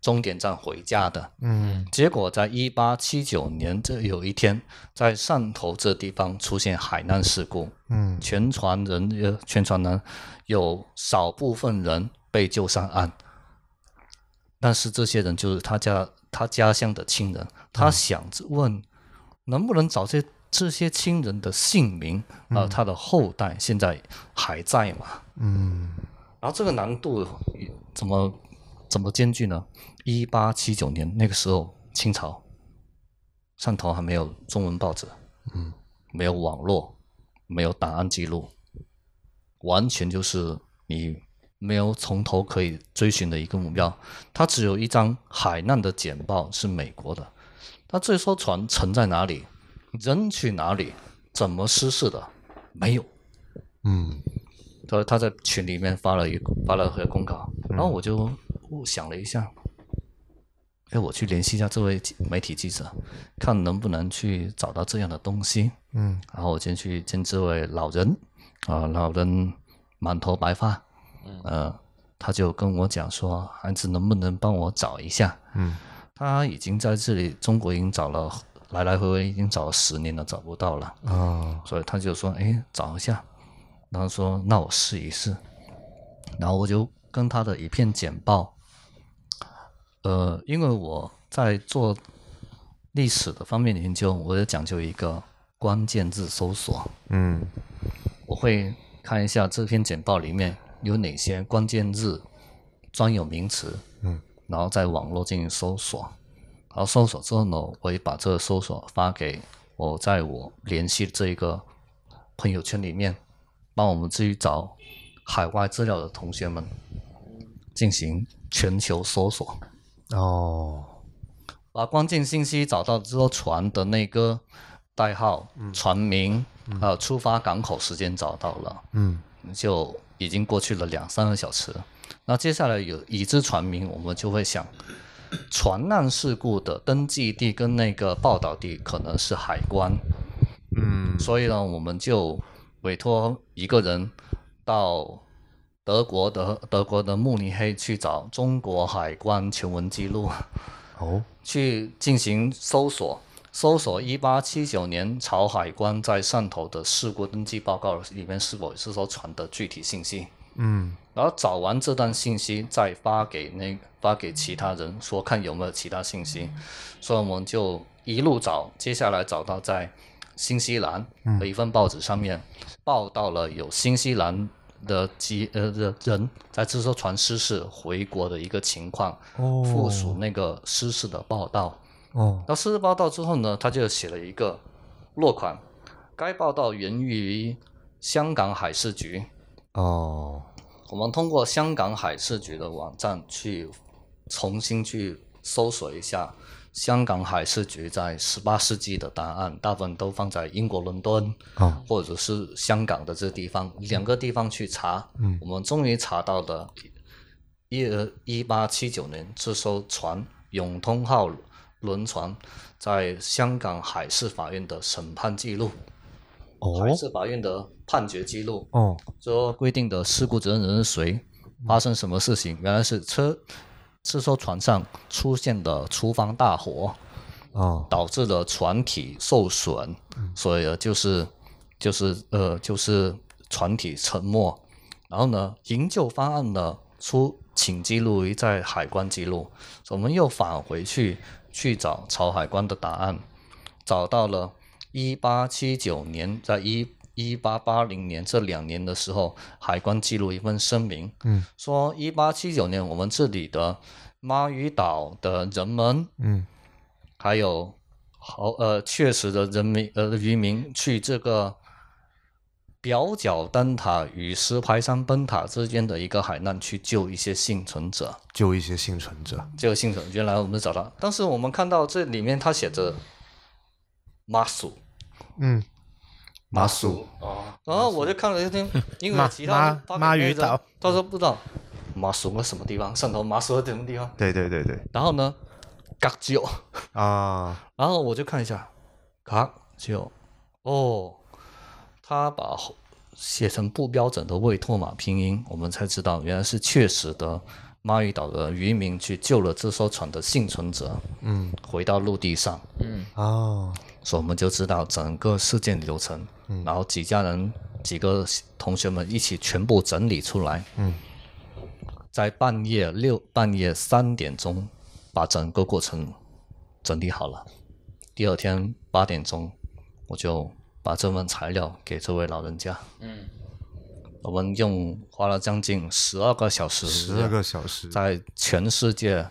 B: 终点站回家的，
A: 嗯
B: 结果在一八七九年这有一天，在汕头这地方出现海难事故，
A: 嗯
B: 全船人呃，全船呢有少部分人被救上岸，但是这些人就是他家他家乡的亲人，他想问能不能找这这些亲人的姓名啊、他的后代现在还在吗？
A: 嗯，
B: 然后这个难度怎么怎么艰巨呢？一八七九年那个时候，清朝汕头还没有中文报纸，
A: 嗯，
B: 没有网络，没有档案记录，完全就是你没有从头可以追寻的一个目标。它只有一张海难的简报是美国的，那这艘船沉在哪里，人去哪里，怎么失事的，没有。
A: 嗯
B: 他他在群里面发了一个发了个公告，然后我就我想了一下，哎，我去联系一下这位记媒体记者，看能不能去找到这样的东西。
A: 嗯
B: 然后我先去见这位老人，啊、老人满头白发，呃，他就跟我讲说，孩子能不能帮我找一下？
A: 嗯，
B: 他已经在这里中国已经找了来来回回已经找了十年了，找不到了。
A: 啊，
B: 所以他就说：“哎，找一下。”然后说：“那我试一试。”然后我就跟他的一片简报，呃，因为我在做历史的方面的研究，我就讲究一个关键字搜索，
A: 嗯
B: 我会看一下这篇简报里面有哪些关键字、专有名词，
A: 嗯，
B: 然后在网络进行搜索。然后搜索之后呢，我也把这个搜索发给我在我联系这一个朋友圈里面，帮我们去找海外资料的同学们进行全球搜索。
A: 哦，
B: 把关键信息找到之后，船的那个代号、船名，还有出发港口时间找到了，
A: 嗯
B: 就已经过去了两三个小时。那接下来有已知船名，我们就会想，船难事故的登记地跟那个报道地可能是海关，
A: 嗯
B: 所以呢，我们就委托一个人到德国的德国的慕尼黑去找中国海关全文记录。 [laughs]
A: 哦
B: 去进行搜索，搜索一八七九年朝海关在汕头的事故登记报告里面是否是说船的具体信息，
A: 嗯
B: 然后找完这段信息再发给那发给其他人，说看有没有其他信息，所以我们就一路找，接下来找到在新西兰的一份报纸上面、报道了有新西兰。的机呃的人在这艘船失事回国的一个情况，
D: 哦，
B: 附属那个失事的报道，
D: 哦，
B: 那四十报道之后呢，他就写了一个落款，该报道源于香港海事局。
A: 哦，
B: 我们通过香港海事局的网站去重新去搜索一下香港海事局在十八世纪的答案，大部分都放在英国伦敦，
A: 哦
B: 或者是香港的这地方两个地方去查。
A: 嗯
B: 我们终于查到了一一八七九年这艘船“永通号”轮船在香港海事法院的审判记录，
A: 哦
B: 海事法院的判决记录。
A: 哦，
B: 说规定的事故责任人是谁，发生什么事情，原来是车这艘船上出现的厨房大火，
A: 哦，嗯
B: 导致了船体受损，所以呃就是就是呃就是船体沉没。然后呢，营救方案呢出请记录于在海关记录，所以我们又返回去去找朝海关的答案，找到了一八七九年在一。一八八零年这两年的时候，海关记录一份声明，
A: 嗯，
B: 说一八七九年我们这里的马屿岛的人们，
A: 嗯
B: 还有好呃确实的人民呃渔民去这个表角灯塔与石排山灯塔之间的一个海难去救一些幸存者，
A: 救一些幸存者。
B: 救幸存。原来我们找到，当时我们看到这里面他写着马苏，
A: 嗯，
B: 马苏，
C: 哦，
B: 然后我就看了一听，因为
D: 马
B: 其他人
D: 马
B: 发给
D: 马
B: 别
D: 屿
B: 人
D: 岛，
B: 他说不知道马苏个什么地方，汕头马苏个什么地方，
A: 对对对对
B: 然后呢，嘎九。
A: 啊，
B: 然后我就看一下，咔就，哦，他把后写成不标准的未拓马拼音，我们才知道原来是确实的马屿岛的渔民去救了这艘船的幸存者，
A: 嗯
B: 回到陆地上，
C: 嗯，
A: 哦，
B: 所以我们就知道整个事件流程，
A: 嗯
B: 然后几家人几个同学们一起全部整理出来，
A: 嗯，
B: 在半夜六半夜三点钟把整个过程整理好了。第二天八点钟，我就把这份材料给这位老人家。
C: 嗯，
B: 我们用花了将近十二个小时，
A: 十二个小时。
B: 在全世界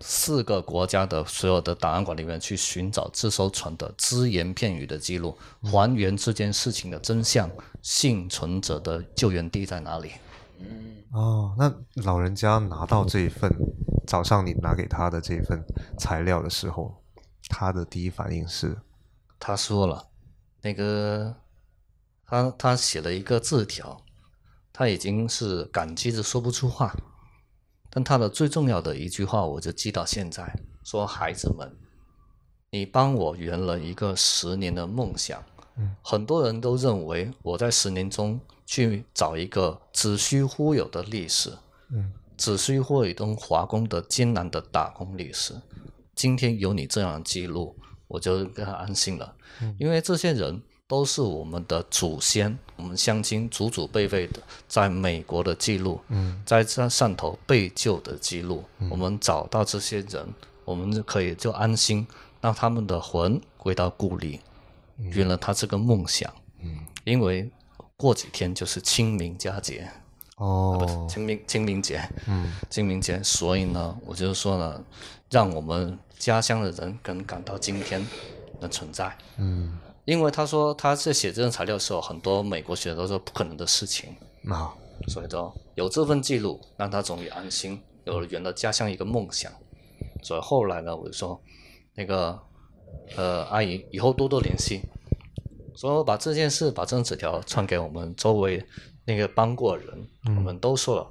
B: 四个国家的所有的档案馆里面去寻找这艘船的只言片语的记录，还原这件事情的真相，幸存者的救援地在哪里？
A: 哦，那老人家拿到这一份早上你拿给他的这一份材料的时候，他的第一反应是
B: 他说了，那个他他写了一个字条，他已经是感激的说不出话，但他的最重要的一句话我就记到现在，说孩子们，你帮我圆了一个十年的梦想。
A: 嗯
B: 很多人都认为我在十年中去找一个子虚乌有的历史，
A: 嗯，
B: 子虚乌有中华工的艰难的打工历史。今天有你这样的记录，我就更安心了，因为这些人都是我们的祖先，我们乡亲祖祖辈辈的在美国的记录，
A: 嗯，
B: 在汕汕头被救的记录，我们找到这些人，我们就可以就安心，让他们的魂归到故里，圆了他这个梦想。嗯，因为过几天就是清明佳节，
A: 哦，
B: 清明清明节，嗯，清明节，所以呢，我就说呢，让我们家乡的人能感到今天的存在，嗯，因为他说他在写这份材料的时候，很多美国学者都说不可能的事情，
A: 啊，
B: 所以说有这份记录，让他终于安心，有了圆了家乡一个梦想。所以后来呢，我就说，那个呃阿姨，以后多多联系。所以我把这件事，把这张纸条传给我们周围那个帮过人，我们都说了，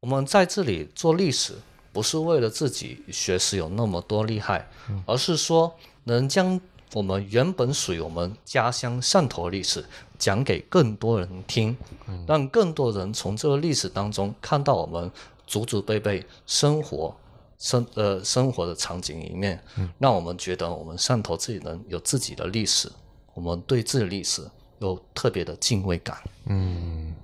B: 我们在这里做历史，不是为了自己学识有那么多厉害，而是说能将我们原本属于我们家乡汕头的历史讲给更多人听，让更多人从这个历史当中看到我们祖祖辈辈生活。生呃生活的场景里面，让我们觉得我们汕头自己人有自己的历史，我们对自己的历史有特别的敬畏感。
D: 哎，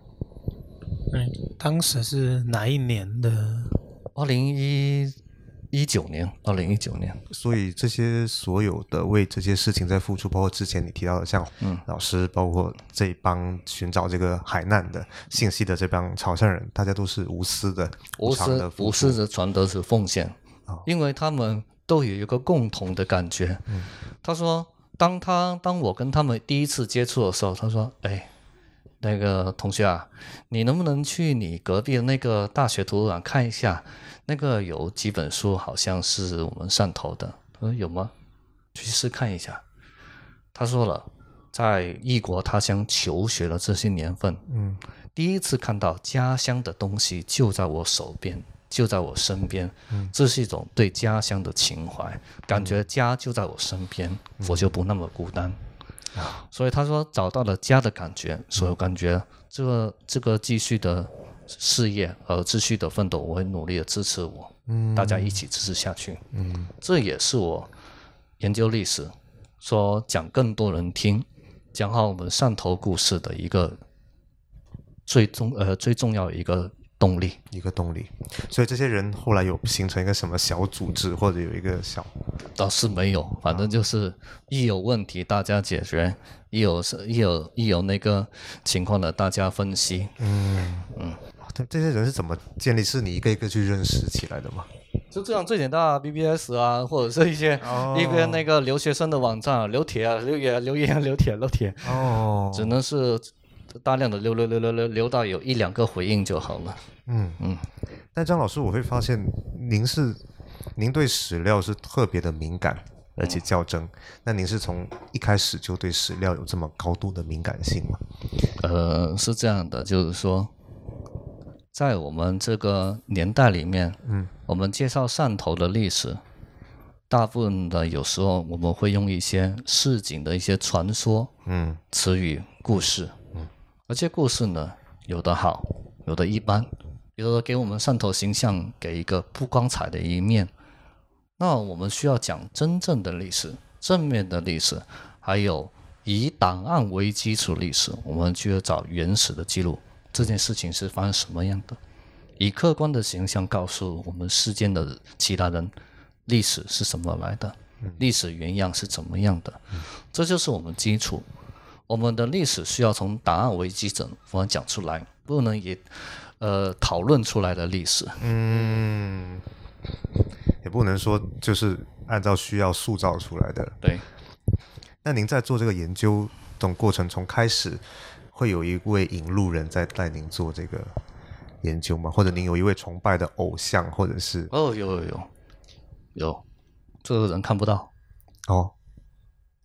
D: 当时是哪一年的？
B: 二零一一九年，二零一九年，
A: 所以这些所有的为这些事情在付出，包括之前你提到的像
B: 嗯
A: 老师，包括这一帮寻找这个海难的信息的这帮潮汕人，大家都是无私的、
B: 无
A: 偿
B: 私
A: 的付
B: 无
A: 出哦
B: 私。的传德是奉献，因为他们都有一个共同的感觉。
A: 嗯
B: 他说，当他当我跟他们第一次接触的时候，他说：“哎，那个同学啊，你能不能去你隔壁的那个大学图书馆看一下？那个有几本书好像是我们汕头的。”他说：“有吗？去试看一下。”他说了，在异国他乡求学的这些年份，嗯，第一次看到家乡的东西就在我手边，就在我身边，嗯，这是一种对家乡的情怀，感觉家就在我身边，我就不那么孤单。所以他说找到了家的感觉，所以我感觉这个这个继续的事业和继续的奋斗，我会努力的支持我，嗯，大家一起支持下去，嗯，这也是我研究历史，说讲更多人听，讲好我们汕头故事的一个最重呃最重要的一个动力。
A: 一个动力，所以这些人后来有形成一个什么小组织，或者有一个小
B: 倒是没有，反正就是一有问题大家解决，一有是一有一有那个情况的大家分析。
A: 这这些人是怎么建立？是你一个一个去认识起来的吗？
B: 就这样最简单啊，BBS 啊，或者是一些、一边那个留学生的网站啊，留帖啊，留言啊留言啊留帖啊留帖啊，
A: 哦，
B: 只能是大量的留留留留留留到有一两个回应就好了。
A: 但张老师，我会发现您是您对史料是特别的敏感，而且较真。那您是从一开始就对史料有这么高度的敏感性吗？
B: 呃，是这样的，就是说，在我们这个年代里面，嗯，我们介绍汕头的历史，大部分的有时候我们会用一些市井的一些传说、
A: 嗯
B: 词语、故事，嗯，而且故事呢，有的好，有的一般，有的给我们汕头形象给一个不光彩的一面。那我们需要讲真正的历史，正面的历史，还有以档案为基础历史，我们就要找原始的记录，这件事情是发生什么样的，以客观的形象告诉我们世间的其他人，历史是什么来的，历史原样是怎么样的，这就是我们基础。我们的历史需要从档案为基准，我们讲出来，不能以呃讨论出来的历史。
A: 嗯，也不能说就是按照需要塑造出来的。
B: 对，
A: 那您在做这个研究的过程，从开始会有一位引路人在带您做这个研究吗？或者您有一位崇拜的偶像，或者是
B: 哦，有有有有，这个人看不到，
A: 哦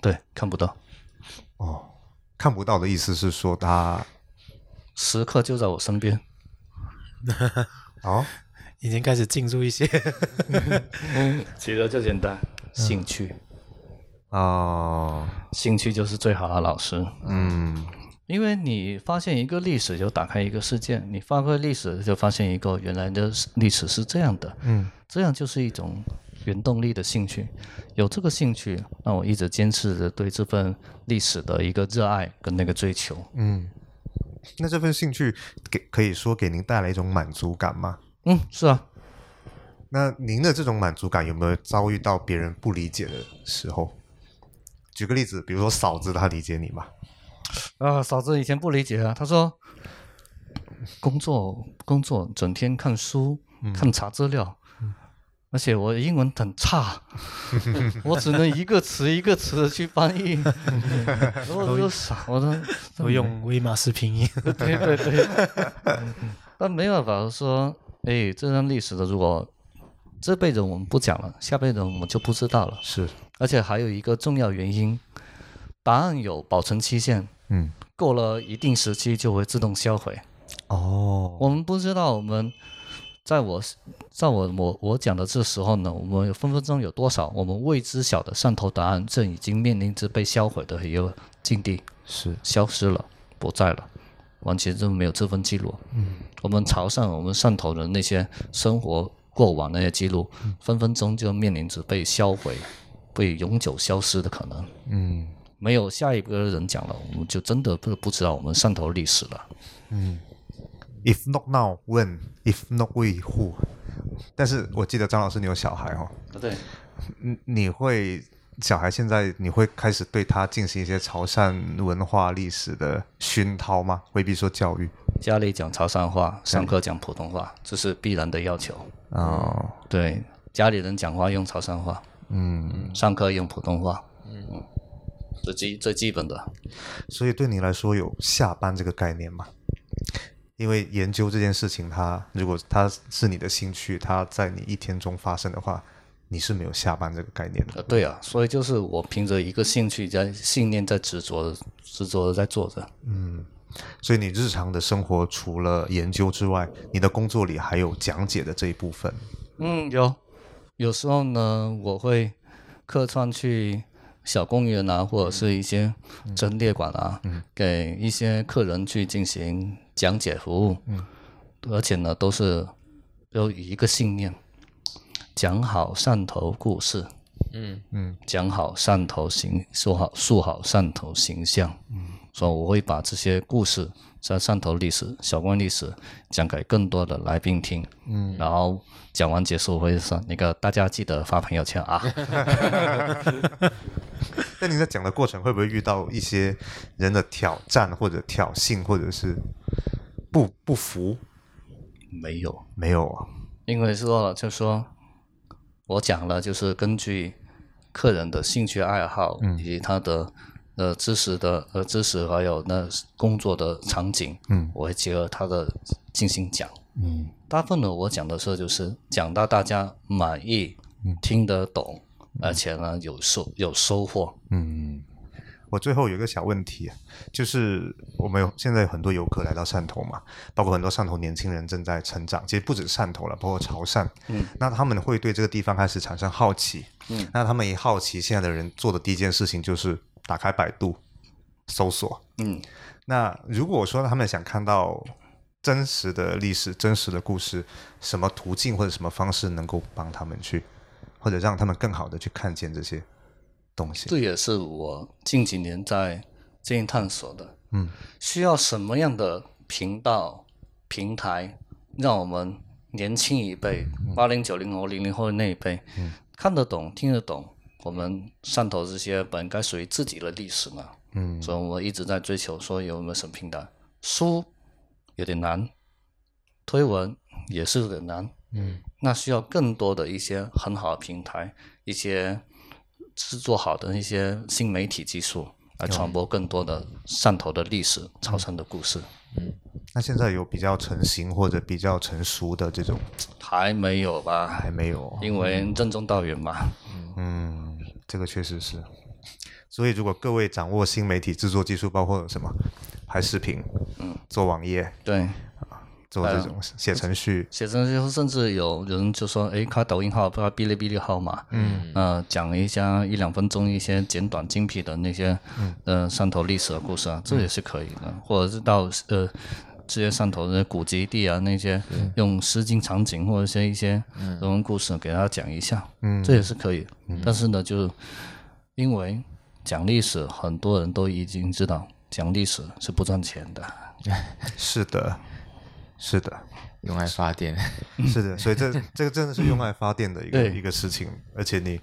B: 对，看不到，
A: 哦，看不到的意思是说他
B: 时刻就在我身边。
A: 哦。
D: 已经开始进入一
A: [laughs]
D: 些
B: 嗯，其实就简单，兴趣，
A: 哦，
B: 兴趣就是最好的老师。
A: 嗯
B: 因为你发现一个历史，就打开一个世界；你发挥历史，就发现一个原来的历史是这样的。
A: 嗯，
B: 这样就是一种原动力的兴趣。有这个兴趣，让我一直坚持着对这份历史的一个热爱跟那个追求。
A: 嗯，那这份兴趣给可以说给您带来一种满足感吗？
B: 嗯，是啊，
A: 那您的这种满足感有没有遭遇到别人不理解的时候？举个例子，比如说嫂子，她理解你吗？
B: 啊，嫂子以前不理解啊，她说工作工作整天看书、看查资料，而且我英文很差，我只能一个词一个词的去翻译，我就傻，我都
D: 我用威马斯拼音。
B: 对对对，但没办法，我说，哎，这段历史的，如果这辈子我们不讲了，下辈子我们就不知道了。
A: 是，
B: 而且还有一个重要原因，答案有保存期限，
A: 嗯，
B: 过了一定时期就会自动销毁。
A: 哦，
B: 我们不知道我们。在我，在我我我讲的这时候呢，我们有分分钟有多少我们未知晓的汕头答案，正已经面临着被销毁的一个境地。
A: 是，
B: 消失了，不在了，完全就没有这份记录。嗯，我们潮汕、我们汕头的那些生活过往那些记录，分分钟就面临着被销毁、被永久消失的可能。
A: 嗯，
B: 没有下一个人讲了，我们就真的不不知道我们汕头历史了。
A: If not now, when? If not we, who? 但是我记得张老师你有小孩哦，
B: 对，
A: 你你会小孩现在你会开始对他进行一些潮汕文化历史的熏陶吗？未必说教育
B: 家里讲潮汕话，上课讲普通话，这是必然的要求。
A: 哦，
B: 嗯对，家里人讲话用潮汕话，
A: 嗯，
B: 上课用普通话，嗯，最基最基本的。
A: 所以对你来说有下班这个概念吗？因为研究这件事情它，如果它是你的兴趣，它在你一天中发生的话，你是没有下班这个概念的。
B: 呃，对啊，所以就是我凭着一个兴趣在信念在执着地执着的在做着。
A: 所以你日常的生活除了研究之外，你的工作里还有讲解的这一部分。
B: 嗯，有有时候呢，我会客串去小公园啊，或者是一些陈列馆啊，给一些客人去进行讲解服务。嗯，而且呢，都是都以一个信念，讲好汕头故事。
C: 嗯
B: 讲好汕头形，说好塑好汕头形象。嗯，所以我会把这些故事，在汕头历史、小关历史讲给更多的来宾听。嗯，然后讲完结束，我会说那个大家记得发朋友圈啊。
A: 那你在讲的过程会不会遇到一些人的挑战或者挑衅，或者是不不服？
B: 没有，
A: 没有啊，
B: 因为说就说我讲了，就是根据客人的兴趣爱好、以及他的。呃，知识的呃，知识还有那工作的场景，
A: 嗯，
B: 我会结合他的进行讲，大部分呢，我讲的时候就是讲到大家满意、听得懂，而且呢有收有收获。
A: 嗯，我最后有一个小问题，就是我们有现在有很多游客来到汕头嘛，包括很多汕头年轻人正在成长，其实不止汕头了，包括潮汕。嗯，那他们会对这个地方开始产生好奇。嗯，那他们一好奇，现在的人做的第一件事情就是打开百度搜索。
B: 嗯，
A: 那如果说他们想看到真实的历史、真实的故事，什么途径或者什么方式能够帮他们去，或者让他们更好的去看见这些东西？
B: 这也是我近几年在进行探索的。
A: 嗯，
B: 需要什么样的频道平台，让我们年轻一辈，
A: 嗯
B: 八零九零后、零零后那一辈，看得懂、听得懂我们汕头这些本该属于自己的历史呢？
A: 嗯，
B: 所以我一直在追求说有没有什么平台，书有点难，推文也是有点难，嗯，那需要更多的一些很好的平台，一些制作好的一些新媒体技术来传播更多的汕头的历史、潮汕的故事，
A: 那现在有比较成型或者比较成熟的这种
B: 还没有吧？
A: 还没有，哦
B: 因为任重道远嘛，
A: 嗯，这个确实是。所以，如果各位掌握新媒体制作技术，包括什么拍视频、嗯，做网页、
B: 对，
A: 做这种写程序，
B: 写真之后，甚至有人就说：“诶，开抖音号，不知道哔哩哔哩号嘛？”嗯，呃，讲一下一两分钟一些简短精辟的那些，嗯，呃，汕头历史的故事啊，这也是可以的，或者是到呃这些汕头的古籍地啊那些，用《诗经》场景或者一些一些人文故事给大家讲一下，嗯，这也是可以。但是呢，就是因为讲历史，很多人都已经知道，讲历史是不赚钱的。
A: 是的，是的，
C: 用爱发电，
B: [laughs]
A: 是的。所以这这个真的是用爱发电的一个
B: 嗯对
A: 一个事情，而且你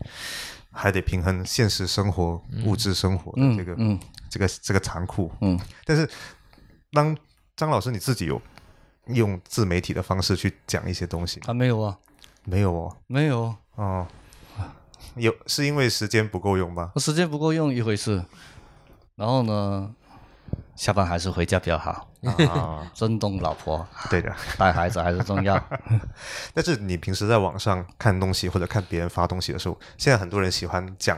A: 还得平衡现实生活、物质生活的这个、
B: 嗯
A: 这个这个残酷。
B: 嗯，
A: 但是当张老师你自己有用自媒体的方式去讲一些东西吗，
B: 还没有啊，
A: 没有哦，
B: 没有，啊
A: 哦，有是因为时间不够用
B: [laughs]
A: 吗？
B: 我时间不够用一回事，然后呢，下班还是回家比较好，
A: 啊，
B: [laughs] 尊重老婆，
A: 对的。
B: 带孩子还是重
A: [laughs]
B: 要。
A: 但是你平时在网上看东西或者看别人发东西的时候，现在很多人喜欢讲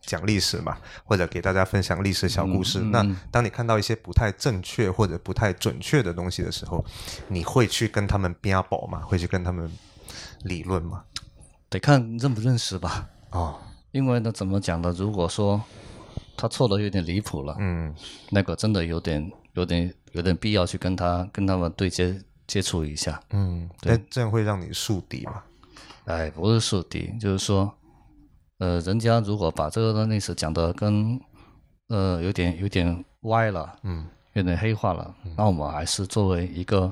A: 讲历史嘛，或者给大家分享历史小故事。那当你看到一些不太正确或者不太准确的东西的时候，你会去跟他们辩驳吗？会去跟他们理论吗？
B: 得看认不认识吧。
A: 哦，
B: 因为呢，怎么讲呢？如果说他错的有点离谱了，
A: 嗯
B: 那个真的有点、有点、有点必要去跟他、跟他们对接接触一下。
A: 嗯，但这样会让你树敌嘛？
B: 哎，不是树敌，就是说，呃，人家如果把这个历史讲的跟呃有点有点歪了，
A: 嗯，
B: 有点黑化了，那我们还是作为一个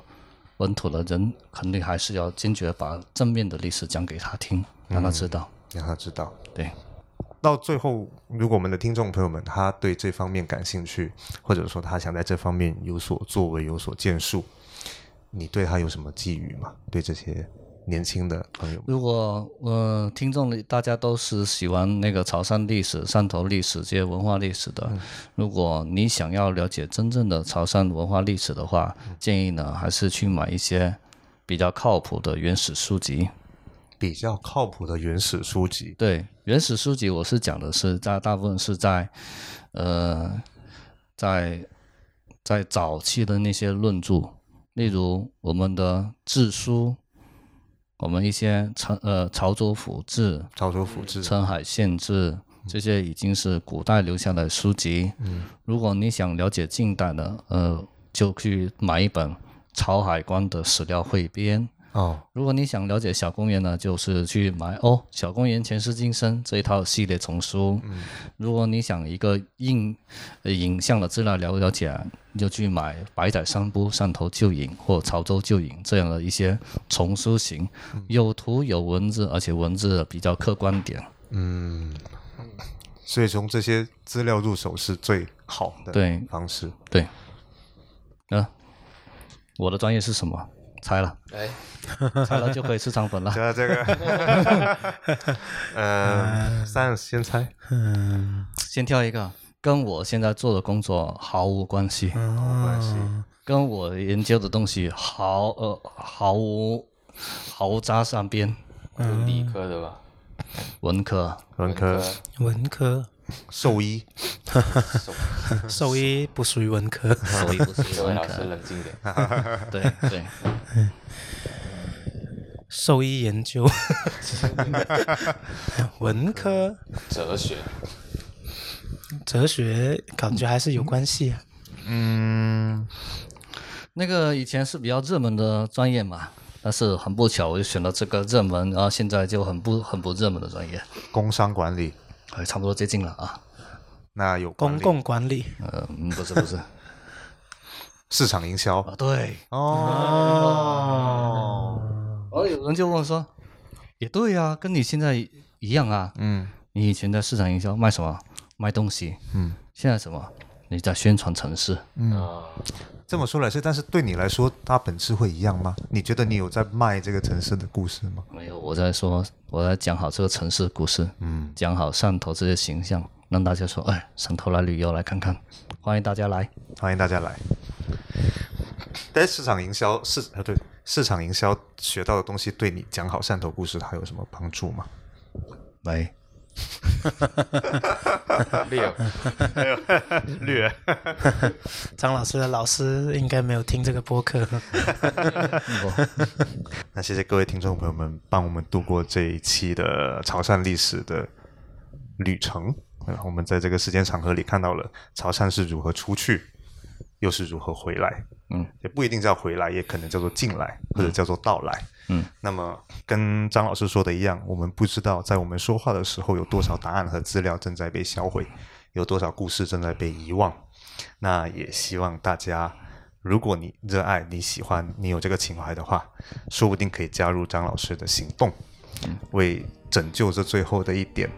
B: 本土的人，肯定还是要坚决把正面的历史讲给他听，让他知道。
A: 让他知道。
B: 对，
A: 到最后，如果我们的听众朋友们他对这方面感兴趣，或者说他想在这方面有所作为、有所建树，你对他有什么寄语吗？对这些年轻的朋友们，
B: 如果呃听众里大家都是喜欢那个潮汕历史、汕头历史这些文化历史的，如果你想要了解真正的潮汕文化历史的话，建议呢还是去买一些比较靠谱的原始书籍。
A: 比较靠谱的原始书籍，
B: 对，原始书籍我是讲的是在大部分是在呃在在早期的那些论著，例如我们的志书，我们一些潮呃潮州府志。
A: 潮州府志，
B: 澄海县志，这些已经是古代留下的书籍。嗯，如果你想了解近代的，呃，就去买一本《潮海关的史料汇编》。
A: 哦，
B: 如果你想了解小公园呢，就是去买哦《小公园前世今生》这一套系列丛书。嗯、如果你想一个印、呃影像的资料了了解，你就去买《白仔三部汕头旧影》或《潮州旧影》这样的一些丛书型，有图有文字，而且文字比较客观点。
A: 嗯所以从这些资料入手是最好的
B: 对
A: 方式。
B: 对，嗯，我的专业是什么？猜了，
C: 哎，
B: 猜了就可以吃肠
A: [laughs]
B: 粉了。
A: 这这个，呃，三先猜，
D: 嗯，
B: 先挑一个，跟我现在做的工作毫无关系，
A: 没关系，
B: 跟我研究的东西毫呃毫无毫无沾上边。
C: 是理科的吧？
B: 文科
A: 文科
D: 嗯文科，
A: 兽医
C: 手
A: 嗯
D: 兽医不属于文
A: [laughs]
D: 科。
B: 所以不是
C: 各位
B: 文
C: 老师
B: 科，
C: 冷静一点，
B: 对对，
D: 兽医
A: [laughs]
D: 研究，文科
C: 哲学
D: 哲学感觉还是有关系啊。
B: 那个以前是比较热门的专业嘛。但是很不巧，我就选了这个热门，然后现在就很不很不热门的专业，
A: 工商管理，
B: 哎，差不多接近了啊。
A: 那有嗯管
D: 公
A: 理
D: 共管理，
B: 呃，嗯不是不是啊，
A: 市场营销
B: 对，
A: 哦，
B: 然后有人就问说：“也对呀、跟你现在一样啊。
A: 嗯
B: 你以前在市场营销卖什么？卖东西。
A: 嗯，
B: 现在什么？你在宣传城市。
C: 啊，
A: 这么说来是，但是对你来说，它本质会一样吗？你觉得你有在卖这个城市的故事吗？
B: 没有，我在说，我在讲好这个城市的故事，
A: 嗯，
B: 讲好汕头这些形象，让大家说：哎，汕头来旅游来看看，欢迎大家来。
A: 欢迎大家来。但是市场营销市啊，对市场营销学到的东西，对你讲好汕头故事，它有什么帮助吗？
B: 没，
A: 嗯
C: 六
A: 略
D: 张老师的老师应该没有听这个
A: [laughs]
D: 播客。
A: 那谢谢各位听众朋友们帮我们度过这一期的潮汕历史的旅程。呃我们在这个时间长河里看到了潮汕是如何出去，又是如何回来。
B: 嗯，
A: 也不一定叫回来，也可能叫做进来，或者叫做到来。
B: 嗯，
A: 那么跟张老师说的一样，我们不知道在我们说话的时候有多少答案和资料正在被销毁，有多少故事正在被遗忘。那也希望大家，如果你热爱、你喜欢、你有这个情怀的话，说不定可以加入张老师的行动，为拯救这最后的一点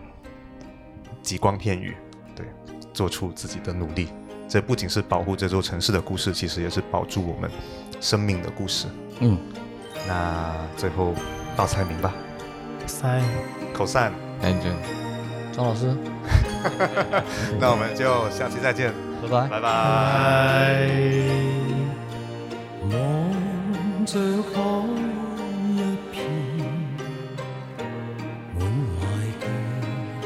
A: 极光片语，对，做出自己的努力。这不仅是保护这座城市的故事，其实也是保住我们生命的故事。
B: 嗯，
A: 那最后报菜名吧，
D: 塞，
A: 口散。
C: 感哎觉
B: 张老师，
A: 那我们就下期再见，
B: 拜拜。
A: 拜拜。
E: 望着海一片，满怀倦，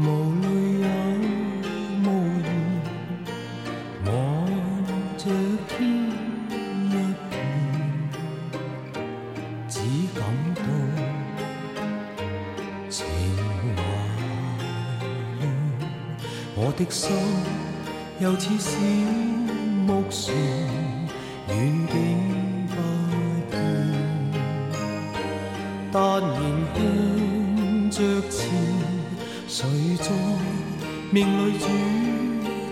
E: 无泪也无言。望着天一片，只感到情怀乱。我的心又似小木船，远景不见，但仍向着前。谁在命里主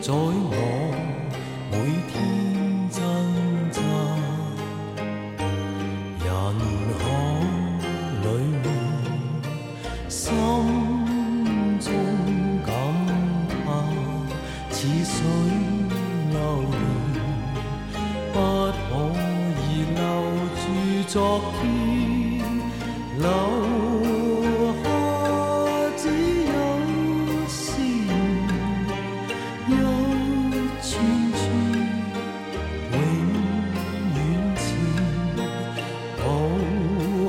E: 宰我？每天挣扎，人海里面。心中感叹，似水流年，不可以留住昨天，留下只有思念，一串串永远缠。浩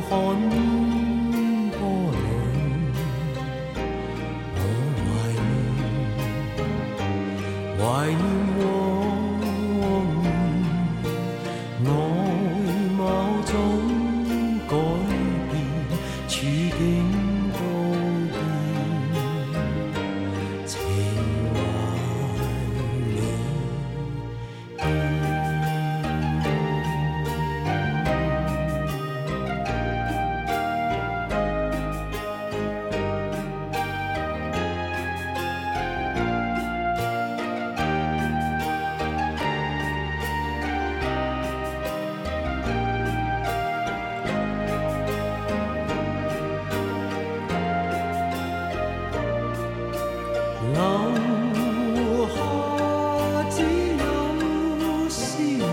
E: 瀚烟波里，我懷念，懷念往年，外貌總改變，處境都變，情懷亂。留下只有思念，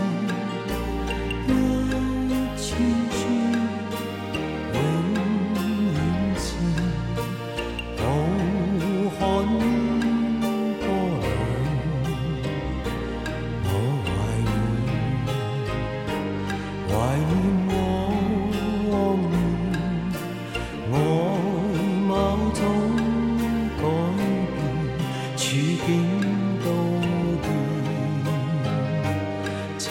E: 一串串永遠纏。浩瀚波浪，我懷念，懷念往年。外貌總改變，處境都變，情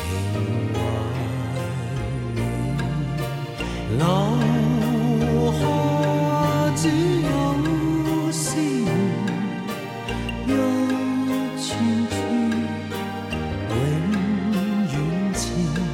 E: 懷留下只有思念，一串串永遠纏。